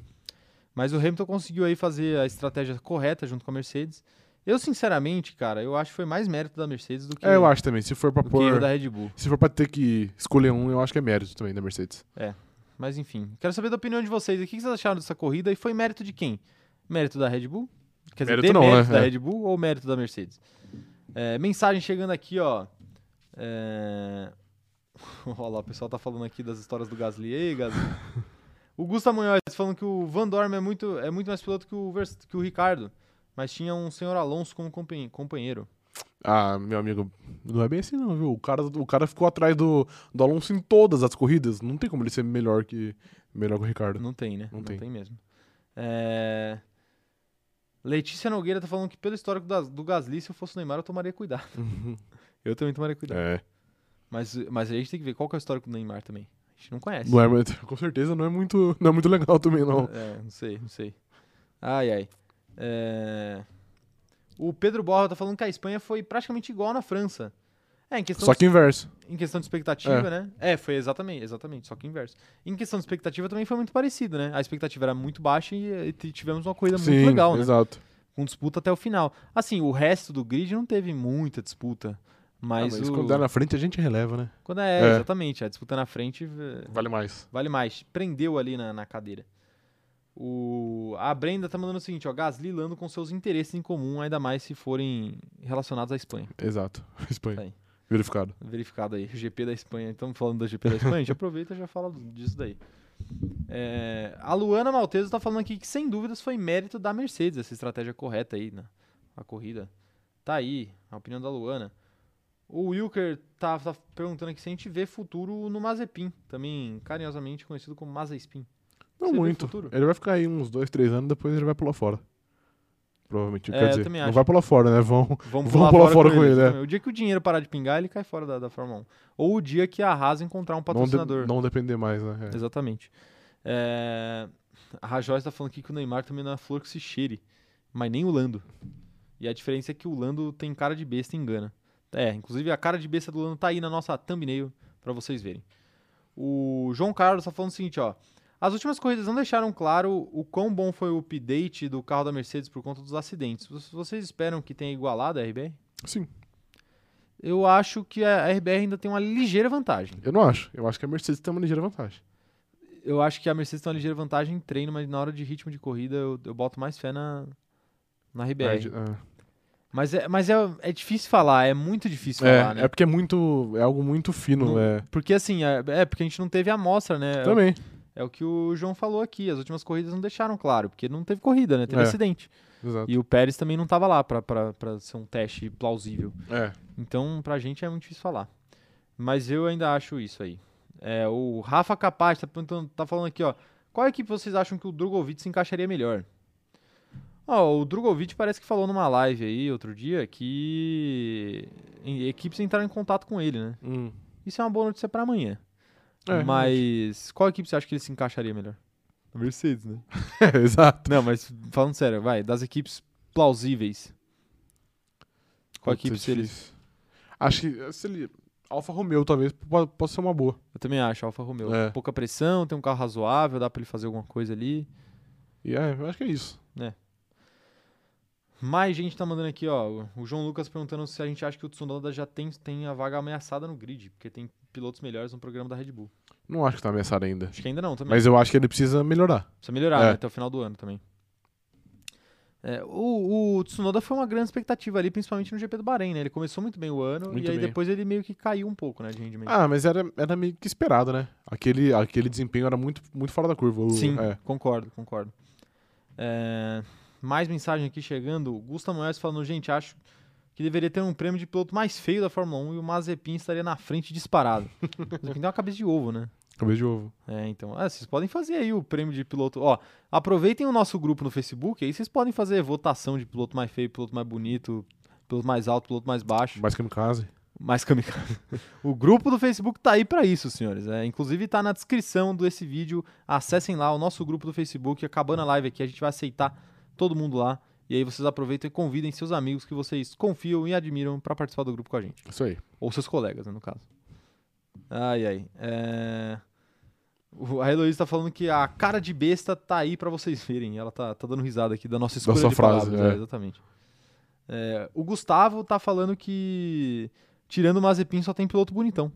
Mas o Hamilton conseguiu aí fazer a estratégia correta junto com a Mercedes. Eu, sinceramente, cara, eu acho que foi mais mérito da Mercedes do que, É, eu acho também. Se for pra do que erro pôr. da Red Bull. Se for pra ter que escolher um, eu acho que é mérito também da Mercedes. Mas enfim, quero saber da opinião de vocês. O que vocês acharam dessa corrida e foi mérito de quem? Mérito da Red Bull? Quer dizer, Mérito tem não, mérito né? da É. Red Bull ou mérito da Mercedes? É, mensagem chegando aqui, ó. É... Olha lá, o pessoal tá falando aqui das histórias do Gasly. Ei, Gasly. o Gustavo Munhoz falando que o Van Dorme é muito, é muito mais piloto que o, Vers- que o Ricardo, mas tinha um senhor Alonso como companhe- companheiro. Ah, meu amigo, não é bem assim não, viu? O cara, o cara ficou atrás do, do Alonso em todas as corridas. Não tem como ele ser melhor que, melhor que o Ricardo. Não tem, né? Não tem. mesmo. É, Letícia Nogueira tá falando que pelo histórico das- do Gasly, se eu fosse o Neymar, eu tomaria cuidado. eu também tomaria cuidado. É. Mas, mas a gente tem que ver qual que é o histórico do Neymar também. A gente não conhece. Não é, muito- com certeza não é muito, não é muito legal também, não. É, não sei, não sei. Ai, ai. É, O Pedro Borra tá falando que a Espanha foi praticamente igual na França. É, em questão Só que inverso. Em questão de expectativa, né? É, foi exatamente, exatamente, só que inverso. Em questão de expectativa também foi muito parecido, né? A expectativa era muito baixa e, e t- tivemos uma corrida Sim, muito legal, né? exato. Com disputa até o final. Assim, o resto do grid não teve muita disputa, Ah, mas, Mas, o... quando dá na frente a gente releva, né? Quando é, É. exatamente, a disputa na frente eh, Vale mais. vale mais. Prendeu ali na, na cadeira. O... A Brenda tá mandando o seguinte, ó, Gasly Lando com seus interesses em comum, ainda mais se forem relacionados à Espanha. Exato. Espanha. Tá aí. Verificado. verificado aí, o GP da Espanha. Estamos falando do GP da Espanha, a gente aproveita e já fala disso daí. É, a Luana Malteso está falando aqui que, sem dúvidas, foi mérito da Mercedes, essa estratégia correta aí na a corrida. Tá aí, a opinião da Luana. O Wilker tá, tá perguntando aqui se a gente vê futuro no Mazepin, também carinhosamente conhecido como Mazespin. Não Você vê muito. É, futuro? Ele vai ficar aí uns dois, três anos, depois ele vai pular fora. Provavelmente. É, eu Quer dizer, também não acho. vai pular fora, né? Vão. Vamos Vamos pular, pular fora, fora com, com ele. ele, é. também. O dia que o dinheiro parar de pingar, ele cai fora da, da Fórmula 1. Ou o dia que a Haas encontrar um Não, de- patrocinador. não depender mais, né? É. Exatamente. É, A Rajoy tá falando aqui que o Neymar também não é flor que se cheire, mas nem o Lando. E a diferença é que o Lando tem cara de besta e engana. É, inclusive a cara de besta do Lando tá aí na nossa thumbnail pra vocês verem. O João Carlos tá falando o seguinte, ó. As últimas corridas não deixaram claro o quão bom foi o update do carro da Mercedes por conta dos acidentes. Vocês- Vocês esperam que tenha igualado a RBR? Sim. Eu acho que a RBR ainda tem uma ligeira vantagem. Eu não acho. Eu acho que a Mercedes tem uma ligeira vantagem. Eu acho que a Mercedes tem uma ligeira vantagem em treino, mas na hora de ritmo de corrida eu, eu boto mais fé na, na RBR. É, de- é. Mas, é, mas é, é difícil falar, é muito difícil É, falar, né? é porque é muito. É algo muito fino, Não- é. Porque assim, é, é porque a gente não teve amostra, né? É o- Também. É, o que o João falou aqui, as últimas corridas não deixaram claro, porque não teve corrida, né? Teve É. acidente. Exato. E o Pérez também não tava lá pra- pra pra ser um teste plausível. É. Então, pra gente é muito difícil falar. Mas eu ainda acho isso aí. É, o Rafa Capaz tá, perguntando- tá falando aqui, ó. Qual equipe vocês acham que o Drogovic se encaixaria melhor? Ó, o Drogovic parece que falou numa live aí outro dia que em- equipes entraram em contato com ele, né? Hum. Isso é uma boa notícia pra amanhã. É, mas qual equipe você acha que ele se encaixaria melhor? Mercedes, né? É, exato. Não, mas falando sério, vai, das equipes plausíveis. Qual Putz, é equipe seria? difícil. Acho que eh, se ele. Alfa Romeo, talvez, po- possa ser uma boa. Eu também acho, Alfa Romeo. É. Pouca pressão, tem um carro razoável, dá pra ele fazer alguma coisa ali. E é, eu acho que é isso. Mais gente tá mandando aqui, ó. O João Lucas perguntando se a gente acha que o Tsunoda já tem, tem a vaga ameaçada no grid, porque tem pilotos melhores no programa da Red Bull. Não acho que tá ameaçado ainda. Acho que ainda não também. Mas eu acho que ele precisa melhorar. Precisa melhorar É. né, até o final do ano também. É, o, o Tsunoda foi uma grande expectativa ali, principalmente no GP do Bahrein, né? Ele começou muito bem o ano Muito e aí bem. depois ele meio que caiu um pouco, né, de rendimento. Ah, mas era, era meio que esperado, né? Aquele, aquele desempenho era muito, muito fora da curva. O- Sim, é. concordo, concordo. É, mais mensagem aqui chegando. O Gustavo Moyes falando, gente, acho que deveria ter um prêmio um de piloto mais feio da Fórmula 1 e o Mazepin estaria na frente disparado. O Mazepin tem uma cabeça de ovo, né? Cabeça de ovo. É, então. Ah, vocês podem fazer aí o prêmio de piloto. Ó, aproveitem o nosso grupo no Facebook, aí vocês podem fazer votação de piloto mais feio, piloto mais bonito, piloto mais alto, piloto mais baixo. Mais que no caso. Mais kamikaze. o grupo do Facebook tá aí pra isso, senhores. É, inclusive tá na descrição desse vídeo. Acessem lá o nosso grupo do Facebook. Acabando a live aqui, a gente vai aceitar todo mundo lá. E aí vocês aproveitam e convidem seus amigos que vocês confiam e admiram pra participar do grupo com a gente. Isso aí. Ou seus colegas, né, no caso. Ai, ai. É... O- A Heloísa tá falando que a cara de besta tá aí pra vocês verem. Ela tá, tá dando risada aqui da nossa escolha sua de frase, palavras. é, é. exatamente. É, o Gustavo tá falando que, tirando o Mazepin, só tem piloto bonitão.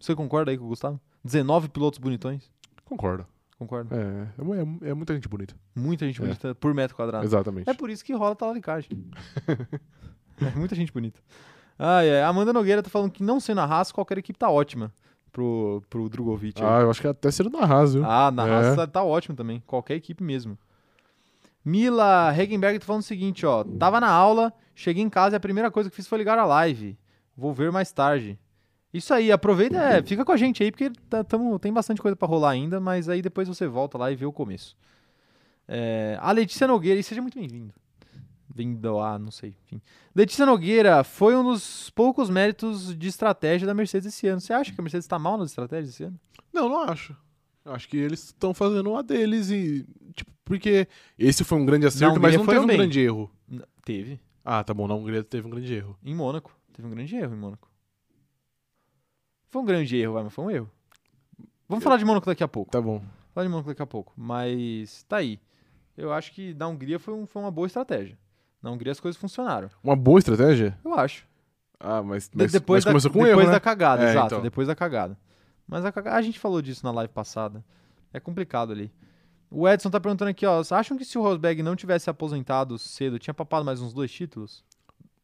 Você concorda aí com o Gustavo? 19 pilotos bonitões? Concordo. Concordo. É, é mu- é, muita gente bonita. Muita gente É. bonita por metro quadrado. Exatamente. É por isso que rola talaricagem. é muita gente bonita. Ai, ai, a Amanda Nogueira tá falando que não sendo a Haas, qualquer equipe tá ótima pro, pro Drogovic. aí. Ah, eu acho que até sendo na Haas, viu? Ah, na É. raça tá- tá ótimo também. Qualquer equipe mesmo. Mila Hegenberg tá falando o seguinte, ó. Tava na aula, cheguei em casa e a primeira coisa que fiz foi ligar a live. Vou ver mais tarde. Isso aí, aproveita, é, fica com a gente aí, porque tá- tamo, tem bastante coisa pra rolar ainda, mas aí depois você volta lá e vê o começo. É, a Letícia Nogueira, e seja muito bem-vindo. Vindo a, não sei, enfim. Letícia Nogueira foi um dos poucos méritos de estratégia da Mercedes esse ano. Você acha que a Mercedes tá mal nas estratégias esse ano? Não, não acho. Eu acho que eles estão fazendo a deles e. Tipo, porque esse foi um grande acerto, mas Hungria não foi teve um bem. grande erro. N- Teve. Ah, tá bom, na Hungria teve um grande erro. Em Mônaco. Teve um grande erro em Mônaco. Foi um grande erro, vai, mas foi um erro. Vamos falar de Mônaco daqui a pouco. Tá bom. Falar de Mônaco daqui a pouco. Mas tá aí. Eu acho que na Hungria foi, um- foi uma boa estratégia. Na Hungria as coisas funcionaram. Uma boa estratégia? Eu acho. Ah, mas, De- mas, depois mas começou da, com um depois erro, da né? cagada, É, exato. então. Depois da cagada. Mas a, caga- a gente falou disso na live passada. É complicado ali. O Edson tá perguntando aqui, ó. Acham que se o Rosberg não tivesse aposentado cedo, tinha papado mais uns dois títulos?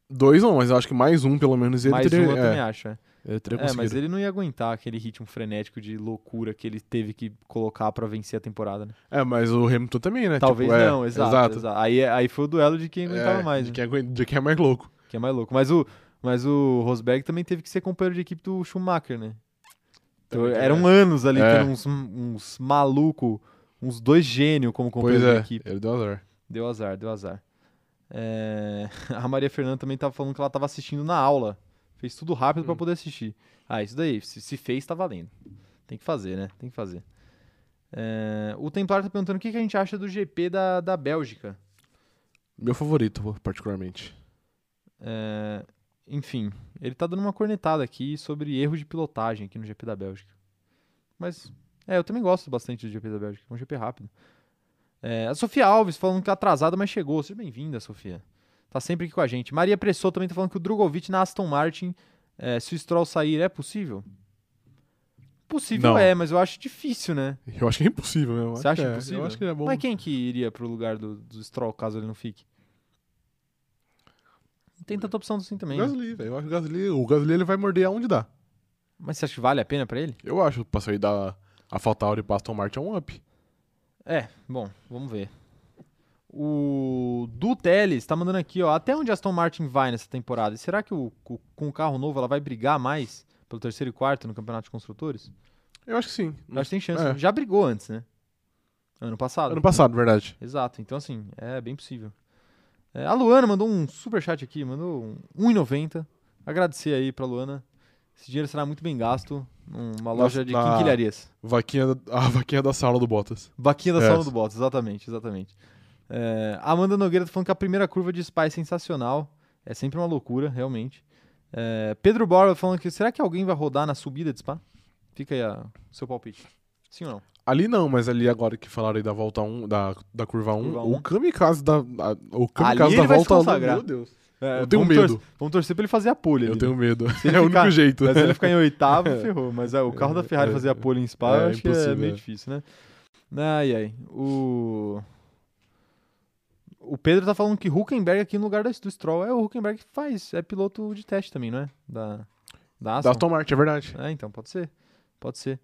Dois não, mas eu acho que mais um, pelo menos, ele mais teria. um eu é, também acho, é. ele teria É, mas conseguido. ele não ia aguentar aquele ritmo frenético de loucura que ele teve que colocar pra vencer a temporada, né? É, mas o Hamilton também, né? Talvez Tipo, é, não, exato. exato. Aí, é, aí foi o duelo de quem aguentava É, mais, De né? quem, aguenta- de quem é mais louco. que é mais louco. Mas o, mas o Rosberg também teve que ser companheiro de equipe do Schumacher, né? Então, Também teve, eram anos ali É. tendo uns, uns maluco, uns dois gênios como Pois companheiro de é, equipe. ele deu azar. Deu azar, deu azar. É, A Maria Fernanda também tava falando que ela tava assistindo na aula. Fez tudo rápido pra Hum. poder assistir. Ah, isso daí. Se, se fez, tá valendo. Tem que fazer, né? Tem que fazer. É, O Templar tá perguntando o que, que a gente acha do GP da, da Bélgica. Meu favorito, particularmente. É, Enfim, ele tá dando uma cornetada aqui sobre erro de pilotagem aqui no GP da Bélgica. Mas, é, eu também gosto bastante do GP da Bélgica. É um GP rápido. É, a Sofia Alves falando que tá atrasada, mas chegou. Seja bem-vinda, Sofia. Tá sempre aqui com a gente. Maria Pressou também tá falando que o Drogovic na Aston Martin, é, se o Stroll sair, é possível? Possível Não. é, mas eu acho difícil, né? Eu acho que é impossível mesmo. Você acho acha que é. impossível? Eu acho que é bom. Mas quem que iria pro lugar do, do Stroll caso ele não fique? Não tem tanta opção assim também. né? Gasly, velho. Eu acho que o Gasly, o Gasly ele vai morder aonde dá. Mas você acha que vale a pena pra ele? Eu acho, pra sair da a Faltauri pra Aston Martin é um up. É, bom, vamos ver. O Du Teles tá mandando aqui, ó. Até onde a Aston Martin vai nessa temporada? E será que o, co- com o carro novo ela vai brigar mais pelo terceiro e quarto no Campeonato de Construtores? Eu acho que sim. Eu acho que tem chance. É. Já brigou antes, né? Ano passado. Ano passado, verdade. Exato. Então, assim, é bem possível. É, a Luana mandou um super chat aqui, mandou um 1,90. Agradecer aí pra Luana. Esse dinheiro será muito bem gasto numa loja de na- quinquilharias. Vaquinha, da- a vaquinha da sala do Bottas. Vaquinha da É. sala do Bottas, exatamente, exatamente. É, Amanda Nogueira tá falando que a primeira curva de Spy é sensacional. É sempre uma loucura, realmente. É, Pedro Borba falando que será que alguém vai rodar na subida de Spa? Fica aí a- o seu palpite. Sim ou não? Ali não, mas ali agora que falaram aí da volta 1, da, da curva 1, Curva um. o kamikaze da. a- o kamikaze Ali da ele vai se volta um, consagrar. Meu Deus. É, eu tenho vamos medo. torcer- vamos torcer pra ele fazer a pole. Eu ali, né? tenho medo. ele é o ficar- único jeito. Mas ele ficar em oitavo, ferrou. Mas ah, o carro da Ferrari É, fazer a pole em Spa, é eu acho que é impossível, meio é. difícil, né? Ai, ai. O... O Pedro tá falando que Huckenberg aqui no lugar do do Stroll é o Huckenberg que faz, é piloto de teste também, não é? Da, da Aston. Da Aston Martin, é verdade. É, então, pode ser. Pode ser.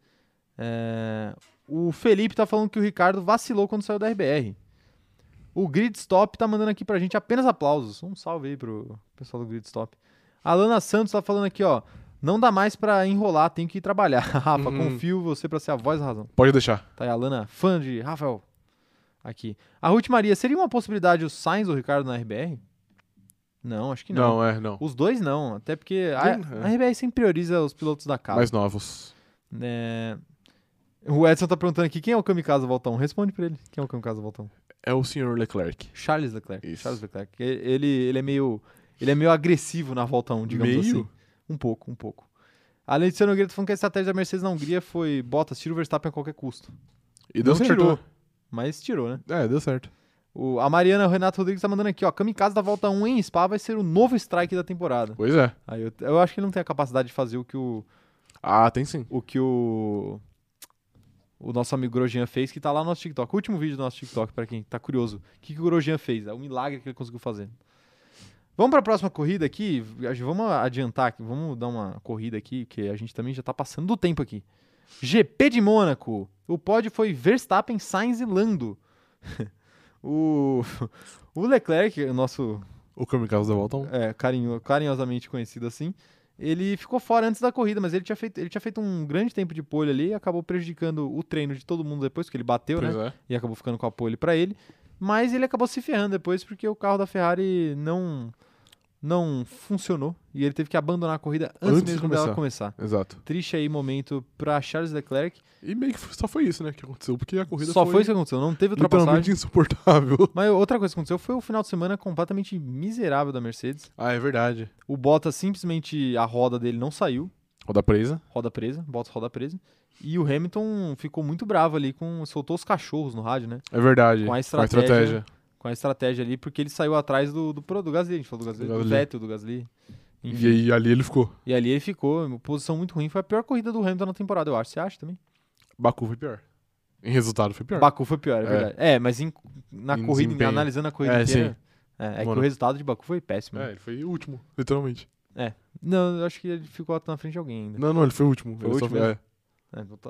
É, O Felipe tá falando que o Ricardo vacilou quando saiu da RBR. O Grid Stop tá mandando aqui pra gente apenas aplausos. Um salve aí pro pessoal do Grid Stop. A Lana Santos tá falando aqui, ó. Não dá mais pra enrolar, tem que ir trabalhar. Rafa, Uhum. confio em você pra ser a voz da razão. Pode deixar. Tá aí a Lana, fã de Rafael. Aqui. A Ruth Maria, seria uma possibilidade o Sainz ou o Ricardo na RBR? Não, acho que não. Não, é, não. Os dois não, até porque a, Hum, é. a RBR sempre prioriza os pilotos da casa. Mais novos. É, O Edson tá perguntando aqui quem é o Kamikaze Voltão. Responde pra ele. Quem é o Kamikaze Voltão? É o senhor Leclerc. Charles Leclerc. Isso. Charles Leclerc. E- Ele, ele é meio ele é meio agressivo na Volta 1, digamos Meio? assim. Um pouco, um pouco. A Letícia Nogueira tá falando que a estratégia da Mercedes na Hungria foi Bottas, tira o Verstappen a qualquer custo. E deu Não certo. tirou. Mas tirou, né? É, deu certo. O, a Mariana Renato Rodrigues tá mandando aqui, ó. Kamikaze da Volta 1 em Spa vai ser o novo strike da temporada. Pois é. Aí eu, eu acho que ele não tem a capacidade de fazer o que o, Ah, tem sim. o que o o nosso amigo Grosjean fez, que tá lá no nosso TikTok. O último vídeo do nosso TikTok, pra quem tá curioso. O que, que o Grosjean fez? É um milagre que ele conseguiu fazer. Vamos pra próxima corrida aqui. Acho que Vamos adiantar aqui, vamos dar uma corrida aqui, que a gente também já tá passando do tempo aqui. GP de Mônaco. O pódio foi Verstappen, Sainz e Lando. o, o Leclerc, o nosso O Kamikaze da volta um. é, carinho- carinhosamente conhecido assim. Ele ficou fora antes da corrida, mas ele tinha feito, ele tinha feito um grande tempo de pole ali e acabou prejudicando o treino de todo mundo depois, porque ele bateu, né? Pois é. E acabou ficando com a pole pra ele. Mas ele acabou se ferrando depois porque o carro da Ferrari não não funcionou e ele teve que abandonar a corrida antes, Antes de mesmo dela começar. Exato. Triste aí momento pra Charles Leclerc. E meio que só foi isso, né, que aconteceu, porque a corrida Só foi... foi isso que aconteceu, não teve ultrapassagem. literalmente insuportável. Mas outra coisa que aconteceu foi o final de semana completamente miserável da Mercedes. Ah, é verdade. O Bottas simplesmente a roda dele não saiu. Roda presa. roda presa, Bottas roda presa. E o Hamilton ficou muito bravo ali com soltou os cachorros no rádio, né? É verdade. Com a estratégia. Com a estratégia ali, porque ele saiu atrás do do, pro- do Gasly, a gente falou do Gasly, Do do, Gasly. Vettel, do Gasly. Enfim. E aí ali ele ficou. E ali ele ficou, em posição muito ruim, foi a pior corrida do Hamilton na temporada, eu acho. Você acha também? Baku foi pior. Em resultado foi pior. Baku foi pior, é É. verdade. É, mas em- na Em corrida, desempenho. analisando a corrida É, inteira, sim. é, é que o Mano. resultado de Baku foi péssimo. né? É, ele foi o último, literalmente. Não, eu acho que ele ficou na frente de alguém ainda. Não, não, ele foi o último. Né? Foi ele o só último foi- é,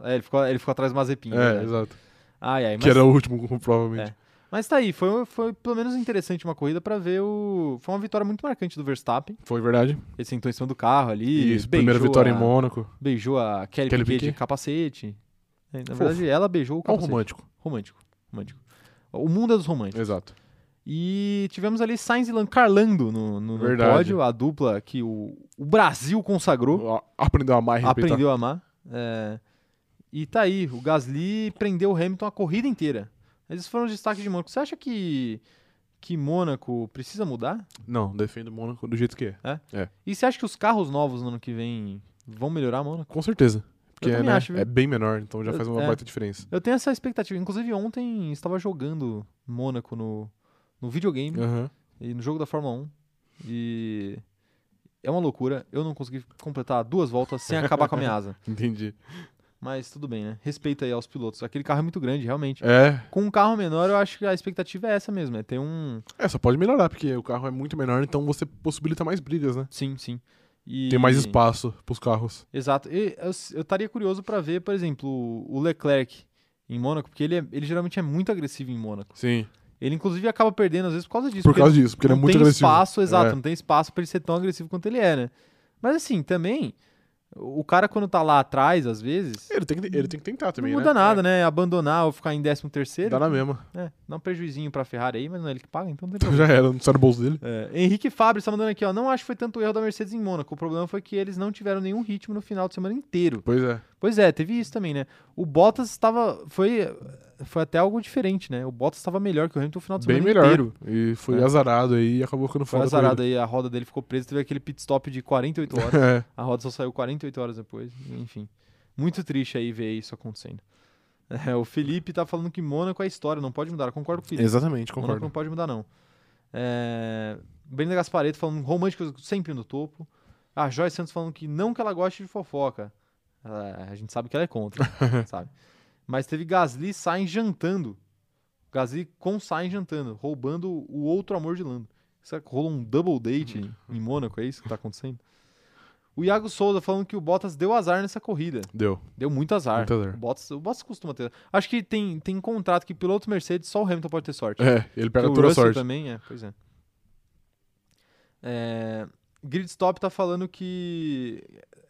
É, ele ficou, ele ficou atrás do Mazepin. é, né? exato. Ai, ai, mas Que era o último, provavelmente. Mas tá aí, foi, foi pelo menos interessante uma corrida pra ver o. Foi uma vitória muito marcante do Verstappen. Foi verdade. Ele sentou em cima do carro ali. Isso, primeira beijou vitória a, em Mônaco. Beijou a Kelly, Kelly Piquet de Piquet. capacete. É, Na Fofo. verdade, ela beijou o É um capacete. romântico. romântico. Romântico. O mundo é dos românticos. Exato. E tivemos ali Sainz e Lan Carlando no, no, no Verdade. pódio, a dupla que o, o Brasil consagrou. A- Aprendeu a amar e respeitar. aprendeu a amar. é. E tá aí, o Gasly prendeu o Hamilton a corrida inteira. Esses foram os destaques de Mônaco. Você acha que, que Mônaco precisa mudar? Não, defendo o Mônaco do jeito que é. E você acha que os carros novos no ano que vem vão melhorar Mônaco? Com certeza. Porque é, também né, acho, viu? é bem menor, então já Eu- faz uma é. baita diferença. Eu tenho essa expectativa. Inclusive, ontem estava jogando Mônaco no, no videogame Aham. e no jogo da Fórmula 1. E é uma loucura. Eu não consegui completar duas voltas sem acabar com a minha asa. Entendi. Mas tudo bem, né? Respeito aí aos pilotos. Aquele carro é muito grande, realmente. É, Com um carro menor, eu acho que a expectativa é essa mesmo. É ter um. é, só pode melhorar, porque o carro é muito menor, então você possibilita mais brigas, né? Sim, sim. E... Tem mais espaço pros carros. Exato. E eu s- eu estaria curioso pra ver, por exemplo, o- o Leclerc em Mônaco, porque ele, é- ele geralmente é muito agressivo em Mônaco. Sim. Ele, inclusive, acaba perdendo, às vezes, por causa disso. Por porque causa disso, porque ele é não muito tem agressivo. espaço, exato, É. não tem espaço pra ele ser tão agressivo quanto ele é, né? Mas assim, também, o cara quando tá lá atrás, às vezes, Ele tem, que, ele tem que tentar É, também, não né? muda nada, né? Abandonar ou ficar em 13 terceiro, Dá na mesma. é, dá um prejuizinho pra Ferrari aí, mas não é ele que paga, então não tem problema. Já era, não sai do bolso dele. É, Henrique Fabri está mandando aqui, ó. Não acho que foi tanto erro da Mercedes em Mônaco. O problema foi que eles não tiveram nenhum ritmo no final de semana inteiro. Pois é. Pois é, teve isso também, né? O Bottas estava. Foi, foi até algo diferente, né? O Bottas estava melhor que o Hamilton no final de Bem semana melhor. inteiro. E foi É. azarado aí e acabou ficando Foi fora da azarado aí, a roda dele ficou presa, teve aquele pit stop de 48 horas. corrida. É. a roda só saiu 48 horas depois, enfim. Muito triste aí ver isso acontecendo. É, o Felipe tá falando que Mônaco é história, não pode mudar. Eu concordo com o Felipe. Exatamente, O Monaco concordo. não pode mudar, não. É... Brenda Gaspareto falando romântico sempre no topo. A Joyce Santos falando que não que ela goste de fofoca. Ela- a gente sabe que ela é contra, sabe? Mas teve Gasly e Sainz jantando. Gasly com Sainz jantando, roubando o outro amor de Lando. Será que rolou um double date em Mônaco? É isso que tá acontecendo? O Iago Souza falando que o Bottas deu azar nessa corrida. Deu. Deu muito azar. Muito azar. O, Bottas, o Bottas costuma ter. Acho que tem, tem contrato que piloto Mercedes só o Hamilton pode ter sorte. É, ele pega Porque o toda a Russell sorte. também, é, pois é. É, Gridstop tá falando que.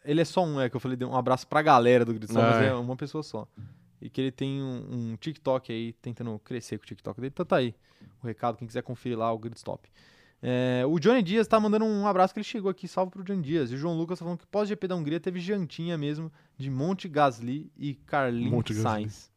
Ele é só um, é que eu falei, deu um abraço pra galera do Gridstop, mas Ah, é. é uma pessoa só. E que ele tem um, um TikTok aí, tentando crescer com o TikTok dele. Então tá aí o recado, quem quiser conferir lá, o Gridstop. É, o Johnny Dias tá mandando um abraço que ele chegou aqui, salve pro Johnny Dias. E o João Lucas tá falando que pós-GP da Hungria teve jantinha mesmo de Monte Gasly e Monte Carlinhos Gasly. Sainz.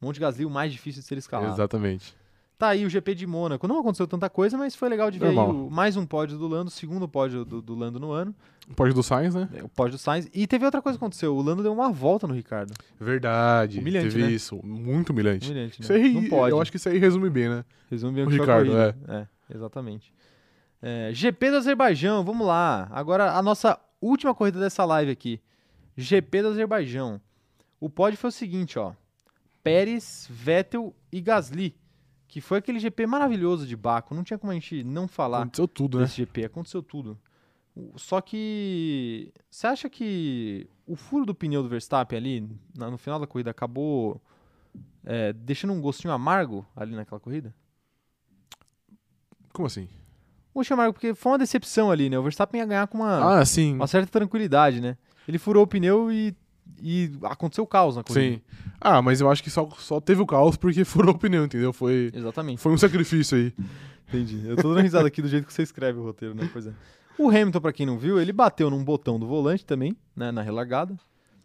Monte Gasly, o mais difícil de ser escalado. Exatamente. Tá aí o GP de Mônaco. Não aconteceu tanta coisa, mas foi legal de ver aí Normal. o- mais um pódio do Lando, segundo pódio do, do Lando no ano, Pode do Sainz, né? né, o pódio do Sainz. E teve outra coisa que aconteceu, o Lando deu uma volta no Ricardo. Verdade. Humilhante, Teve né? isso. Muito humilhante. Humilhante, né? Isso aí, Não pode. eu acho que isso aí resume bem, né? Resume bem o O que Ricardo, foi a corrida. É, exatamente. É, GP do Azerbaijão, vamos lá. Agora a nossa última corrida dessa live aqui. GP do Azerbaijão. O pódio foi o seguinte, ó. Pérez, Vettel e Gasly. Que foi aquele GP maravilhoso de Baco. Não tinha como a gente não falar. Aconteceu tudo, né? desse GP. Aconteceu tudo. O- Só que você acha que o furo do pneu do Verstappen ali, na- no final da corrida, acabou é, deixando um gostinho amargo ali naquela corrida? Como assim? Um gostinho amargo, porque foi uma decepção ali, né? O Verstappen ia ganhar com uma, Ah, sim. uma certa tranquilidade, né? Ele furou o pneu e, e aconteceu o caos na corrida. Sim. Ah, mas eu acho que só, só teve o caos porque furou a opinião, entendeu? Foi, Exatamente. foi um sacrifício aí. Entendi. Eu tô dando risada aqui do jeito que você escreve o roteiro, né? Pois é. O Hamilton, pra quem não viu, ele bateu num botão do volante também, né? Na relargada.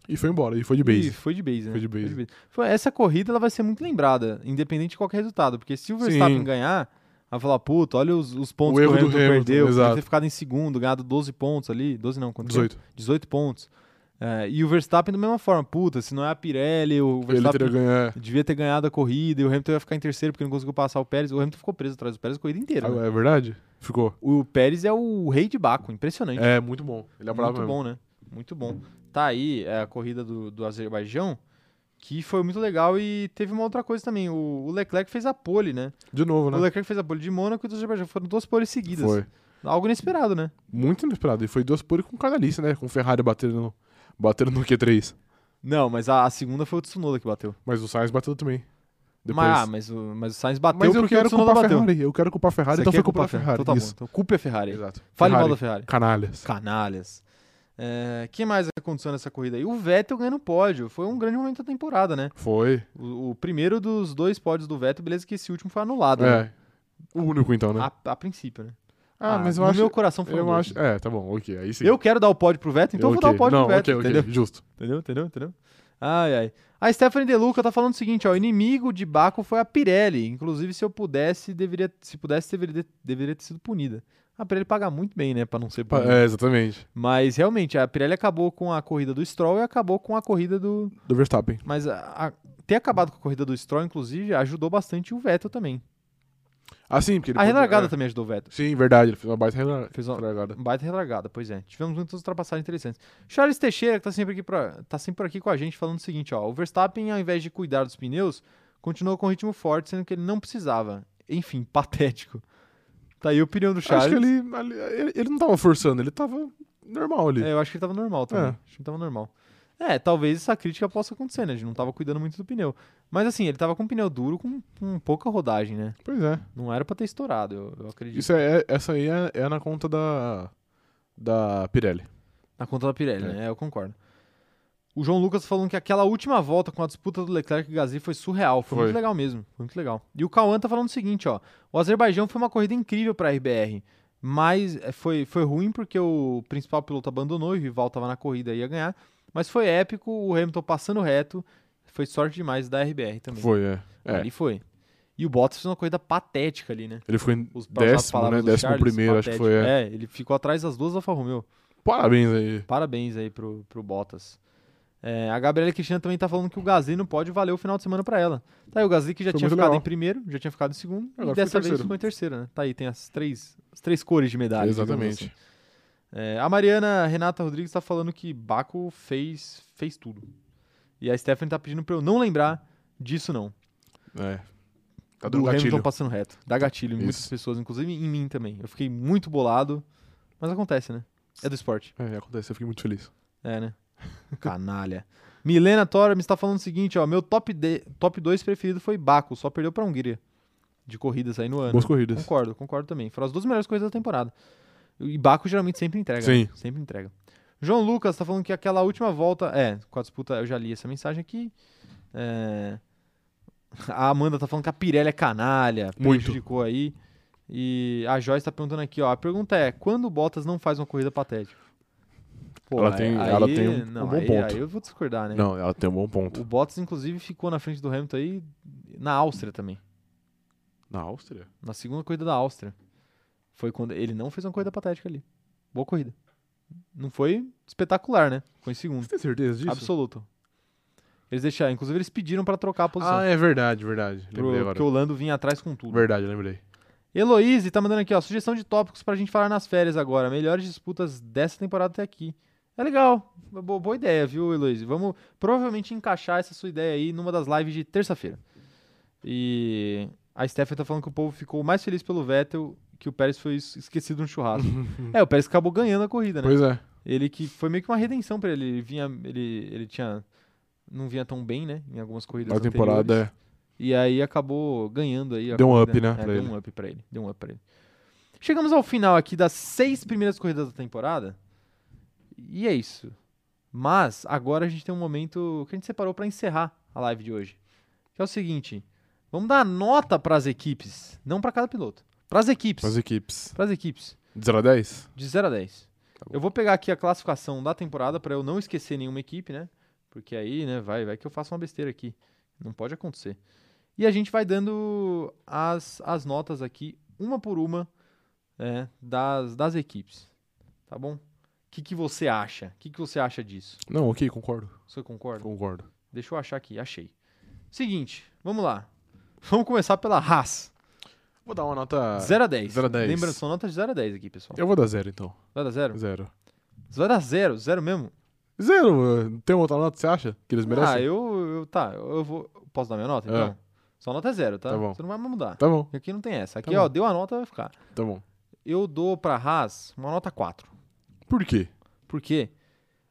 E foi embora. E foi de E base. foi de base, né? Foi de base. Foi- essa corrida ela vai ser muito lembrada, independente de qualquer resultado. Porque se o Verstappen Sim. ganhar, vai falar, puta, olha os, os pontos que O o erro do Hamilton, Hamilton, perdeu. Podia ter exato. ficado em segundo, ganhado 12 pontos ali. 12 não, quanto que é? 18. 18 pontos. É, e o Verstappen da mesma forma, puta, se não é a Pirelli, o Ele Verstappen teria ganhado. devia ter ganhado a corrida e o Hamilton ia ficar em terceiro porque não conseguiu passar o Pérez. O Hamilton ficou preso atrás do Pérez a corrida inteira. né? É verdade? Ficou. O Pérez é o rei de Baco, impressionante. É, muito bom. Ele é bravo Muito mesmo. bom, né? Muito bom. Tá aí é, a corrida do, do Azerbaijão, que foi muito legal e teve uma outra coisa também. O, o Leclerc fez a pole, né? De novo, O né? Leclerc fez a pole de Mônaco e do Azerbaijão. Foram duas poles seguidas. Foi. Algo inesperado, né? Muito inesperado. E foi duas pole com canalice, né? Com Ferrari batendo no, batendo no Q3. Não, mas a, a segunda foi o Tsunoda que bateu. Mas o Sainz bateu também. Depois. Mas, ah, mas, o, mas o Sainz bateu Mas eu porque quero o Tsunoda culpar a bateu. Ferrari. Eu quero culpar a Ferrari, Você então quer foi culpar culpar a Ferrari. Então tá bom. Isso. Então culpa a Ferrari. Exato. Fale mal Ferrari. da Ferrari. Canalhas. Canalhas. É, que mais aconteceu nessa corrida aí? O Vettel ganhando pódio. Foi um grande momento da temporada, né? Foi. O, o primeiro dos dois pódios do Vettel, beleza que esse último foi anulado. né? É. O único, então, né? A, a princípio, né? Ah, mas eu no acho. meu coração foi eu um acho. É, tá bom, ok. Aí sim. Eu quero dar o pódio pro Veto, então eu vou dar o Ok. pódio Não, pro Veto, ok, ok. entendeu? Justo. Entendeu? Entendeu? Entendeu? Ai, ai. A Stephanie Deluca tá falando o seguinte, ó, o inimigo de Baco foi a Pirelli, inclusive se eu pudesse, deveria, se pudesse, deveria, deveria ter sido punida. A Pirelli paga muito bem, né, Pra não ser Pa- punida. É, exatamente. Mas realmente, a Pirelli acabou com a corrida do Stroll e acabou com a corrida do... Do Verstappen. Mas a- a- ter acabado com a corrida do Stroll, inclusive, ajudou bastante o Vettel também. Ah, sim, porque ele. A pode- relargada é. também ajudou o Vettel. Sim, verdade. Ele fez uma baita relar- Fez uma- relargada. Baita relargada, pois é. Tivemos muitas ultrapassagens interessantes. Charles Teixeira, que tá sempre, aqui pra, tá sempre por aqui com a gente, falando o seguinte, ó. O Verstappen, ao invés de cuidar dos pneus, continuou com um ritmo forte, sendo que ele não precisava. Enfim, patético. Tá aí a opinião do Charles. Acho que ele, ali- ele. Ele não tava forçando, ele tava normal ali. É, eu acho que ele tava normal também. É. Acho que ele tava normal. É, talvez essa crítica possa acontecer, né? Ele não tava cuidando muito do pneu. Mas assim, ele tava com um pneu duro, com, com pouca rodagem, né? Pois é. Não era pra ter estourado, eu, eu acredito. Isso é, é- essa aí é, é na conta da. Da Pirelli. Na conta da Pirelli, É. né? É, Eu concordo. O João Lucas falando que aquela última volta com a disputa do Leclerc e Gasly foi surreal. Foi, Foi. muito legal mesmo. Foi muito legal. E o Cauã tá falando o seguinte, ó. O Azerbaijão foi uma corrida incrível pra RBR. Mas eh, foi, foi ruim porque o principal piloto abandonou e o rival tava na corrida e ia ganhar. Mas foi épico, o Hamilton passando reto. Foi sorte demais da RBR também. Foi, é. É, Ali foi. E o Bottas fez uma corrida patética ali, né? Ele ficou em Os- pra usar as décimo, palavras né? do Décimo Charles, primeiro, acho que foi. patético. é. É, ele ficou atrás das duas Alfa Romeo. Parabéns aí. Parabéns aí pro, pro Bottas. É, a Gabriela Cristina também tá falando que o Gasly não pode valer o final de semana pra ela. Tá aí, o Gasly que já Foi tinha muito ficado legal. em primeiro, já tinha ficado em segundo, e Agora ficou em dessa vez terceiro. ficou em terceiro, né? Tá aí, tem as três, as três cores de medalha. digamos Exatamente. assim. É, a Mariana Renata Rodrigues tá falando que Baco fez, fez tudo. E a Stephanie tá pedindo pra eu não lembrar disso, não. É. Tá do dando gatilho. Hamilton passando reto. Dá gatilho em muitas Isso. pessoas, inclusive em mim também. Eu fiquei muito bolado, mas acontece, né? É do esporte. É, acontece, eu fiquei muito feliz. É, né? Canalha. Milena Tora me está falando o seguinte, ó. Meu top, de, top 2 preferido foi Baco, só perdeu pra Hungria. De corridas aí no ano. Boas corridas. Concordo, concordo também. Foram as duas melhores corridas da temporada. E Baco geralmente sempre entrega. Sim. né? Sempre entrega. João Lucas tá falando que aquela última volta. É, com a disputa, eu já li essa mensagem aqui. É, A Amanda tá falando que a Pirelli é canalha, Muito. prejudicou aí. E a Joyce tá perguntando aqui, ó. A pergunta é: quando o Bottas não faz uma corrida patética? Pô, Ela aí- tem- ela aí- tem um- um não, bom aí- ponto. Aí eu vou discordar, né? Não, ela tem um bom O ponto. Bottas, inclusive, ficou na frente do Hamilton aí na Áustria também. Na Áustria? Na segunda corrida da Áustria. Foi quando ele não fez uma corrida patética ali. Boa corrida. Não foi espetacular, né? Foi em segundo. Você tem certeza disso? Absoluto. Eles deixaram, inclusive eles pediram pra trocar a posição. Ah, é verdade, verdade. Pro- Lembrei agora. porque o Lando vinha atrás com tudo. Verdade, lembrei. Heloise tá mandando aqui, ó, sugestão de tópicos pra gente falar nas férias agora. Melhores disputas dessa temporada até aqui. É legal. Bo- boa ideia, viu, Heloise? Vamos provavelmente encaixar essa sua ideia aí numa das lives de terça-feira. E a Stephanie tá falando que o povo ficou mais feliz pelo Vettel que o Pérez foi es- esquecido no churrasco. é, o Pérez acabou ganhando a corrida, né? Pois é. Ele que foi meio que uma redenção pra ele. Ele vinha, ele, ele tinha não vinha tão bem, né, em algumas corridas A temporada anteriores. é. E aí acabou ganhando aí. a Deu um corrida. up, né, É, pra deu ele. um up pra ele. Deu um up pra ele. Chegamos ao final aqui das seis primeiras corridas da temporada. E é isso. Mas agora a gente tem um momento que a gente separou pra encerrar a live de hoje. Que é o seguinte: vamos dar nota pras equipes, não pra cada piloto. Pras equipes. As equipes. Pras equipes. De 0 a 10? De 0 a 10. Tá bom. eu vou pegar aqui a classificação da temporada pra eu não esquecer nenhuma equipe, né? Porque aí, né, vai, vai que eu faço uma besteira aqui. Não pode acontecer. E a gente vai dando as, as notas aqui, uma por uma, é, das, das equipes. Tá bom? O que, que você acha? O que, que você acha disso? Não, ok, concordo. Você concorda? Concordo. Deixa eu achar aqui, achei. Seguinte, vamos lá. Vamos começar pela Haas. Vou dar uma nota. 0 a 10. Ah, zero a dez. Lembrando, são notas de 0 a 10 aqui, pessoal. Eu vou dar zero, então. Vai dar 0? Zero. Vai dar 0, 0 mesmo? Zero? eh, Tem outra nota que você acha que eles merecem? Ah, eu, eu- Tá, eu vou. Posso dar minha nota, É. então? Sua nota é zero, tá? Tá bom. Você não vai mudar. Tá bom, Aqui não tem essa. Aqui, Tá bom. ó, deu a nota, vai ficar. tá bom. Eu dou pra Haas uma nota 4. Por quê? Por quê?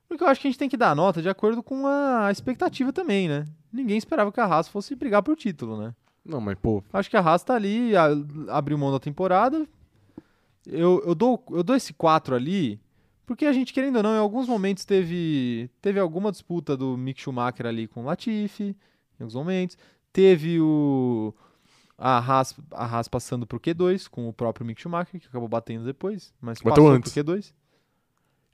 Porque eu acho que a gente tem que dar a nota de acordo com a expectativa também, né? Ninguém esperava que a Haas fosse brigar por título, né? Não, mas pô, Acho que a Haas tá ali, a, abriu mão da temporada. Eu, eu, dou, eu dou esse 4 ali, porque a gente, querendo ou não, em alguns momentos teve, teve alguma disputa do Mick Schumacher ali com o Latifi, em alguns momentos. Teve o a Haas, a Haas passando pro Q2 com o próprio Mick Schumacher, que acabou batendo depois, mas Bateu passou antes. pro Q2.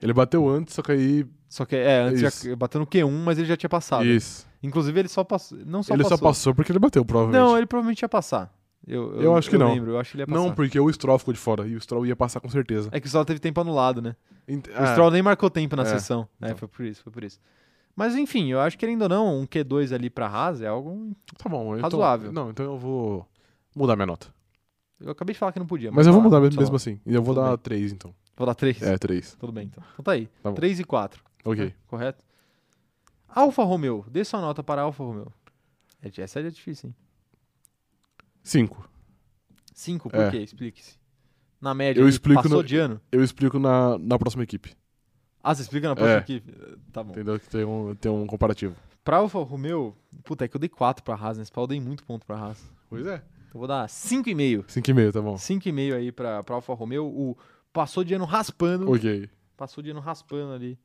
ele bateu antes, só que aí. Só que, é, antes Isso. já bateu no Q1, mas ele já tinha passado. Isso. Inclusive, ele só passou. Não só ele passou. só passou porque ele bateu, provavelmente. Não, ele provavelmente ia passar. Eu, Eu acho que não. lembro, eu acho que ele ia passar. Não, porque o Stroll ficou de fora e o Stroll ia passar com certeza. É que o Stroll teve tempo anulado, né? Ent- O ah, Stroll nem marcou tempo na É, sessão. É, então. foi por isso, foi por isso. Mas enfim, eu acho que querendo ou não, um Q2 ali pra Haas é algo. Tá bom, então, razoável. Não, então eu vou mudar minha nota. Eu acabei de falar que não podia. Mas eu vou tá lá, mudar mesmo, tá mesmo lá. assim. E eu vou Tudo dar bem. três então. Vou dar 3. É, três Tudo bem, então. Então tá aí. Tá bom. 3 e 4. Ok. Correto? Alfa Romeo. Dê sua nota para Alfa Romeo. É, Essa é difícil, hein? cinco 5, por É. quê? Explique-se. Na média, Eu ele explico passou no- de ano. Eu explico na, na próxima equipe. Ah, você explica na próxima É. equipe? Tá bom. Entendeu? Que tem um, tem um comparativo. Pra Alfa Romeo, puta, é que eu dei 4 pra Haas, né? Esse pau eu dei muito ponto pra Haas. Pois é. Eu vou dar 5,5. Cinco e meio, tá bom. 5,5 aí pra, pra Alfa Romeo. O, passou de ano raspando. Ok. Passou de ano raspando ali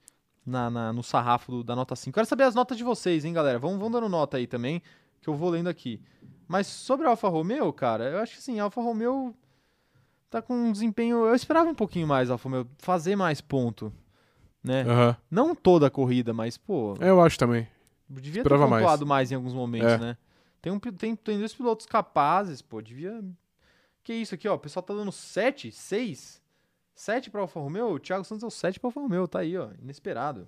na, na- no sarrafo do- da nota 5. Quero saber as notas de vocês, hein, galera? Vão, vão dando nota aí também, que eu vou lendo aqui. Mas sobre a Alfa Romeo, cara, eu acho que assim, a Alfa Romeo tá com um desempenho. Eu esperava um pouquinho mais, a Alfa Romeo, fazer mais ponto. Né? Aham. Não toda a corrida, mas, pô, É, Eu acho também. devia ter esperava mais. pontuado mais. em alguns momentos, É. né? Tem, um, pi- tem, tem dois pilotos capazes, pô, devia. Que isso aqui, ó, o pessoal tá dando 7, 6, 7 pra Alfa Romeo, o Thiago Santos é o 7 pra Alfa Romeo, tá aí, ó, inesperado.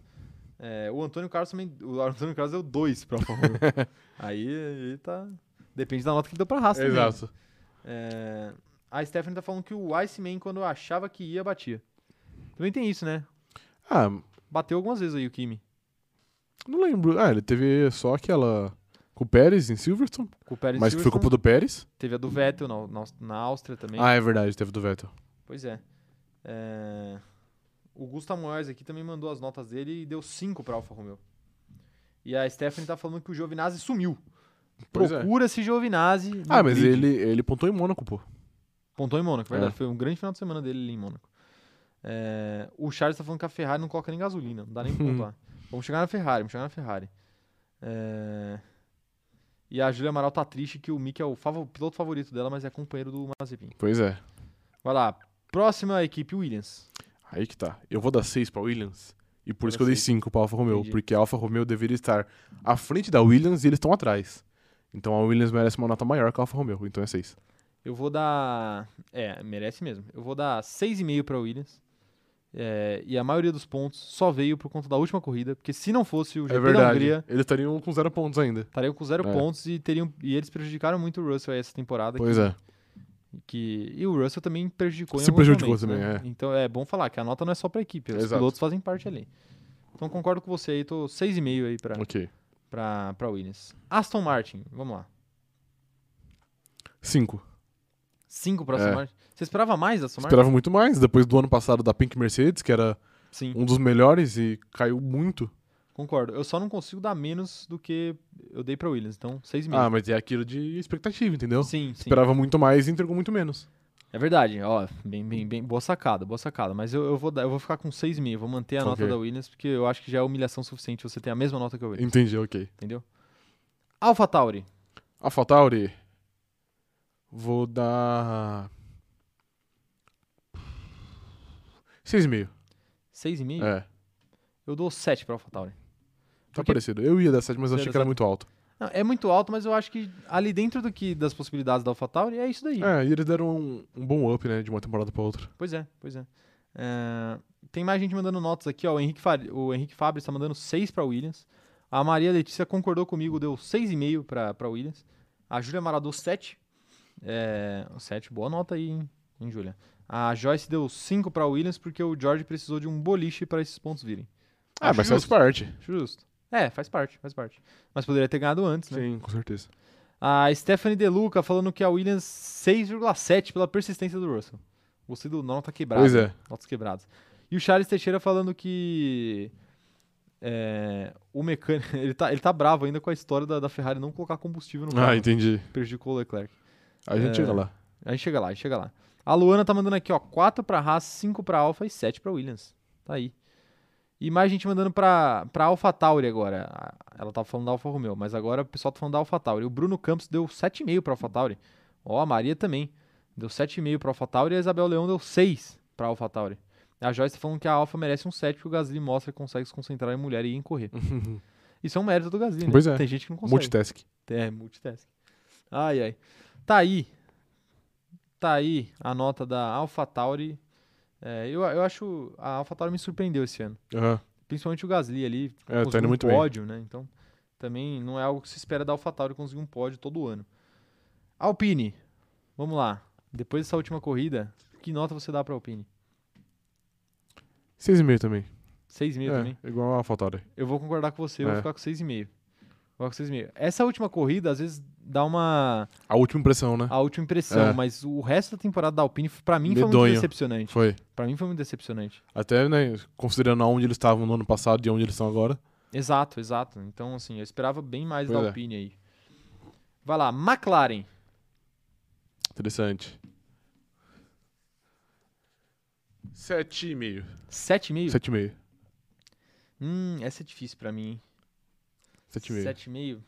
É, o Antônio Carlos também, o Antônio Carlos deu 2 pra Alfa Romeo. aí, aí tá. Depende da nota que ele deu pra raça também. Exato. É, a Stephanie tá falando que o Iceman, quando achava que ia, batia. Também tem isso, né? Ah, Bateu algumas vezes aí o Kimi. não lembro. Ah, ele teve só aquela. Com o Pérez em Silverstone. Com o Pérez mas que foi Silverstone. culpa do Pérez. Teve a do Vettel na, na, na Áustria também. Ah, é verdade, teve do Vettel. Pois é. É, O Gustavo Moyes aqui também mandou as notas dele e deu 5 pra Alfa Romeo. E a Stephanie tá falando que o Giovinazzi sumiu. Pois é. Procura-se Giovinazzi. no Ah, mas grid. ele, ele pontou em Mônaco, pô. Pontou em Mônaco, É. verdade. Foi um grande final de semana dele ali em Mônaco. É, o Charles tá falando que a Ferrari não coloca nem gasolina, não dá nem ponto lá. Vamos chegar na Ferrari, vamos chegar na Ferrari. É, E a Julia Amaral tá triste que o Mick é o favo- piloto favorito dela, mas é companheiro do Mazepin. Pois é. Vai lá, próxima equipe, Williams. Aí que tá. Eu vou dar 6 pra Williams. E por Vai isso que eu dei seis. 5 pra Alfa Romeo. Entendi. Porque a Alfa Romeo deveria estar à frente da Williams e eles estão atrás. Então a Williams merece uma nota maior que a Alfa Romeo. Então é 6. Eu vou dar. É, merece mesmo. Eu vou dar 6,5 pra Williams. É, e a maioria dos pontos só veio por conta da última corrida, porque se não fosse o É GP da verdade. Hungria, Eles estariam com 0 pontos ainda. estariam com zero É. pontos e, teriam, e eles prejudicaram muito o Russell aí essa temporada. Pois que- é. que e o Russell também prejudicou em Se alguns prejudicou momentos, também, né? Então é bom falar que a nota não é só pra equipe, os Exato. pilotos fazem parte ali. Então concordo com você aí, tô 6,5 aí pra, Ok. pra, pra Williams. Aston Martin, vamos lá. 5. 5 pra Aston É. Martin. Você esperava mais da Aston Martin? Esperava muito mais. Depois do ano passado da Pink Mercedes, que era Sim, um dos melhores e caiu muito. concordo. Eu só não consigo dar menos do que eu dei pra Williams, então 6,5. Ah, mas é aquilo de expectativa, entendeu? sim, sim. Esperava muito mais e entregou muito menos. É verdade, ó, bem, bem, bem, boa sacada, boa sacada. Mas eu, eu vou dar, eu vou ficar com 6,5, vou manter a nota Ok. da Williams, porque eu acho que já é humilhação suficiente você ter a mesma nota que eu, Entendi, ok. entendeu? Alpha Tauri. AlphaTauri. Vou dar. 6,5. 6,5? É. Eu dou 7 pra AlphaTauri. Tá Porque- parecido. Eu ia dar 7, mas eu Você ia achei dar que era sete? muito alto. Não, é muito alto, mas eu acho que ali dentro do que das possibilidades da AlphaTauri é isso daí. É, e eles deram um, um bom up, né? De uma temporada pra outra. Pois é, pois é. É, Tem mais gente mandando notas aqui, ó. O Henrique, Fari... o Henrique Fabri está mandando 6 pra Williams. A Maria Letícia concordou comigo, deu 6,5 pra, pra Williams. A Júlia Maradou 7. É... 7, boa nota aí, hein, hein Júlia? A Joyce deu 5 pra Williams porque o George precisou de um boliche pra esses pontos virem. Ah, Acho mas faz justo, parte. Justo. É, faz parte, faz parte. Mas poderia ter ganhado antes, né? Sim, com certeza. A Stephanie Deluca falando que a Williams 6,7 pela persistência do Russell. Gostei do nota quebrada. Pois é. Notas quebradas. E o Charles Teixeira falando que é, o mecânico. Ele tá, ele tá bravo ainda com a história da, da Ferrari não colocar combustível no carro. Ah, entendi. prejudicou o Leclerc. A gente É. chega lá. A gente chega lá, a gente chega lá. A Luana tá mandando aqui, ó, 4 pra Haas, 5 pra Alfa e 7 pra Williams. Tá aí. E mais gente mandando pra, pra Alpha Tauri agora. A- Ela tava falando da Alfa Romeo, mas agora o pessoal tá falando da Alpha Tauri. O Bruno Campos deu 7,5 pra Alpha Tauri. Ó, a Maria também. Deu 7,5 pra Alpha Tauri e a Isabel Leão deu 6 pra Alpha Tauri. A Joyce tá falando que a Alfa merece um 7 porque o Gasly mostra que consegue se concentrar em mulher e em correr. Isso é um mérito do Gasly, né? Pois é. Tem gente que não consegue. Multitask. É, multitask. Ai, ai. Tá aí. Tá aí a nota da AlphaTauri. É, eu, eu acho a AlphaTauri me surpreendeu esse ano. Aham. Principalmente o Gasly ali. É, tá conseguiu indo um muito bem. pódio, né? Então, também não é algo que se espera da AlphaTauri conseguir um pódio todo ano. Alpine, vamos lá. Depois dessa última corrida, que nota você dá pra Alpine? 6,5 também. 6,5 é, também? Igual a AlphaTauri. Eu vou concordar com você, eu vou É. ficar com 6,5. Vou ficar com 6,5. Essa última corrida, às vezes, dá uma... A última impressão, né? a última impressão, É. mas o resto da temporada da Alpine, pra mim, foi muito Medonho. decepcionante. Foi. Pra mim foi muito decepcionante. Até, né, considerando onde eles estavam no ano passado e onde eles estão agora. Exato, exato. Então, assim, eu esperava bem mais da Pois é. Alpine aí. Vai lá, McLaren. Interessante. 7,5. 7,5? 7,5. Hum, essa é difícil pra mim. hein? 7,5. 7,5?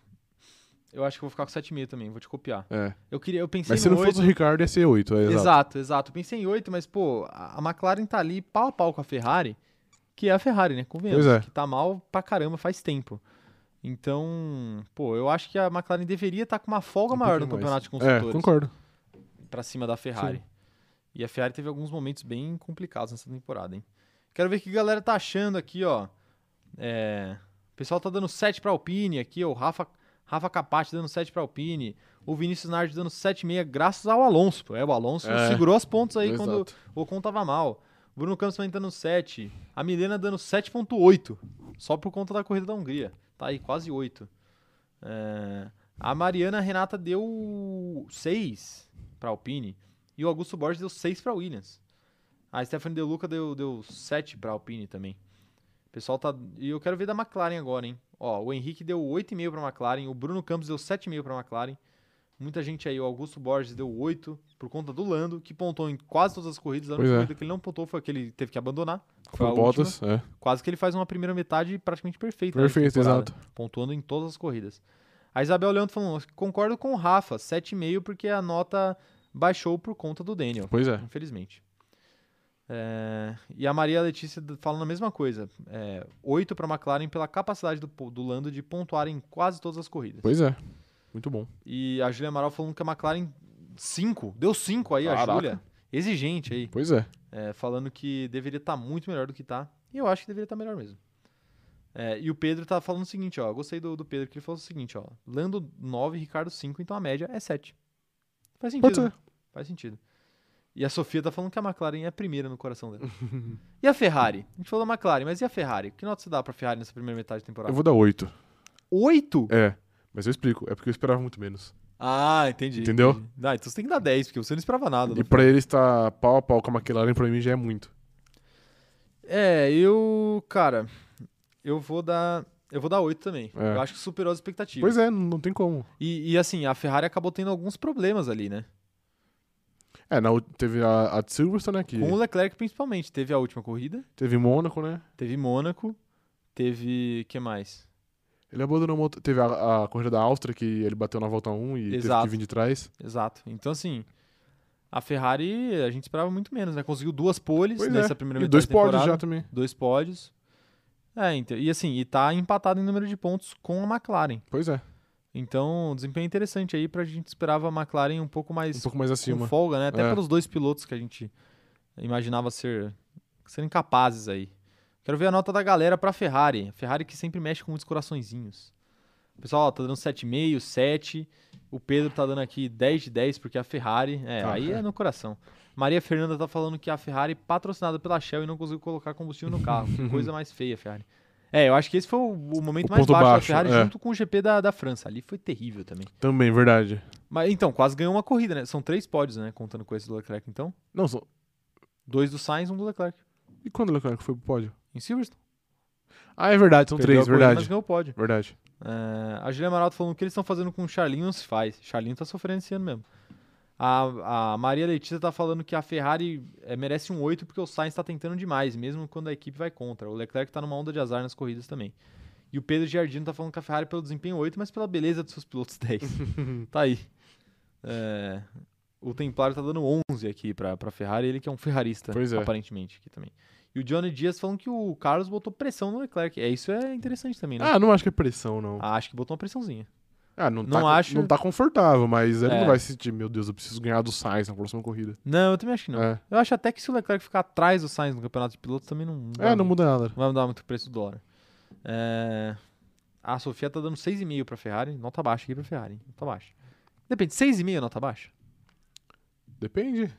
Eu acho que eu vou ficar com 7,5 também, vou te copiar. É. Eu queria, eu pensei Mas se no não fosse 8. o Ricardo, ia ser 8. É, exato. Exato, exato. Eu Pensei em 8, mas, pô, a a McLaren tá ali pau a pau com a Ferrari, que é a Ferrari, né? Convenhamos. Pois é. Que tá mal pra caramba faz tempo. Então, pô, eu acho que a McLaren deveria estar com uma folga Um maior no pouquinho campeonato de É, construtores. concordo. pra cima da Ferrari. E a Ferrari teve alguns momentos bem complicados nessa temporada, hein? Quero ver o que a galera tá achando aqui, ó. É, O pessoal tá dando 7 pra Alpine aqui, ó. O Rafa, Rafa Capati dando 7 pra Alpine. O Vinícius Nardi dando 7,5 graças ao Alonso. pô. É, o Alonso É. segurou as pontos aí quando Exato. o Ocon tava mal. Bruno Campos também tá dando 7. A Milena dando 7,8. Só por conta da corrida da Hungria. Tá aí, quase 8. É, A Mariana Renata deu 6 pra Alpine. E o Augusto Borges deu 6 pra Williams. A Stephanie De Luca deu, deu 7 pra Alpine também. O pessoal tá. E eu quero ver da McLaren agora, hein? Ó, o Henrique deu 8,5 pra McLaren. O Bruno Campos deu 7,5 pra McLaren. Muita gente aí, o Augusto Borges deu 8 por conta do Lando, que pontou em quase todas as corridas. A única Pois é. corrida que ele não pontou foi a que ele teve que abandonar. que Foi a o última. Bottas, é. Quase que ele faz uma primeira metade praticamente perfeita. né, de Perfeito, temporada, exato. Pontuando em todas as corridas. A Isabel Leandro falando, concordo com o Rafa, 7,5 porque a nota baixou por conta do Daniel. Pois é. Infelizmente. É, e a Maria Letícia d- falando a mesma coisa. É, 8 para a McLaren pela capacidade do, po- do Lando de pontuar em quase todas as corridas. Pois é. Muito bom. E a Julia Amaral falando que a McLaren 5, deu 5 aí a Caraca. Julia. Exigente aí. Pois é. É, falando que deveria estar muito melhor do que tá. E eu acho que deveria estar melhor mesmo. É, e o Pedro tá falando o seguinte, ó. Gostei do, do Pedro, que ele falou o seguinte, ó. Lando 9, Ricardo 5, então a média é 7. Faz Pode sentido. ser. né? Faz sentido. E a Sofia tá falando que a McLaren é a primeira no coração dela. e a Ferrari? A gente falou da McLaren, mas e a Ferrari? Que nota você dá pra Ferrari nessa primeira metade da temporada? Eu vou dar 8. 8? É. Mas eu explico. É porque eu esperava muito menos. Ah, entendi. Entendeu? entendi. Ah, então você tem que dar 10, porque você não esperava nada. E pra ele estar pau a pau com a McLaren, pra mim já é muito. É, eu, cara, eu vou dar, eu vou dar 8 também. É. Eu acho que superou as expectativas. Pois é, não não tem como. E, e, assim, a Ferrari acabou tendo alguns problemas ali, né? É, na, ult- teve a, a de Silverstone, né? Que Com o Leclerc principalmente, teve a última corrida, teve Mônaco, né? teve Mônaco, teve que mais? Ele abandonou. uma outra- Teve a, a corrida da Áustria, que ele bateu na volta 1 e teve Exato. que vir de trás. Exato. Então assim, a Ferrari a gente esperava muito menos, né? Conseguiu duas poles Pois nessa é. primeira E metade dois da pódios temporada, já também. dois pódios. É, então, e assim, e tá empatado em número de pontos com a McLaren. Pois é. Então, desempenho interessante aí pra gente esperava a McLaren um pouco mais Um pouco mais com acima. folga, né? Até É. pelos dois pilotos que a gente imaginava ser serem capazes aí. Quero ver a nota da galera pra Ferrari. A Ferrari que sempre mexe com muitos coraçõezinhos. O pessoal ó, tá dando 7,5, 7. O Pedro tá dando aqui 10 de 10 porque a Ferrari, é, Ah, aí é. é. no coração. Maria Fernanda tá falando que a Ferrari patrocinada pela Shell e não conseguiu colocar combustível no carro. Que coisa mais feia, Ferrari. É, eu acho que esse foi o, o momento O mais ponto baixo, da baixo, Ferrari é. junto com o GP da, da França. Ali foi terrível também. Também, verdade. Mas então, quase ganhou uma corrida, né? São três pódios, né? Contando com esse do Leclerc, então. Não, só- Dois do Sainz, um do Leclerc. e quando o Leclerc foi pro pódio? Em Silverstone. Ah, é verdade, são Perdeu a três, corrida, verdade. Mas ganhou o pódio. Verdade. É, a Julia Amaral tá falando o que eles estão fazendo com o Charlinho não se faz. Charlinho tá sofrendo esse ano mesmo. A, a Maria Letícia tá falando que a Ferrari é, merece um 8 porque o Sainz tá tentando demais, mesmo quando a equipe vai contra. O Leclerc tá numa onda de azar nas corridas também. E o Pedro Giardino tá falando que a Ferrari pelo desempenho 8, mas pela beleza dos seus pilotos 10. tá aí. É, o Templário tá dando 11 aqui pra, pra Ferrari, ele que é um ferrarista, Pois é. aparentemente, aqui também. E o Johnny Dias falando que o Carlos botou pressão no Leclerc. É, isso é interessante também, né? Ah, não acho que é pressão, não. Ah, Acho que botou uma pressãozinha. Ah, não, não tá, acho- não tá confortável, mas ele É. não vai sentir, meu Deus, eu preciso ganhar do Sainz na próxima corrida. Não, eu também acho que não. É. Eu acho até que se o Leclerc ficar atrás do Sainz no campeonato de pilotos, também não, não, É, vai, não muda nada. vai mudar muito o preço do dólar. É, A Sofia tá dando 6,5 pra Ferrari. Nota baixa aqui pra Ferrari. hein? Nota baixa. Depende, 6,5 é nota baixa? Depende.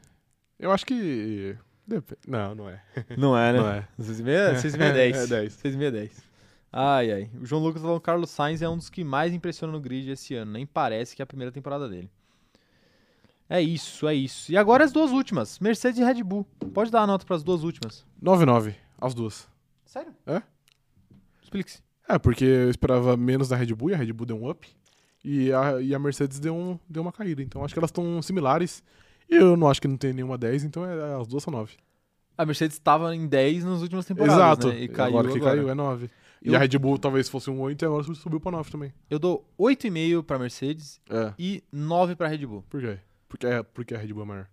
Eu acho que. Depende. Não, não é. Não é, Não é. 6,5 é 6,5 é 10. É 10. 6,5 é 10. Ai, ai. O João Lucas falou que o Carlos Sainz é um dos que mais impressiona no grid esse ano. Nem parece que é a primeira temporada dele. É isso, é isso. E agora as duas últimas. Mercedes e Red Bull. Pode dar a nota pras duas últimas. 9-9, as duas. Sério? É? Explique-se. É, porque eu esperava menos da Red Bull e a Red Bull deu um up. E a, e a Mercedes deu, um, deu uma caída. Então acho que elas estão similares. E eu não acho que não tem nenhuma 10, então é, as duas são 9. A Mercedes estava em 10 nas últimas temporadas, Exato. né? E caiu agora que agora. caiu é 9. Eu- E a Red Bull talvez fosse um 8 e agora subiu pra 9 também. Eu dou 8,5 para Mercedes É. e 9 para Red Bull. Por quê? Porque, é, porque a Red Bull é maior.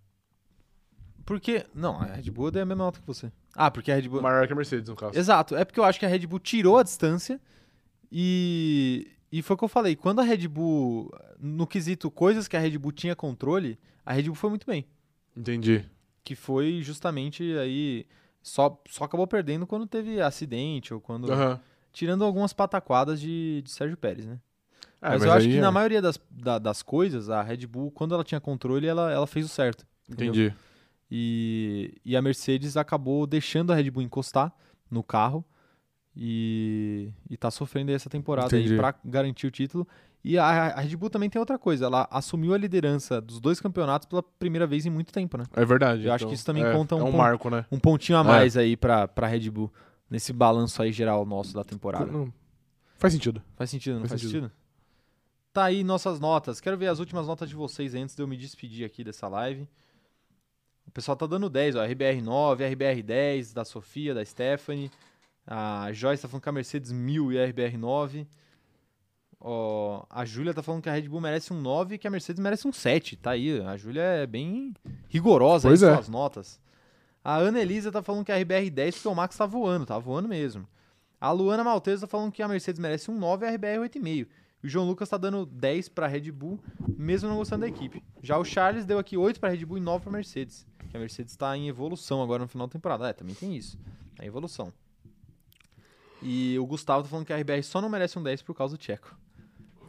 Porque não, a Red Bull é a mesma nota que você. Ah, porque a Red Bull Maior que a Mercedes, no caso. Exato, é porque eu acho que a Red Bull tirou a distância e e foi o que eu falei, quando a Red Bull no quesito coisas que a Red Bull tinha controle, a Red Bull foi muito bem. Entendi. que foi justamente aí só, só acabou perdendo quando teve acidente ou quando Aham. tirando algumas pataquadas de, de Sérgio Pérez, né? É, mas, eu acho aí que é- na maioria das, da- das coisas a Red Bull quando ela tinha controle ela, ela fez o certo. entendeu? Entendi. E, e a Mercedes acabou deixando a Red Bull encostar no carro e, e tá sofrendo aí essa temporada aí Entendi. pra garantir o título. E a, a Red Bull também tem outra coisa, ela assumiu a liderança dos dois campeonatos pela primeira vez em muito tempo, né? É verdade. Eu acho que isso também é, conta um É um ponto. marco, né? um pontinho a É. mais aí pra, pra Red Bull nesse balanço aí geral nosso da temporada. Não. Faz sentido. Faz sentido, não faz, Faz sentido? sentido. Tá aí nossas notas. Quero ver as últimas notas de vocês aí antes de eu me despedir aqui dessa live. O pessoal tá dando 10, ó. RBR 9, RBR 10, da Sofia, da Stephanie. A Joyce tá falando que a Mercedes 1000 e a RBR 9. Ó, a Júlia tá falando que a Red Bull merece um 9 e que a Mercedes merece um 7. Tá aí, a Júlia é bem rigorosa Pois aí é. com as notas. A Ana Elisa tá falando que a RBR 10 porque o Max tá voando, tá voando mesmo. A Luana Maltesa tá falando que a Mercedes merece um 9 e a RBR 8,5. E o João Lucas tá dando 10 pra Red Bull, mesmo não gostando da equipe. Já o Charles deu aqui 8 pra Red Bull e 9 pra Mercedes. Que a Mercedes tá em evolução agora no final da temporada. É, também tem isso. Tá em evolução. E o Gustavo tá falando que a RBR só não merece um 10 por causa do Tcheco.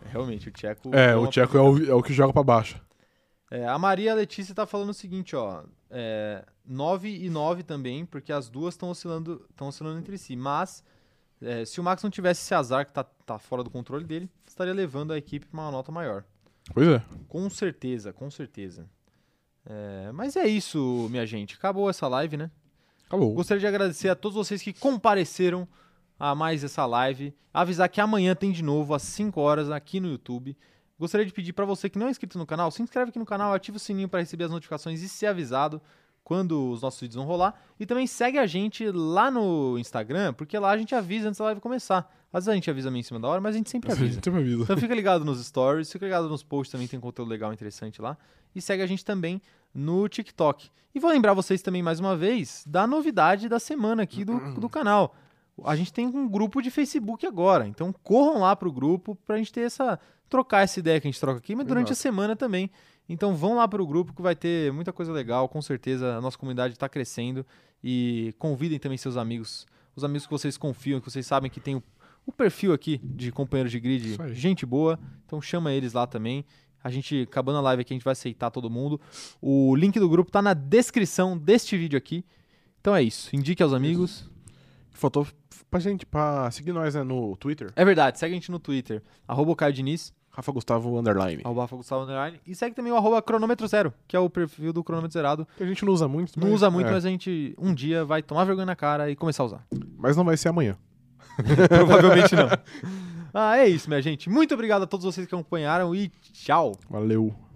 Realmente, o Tcheco. É, deu o uma Tcheco é o, é o que joga pra baixo. é, a Maria Letícia tá falando o seguinte, ó. É, 9 e 9 também, porque as duas estão oscilando, tão oscilando entre si. Mas, é, se o Max não tivesse esse azar que tá, tá fora do controle dele, estaria levando a equipe pra uma nota maior. Pois é. Com certeza, com certeza. É, mas é isso, minha gente. Acabou essa live, né? Acabou. Gostaria de agradecer a todos vocês que compareceram a mais essa live. Avisar que amanhã tem de novo, às 5 horas, aqui no YouTube. Gostaria de pedir para você que não é inscrito no canal, se inscreve aqui no canal, ativa o sininho para receber as notificações e ser avisado quando os nossos vídeos vão rolar. E também segue a gente lá no Instagram, porque lá a gente avisa antes da live começar. Às vezes a gente avisa meio em cima da hora, mas a gente sempre Assim, avisa. sempre avisa. Então fica ligado nos stories, fica ligado nos posts também, tem conteúdo legal, interessante lá. E segue a gente também no TikTok. E vou lembrar vocês também mais uma vez da novidade da semana aqui do, do canal. A gente tem um grupo de Facebook agora, então corram lá pro grupo pra gente ter essa. trocar essa ideia que a gente troca aqui, mas durante a Exato. semana também. Então vão lá pro grupo que vai ter muita coisa legal, com certeza a nossa comunidade tá crescendo. E convidem também seus amigos, os amigos que vocês confiam, que vocês sabem que tem o, o perfil aqui de companheiros de grid, Isso aí. gente boa. Então chama eles lá também. A gente, acabando a live aqui, a gente vai aceitar todo mundo. O link do grupo tá na descrição deste vídeo aqui. Então é isso. Indique aos amigos. Faltou f- pra gente, pra seguir nós, né, no Twitter. É verdade, segue a gente no Twitter, arroba o Caio Diniz, Rafa Gustavo Underline. arroba Rafa Gustavo Underline, e segue também o arroba cronômetro zero, que é o perfil do cronômetro zerado. Que a gente não usa muito. Não mas- usa muito, é, mas a gente um dia vai tomar vergonha na cara e começar a usar. Mas não vai ser amanhã. Provavelmente não. Ah, é isso, minha gente. Muito obrigado a todos vocês que acompanharam e tchau. Valeu.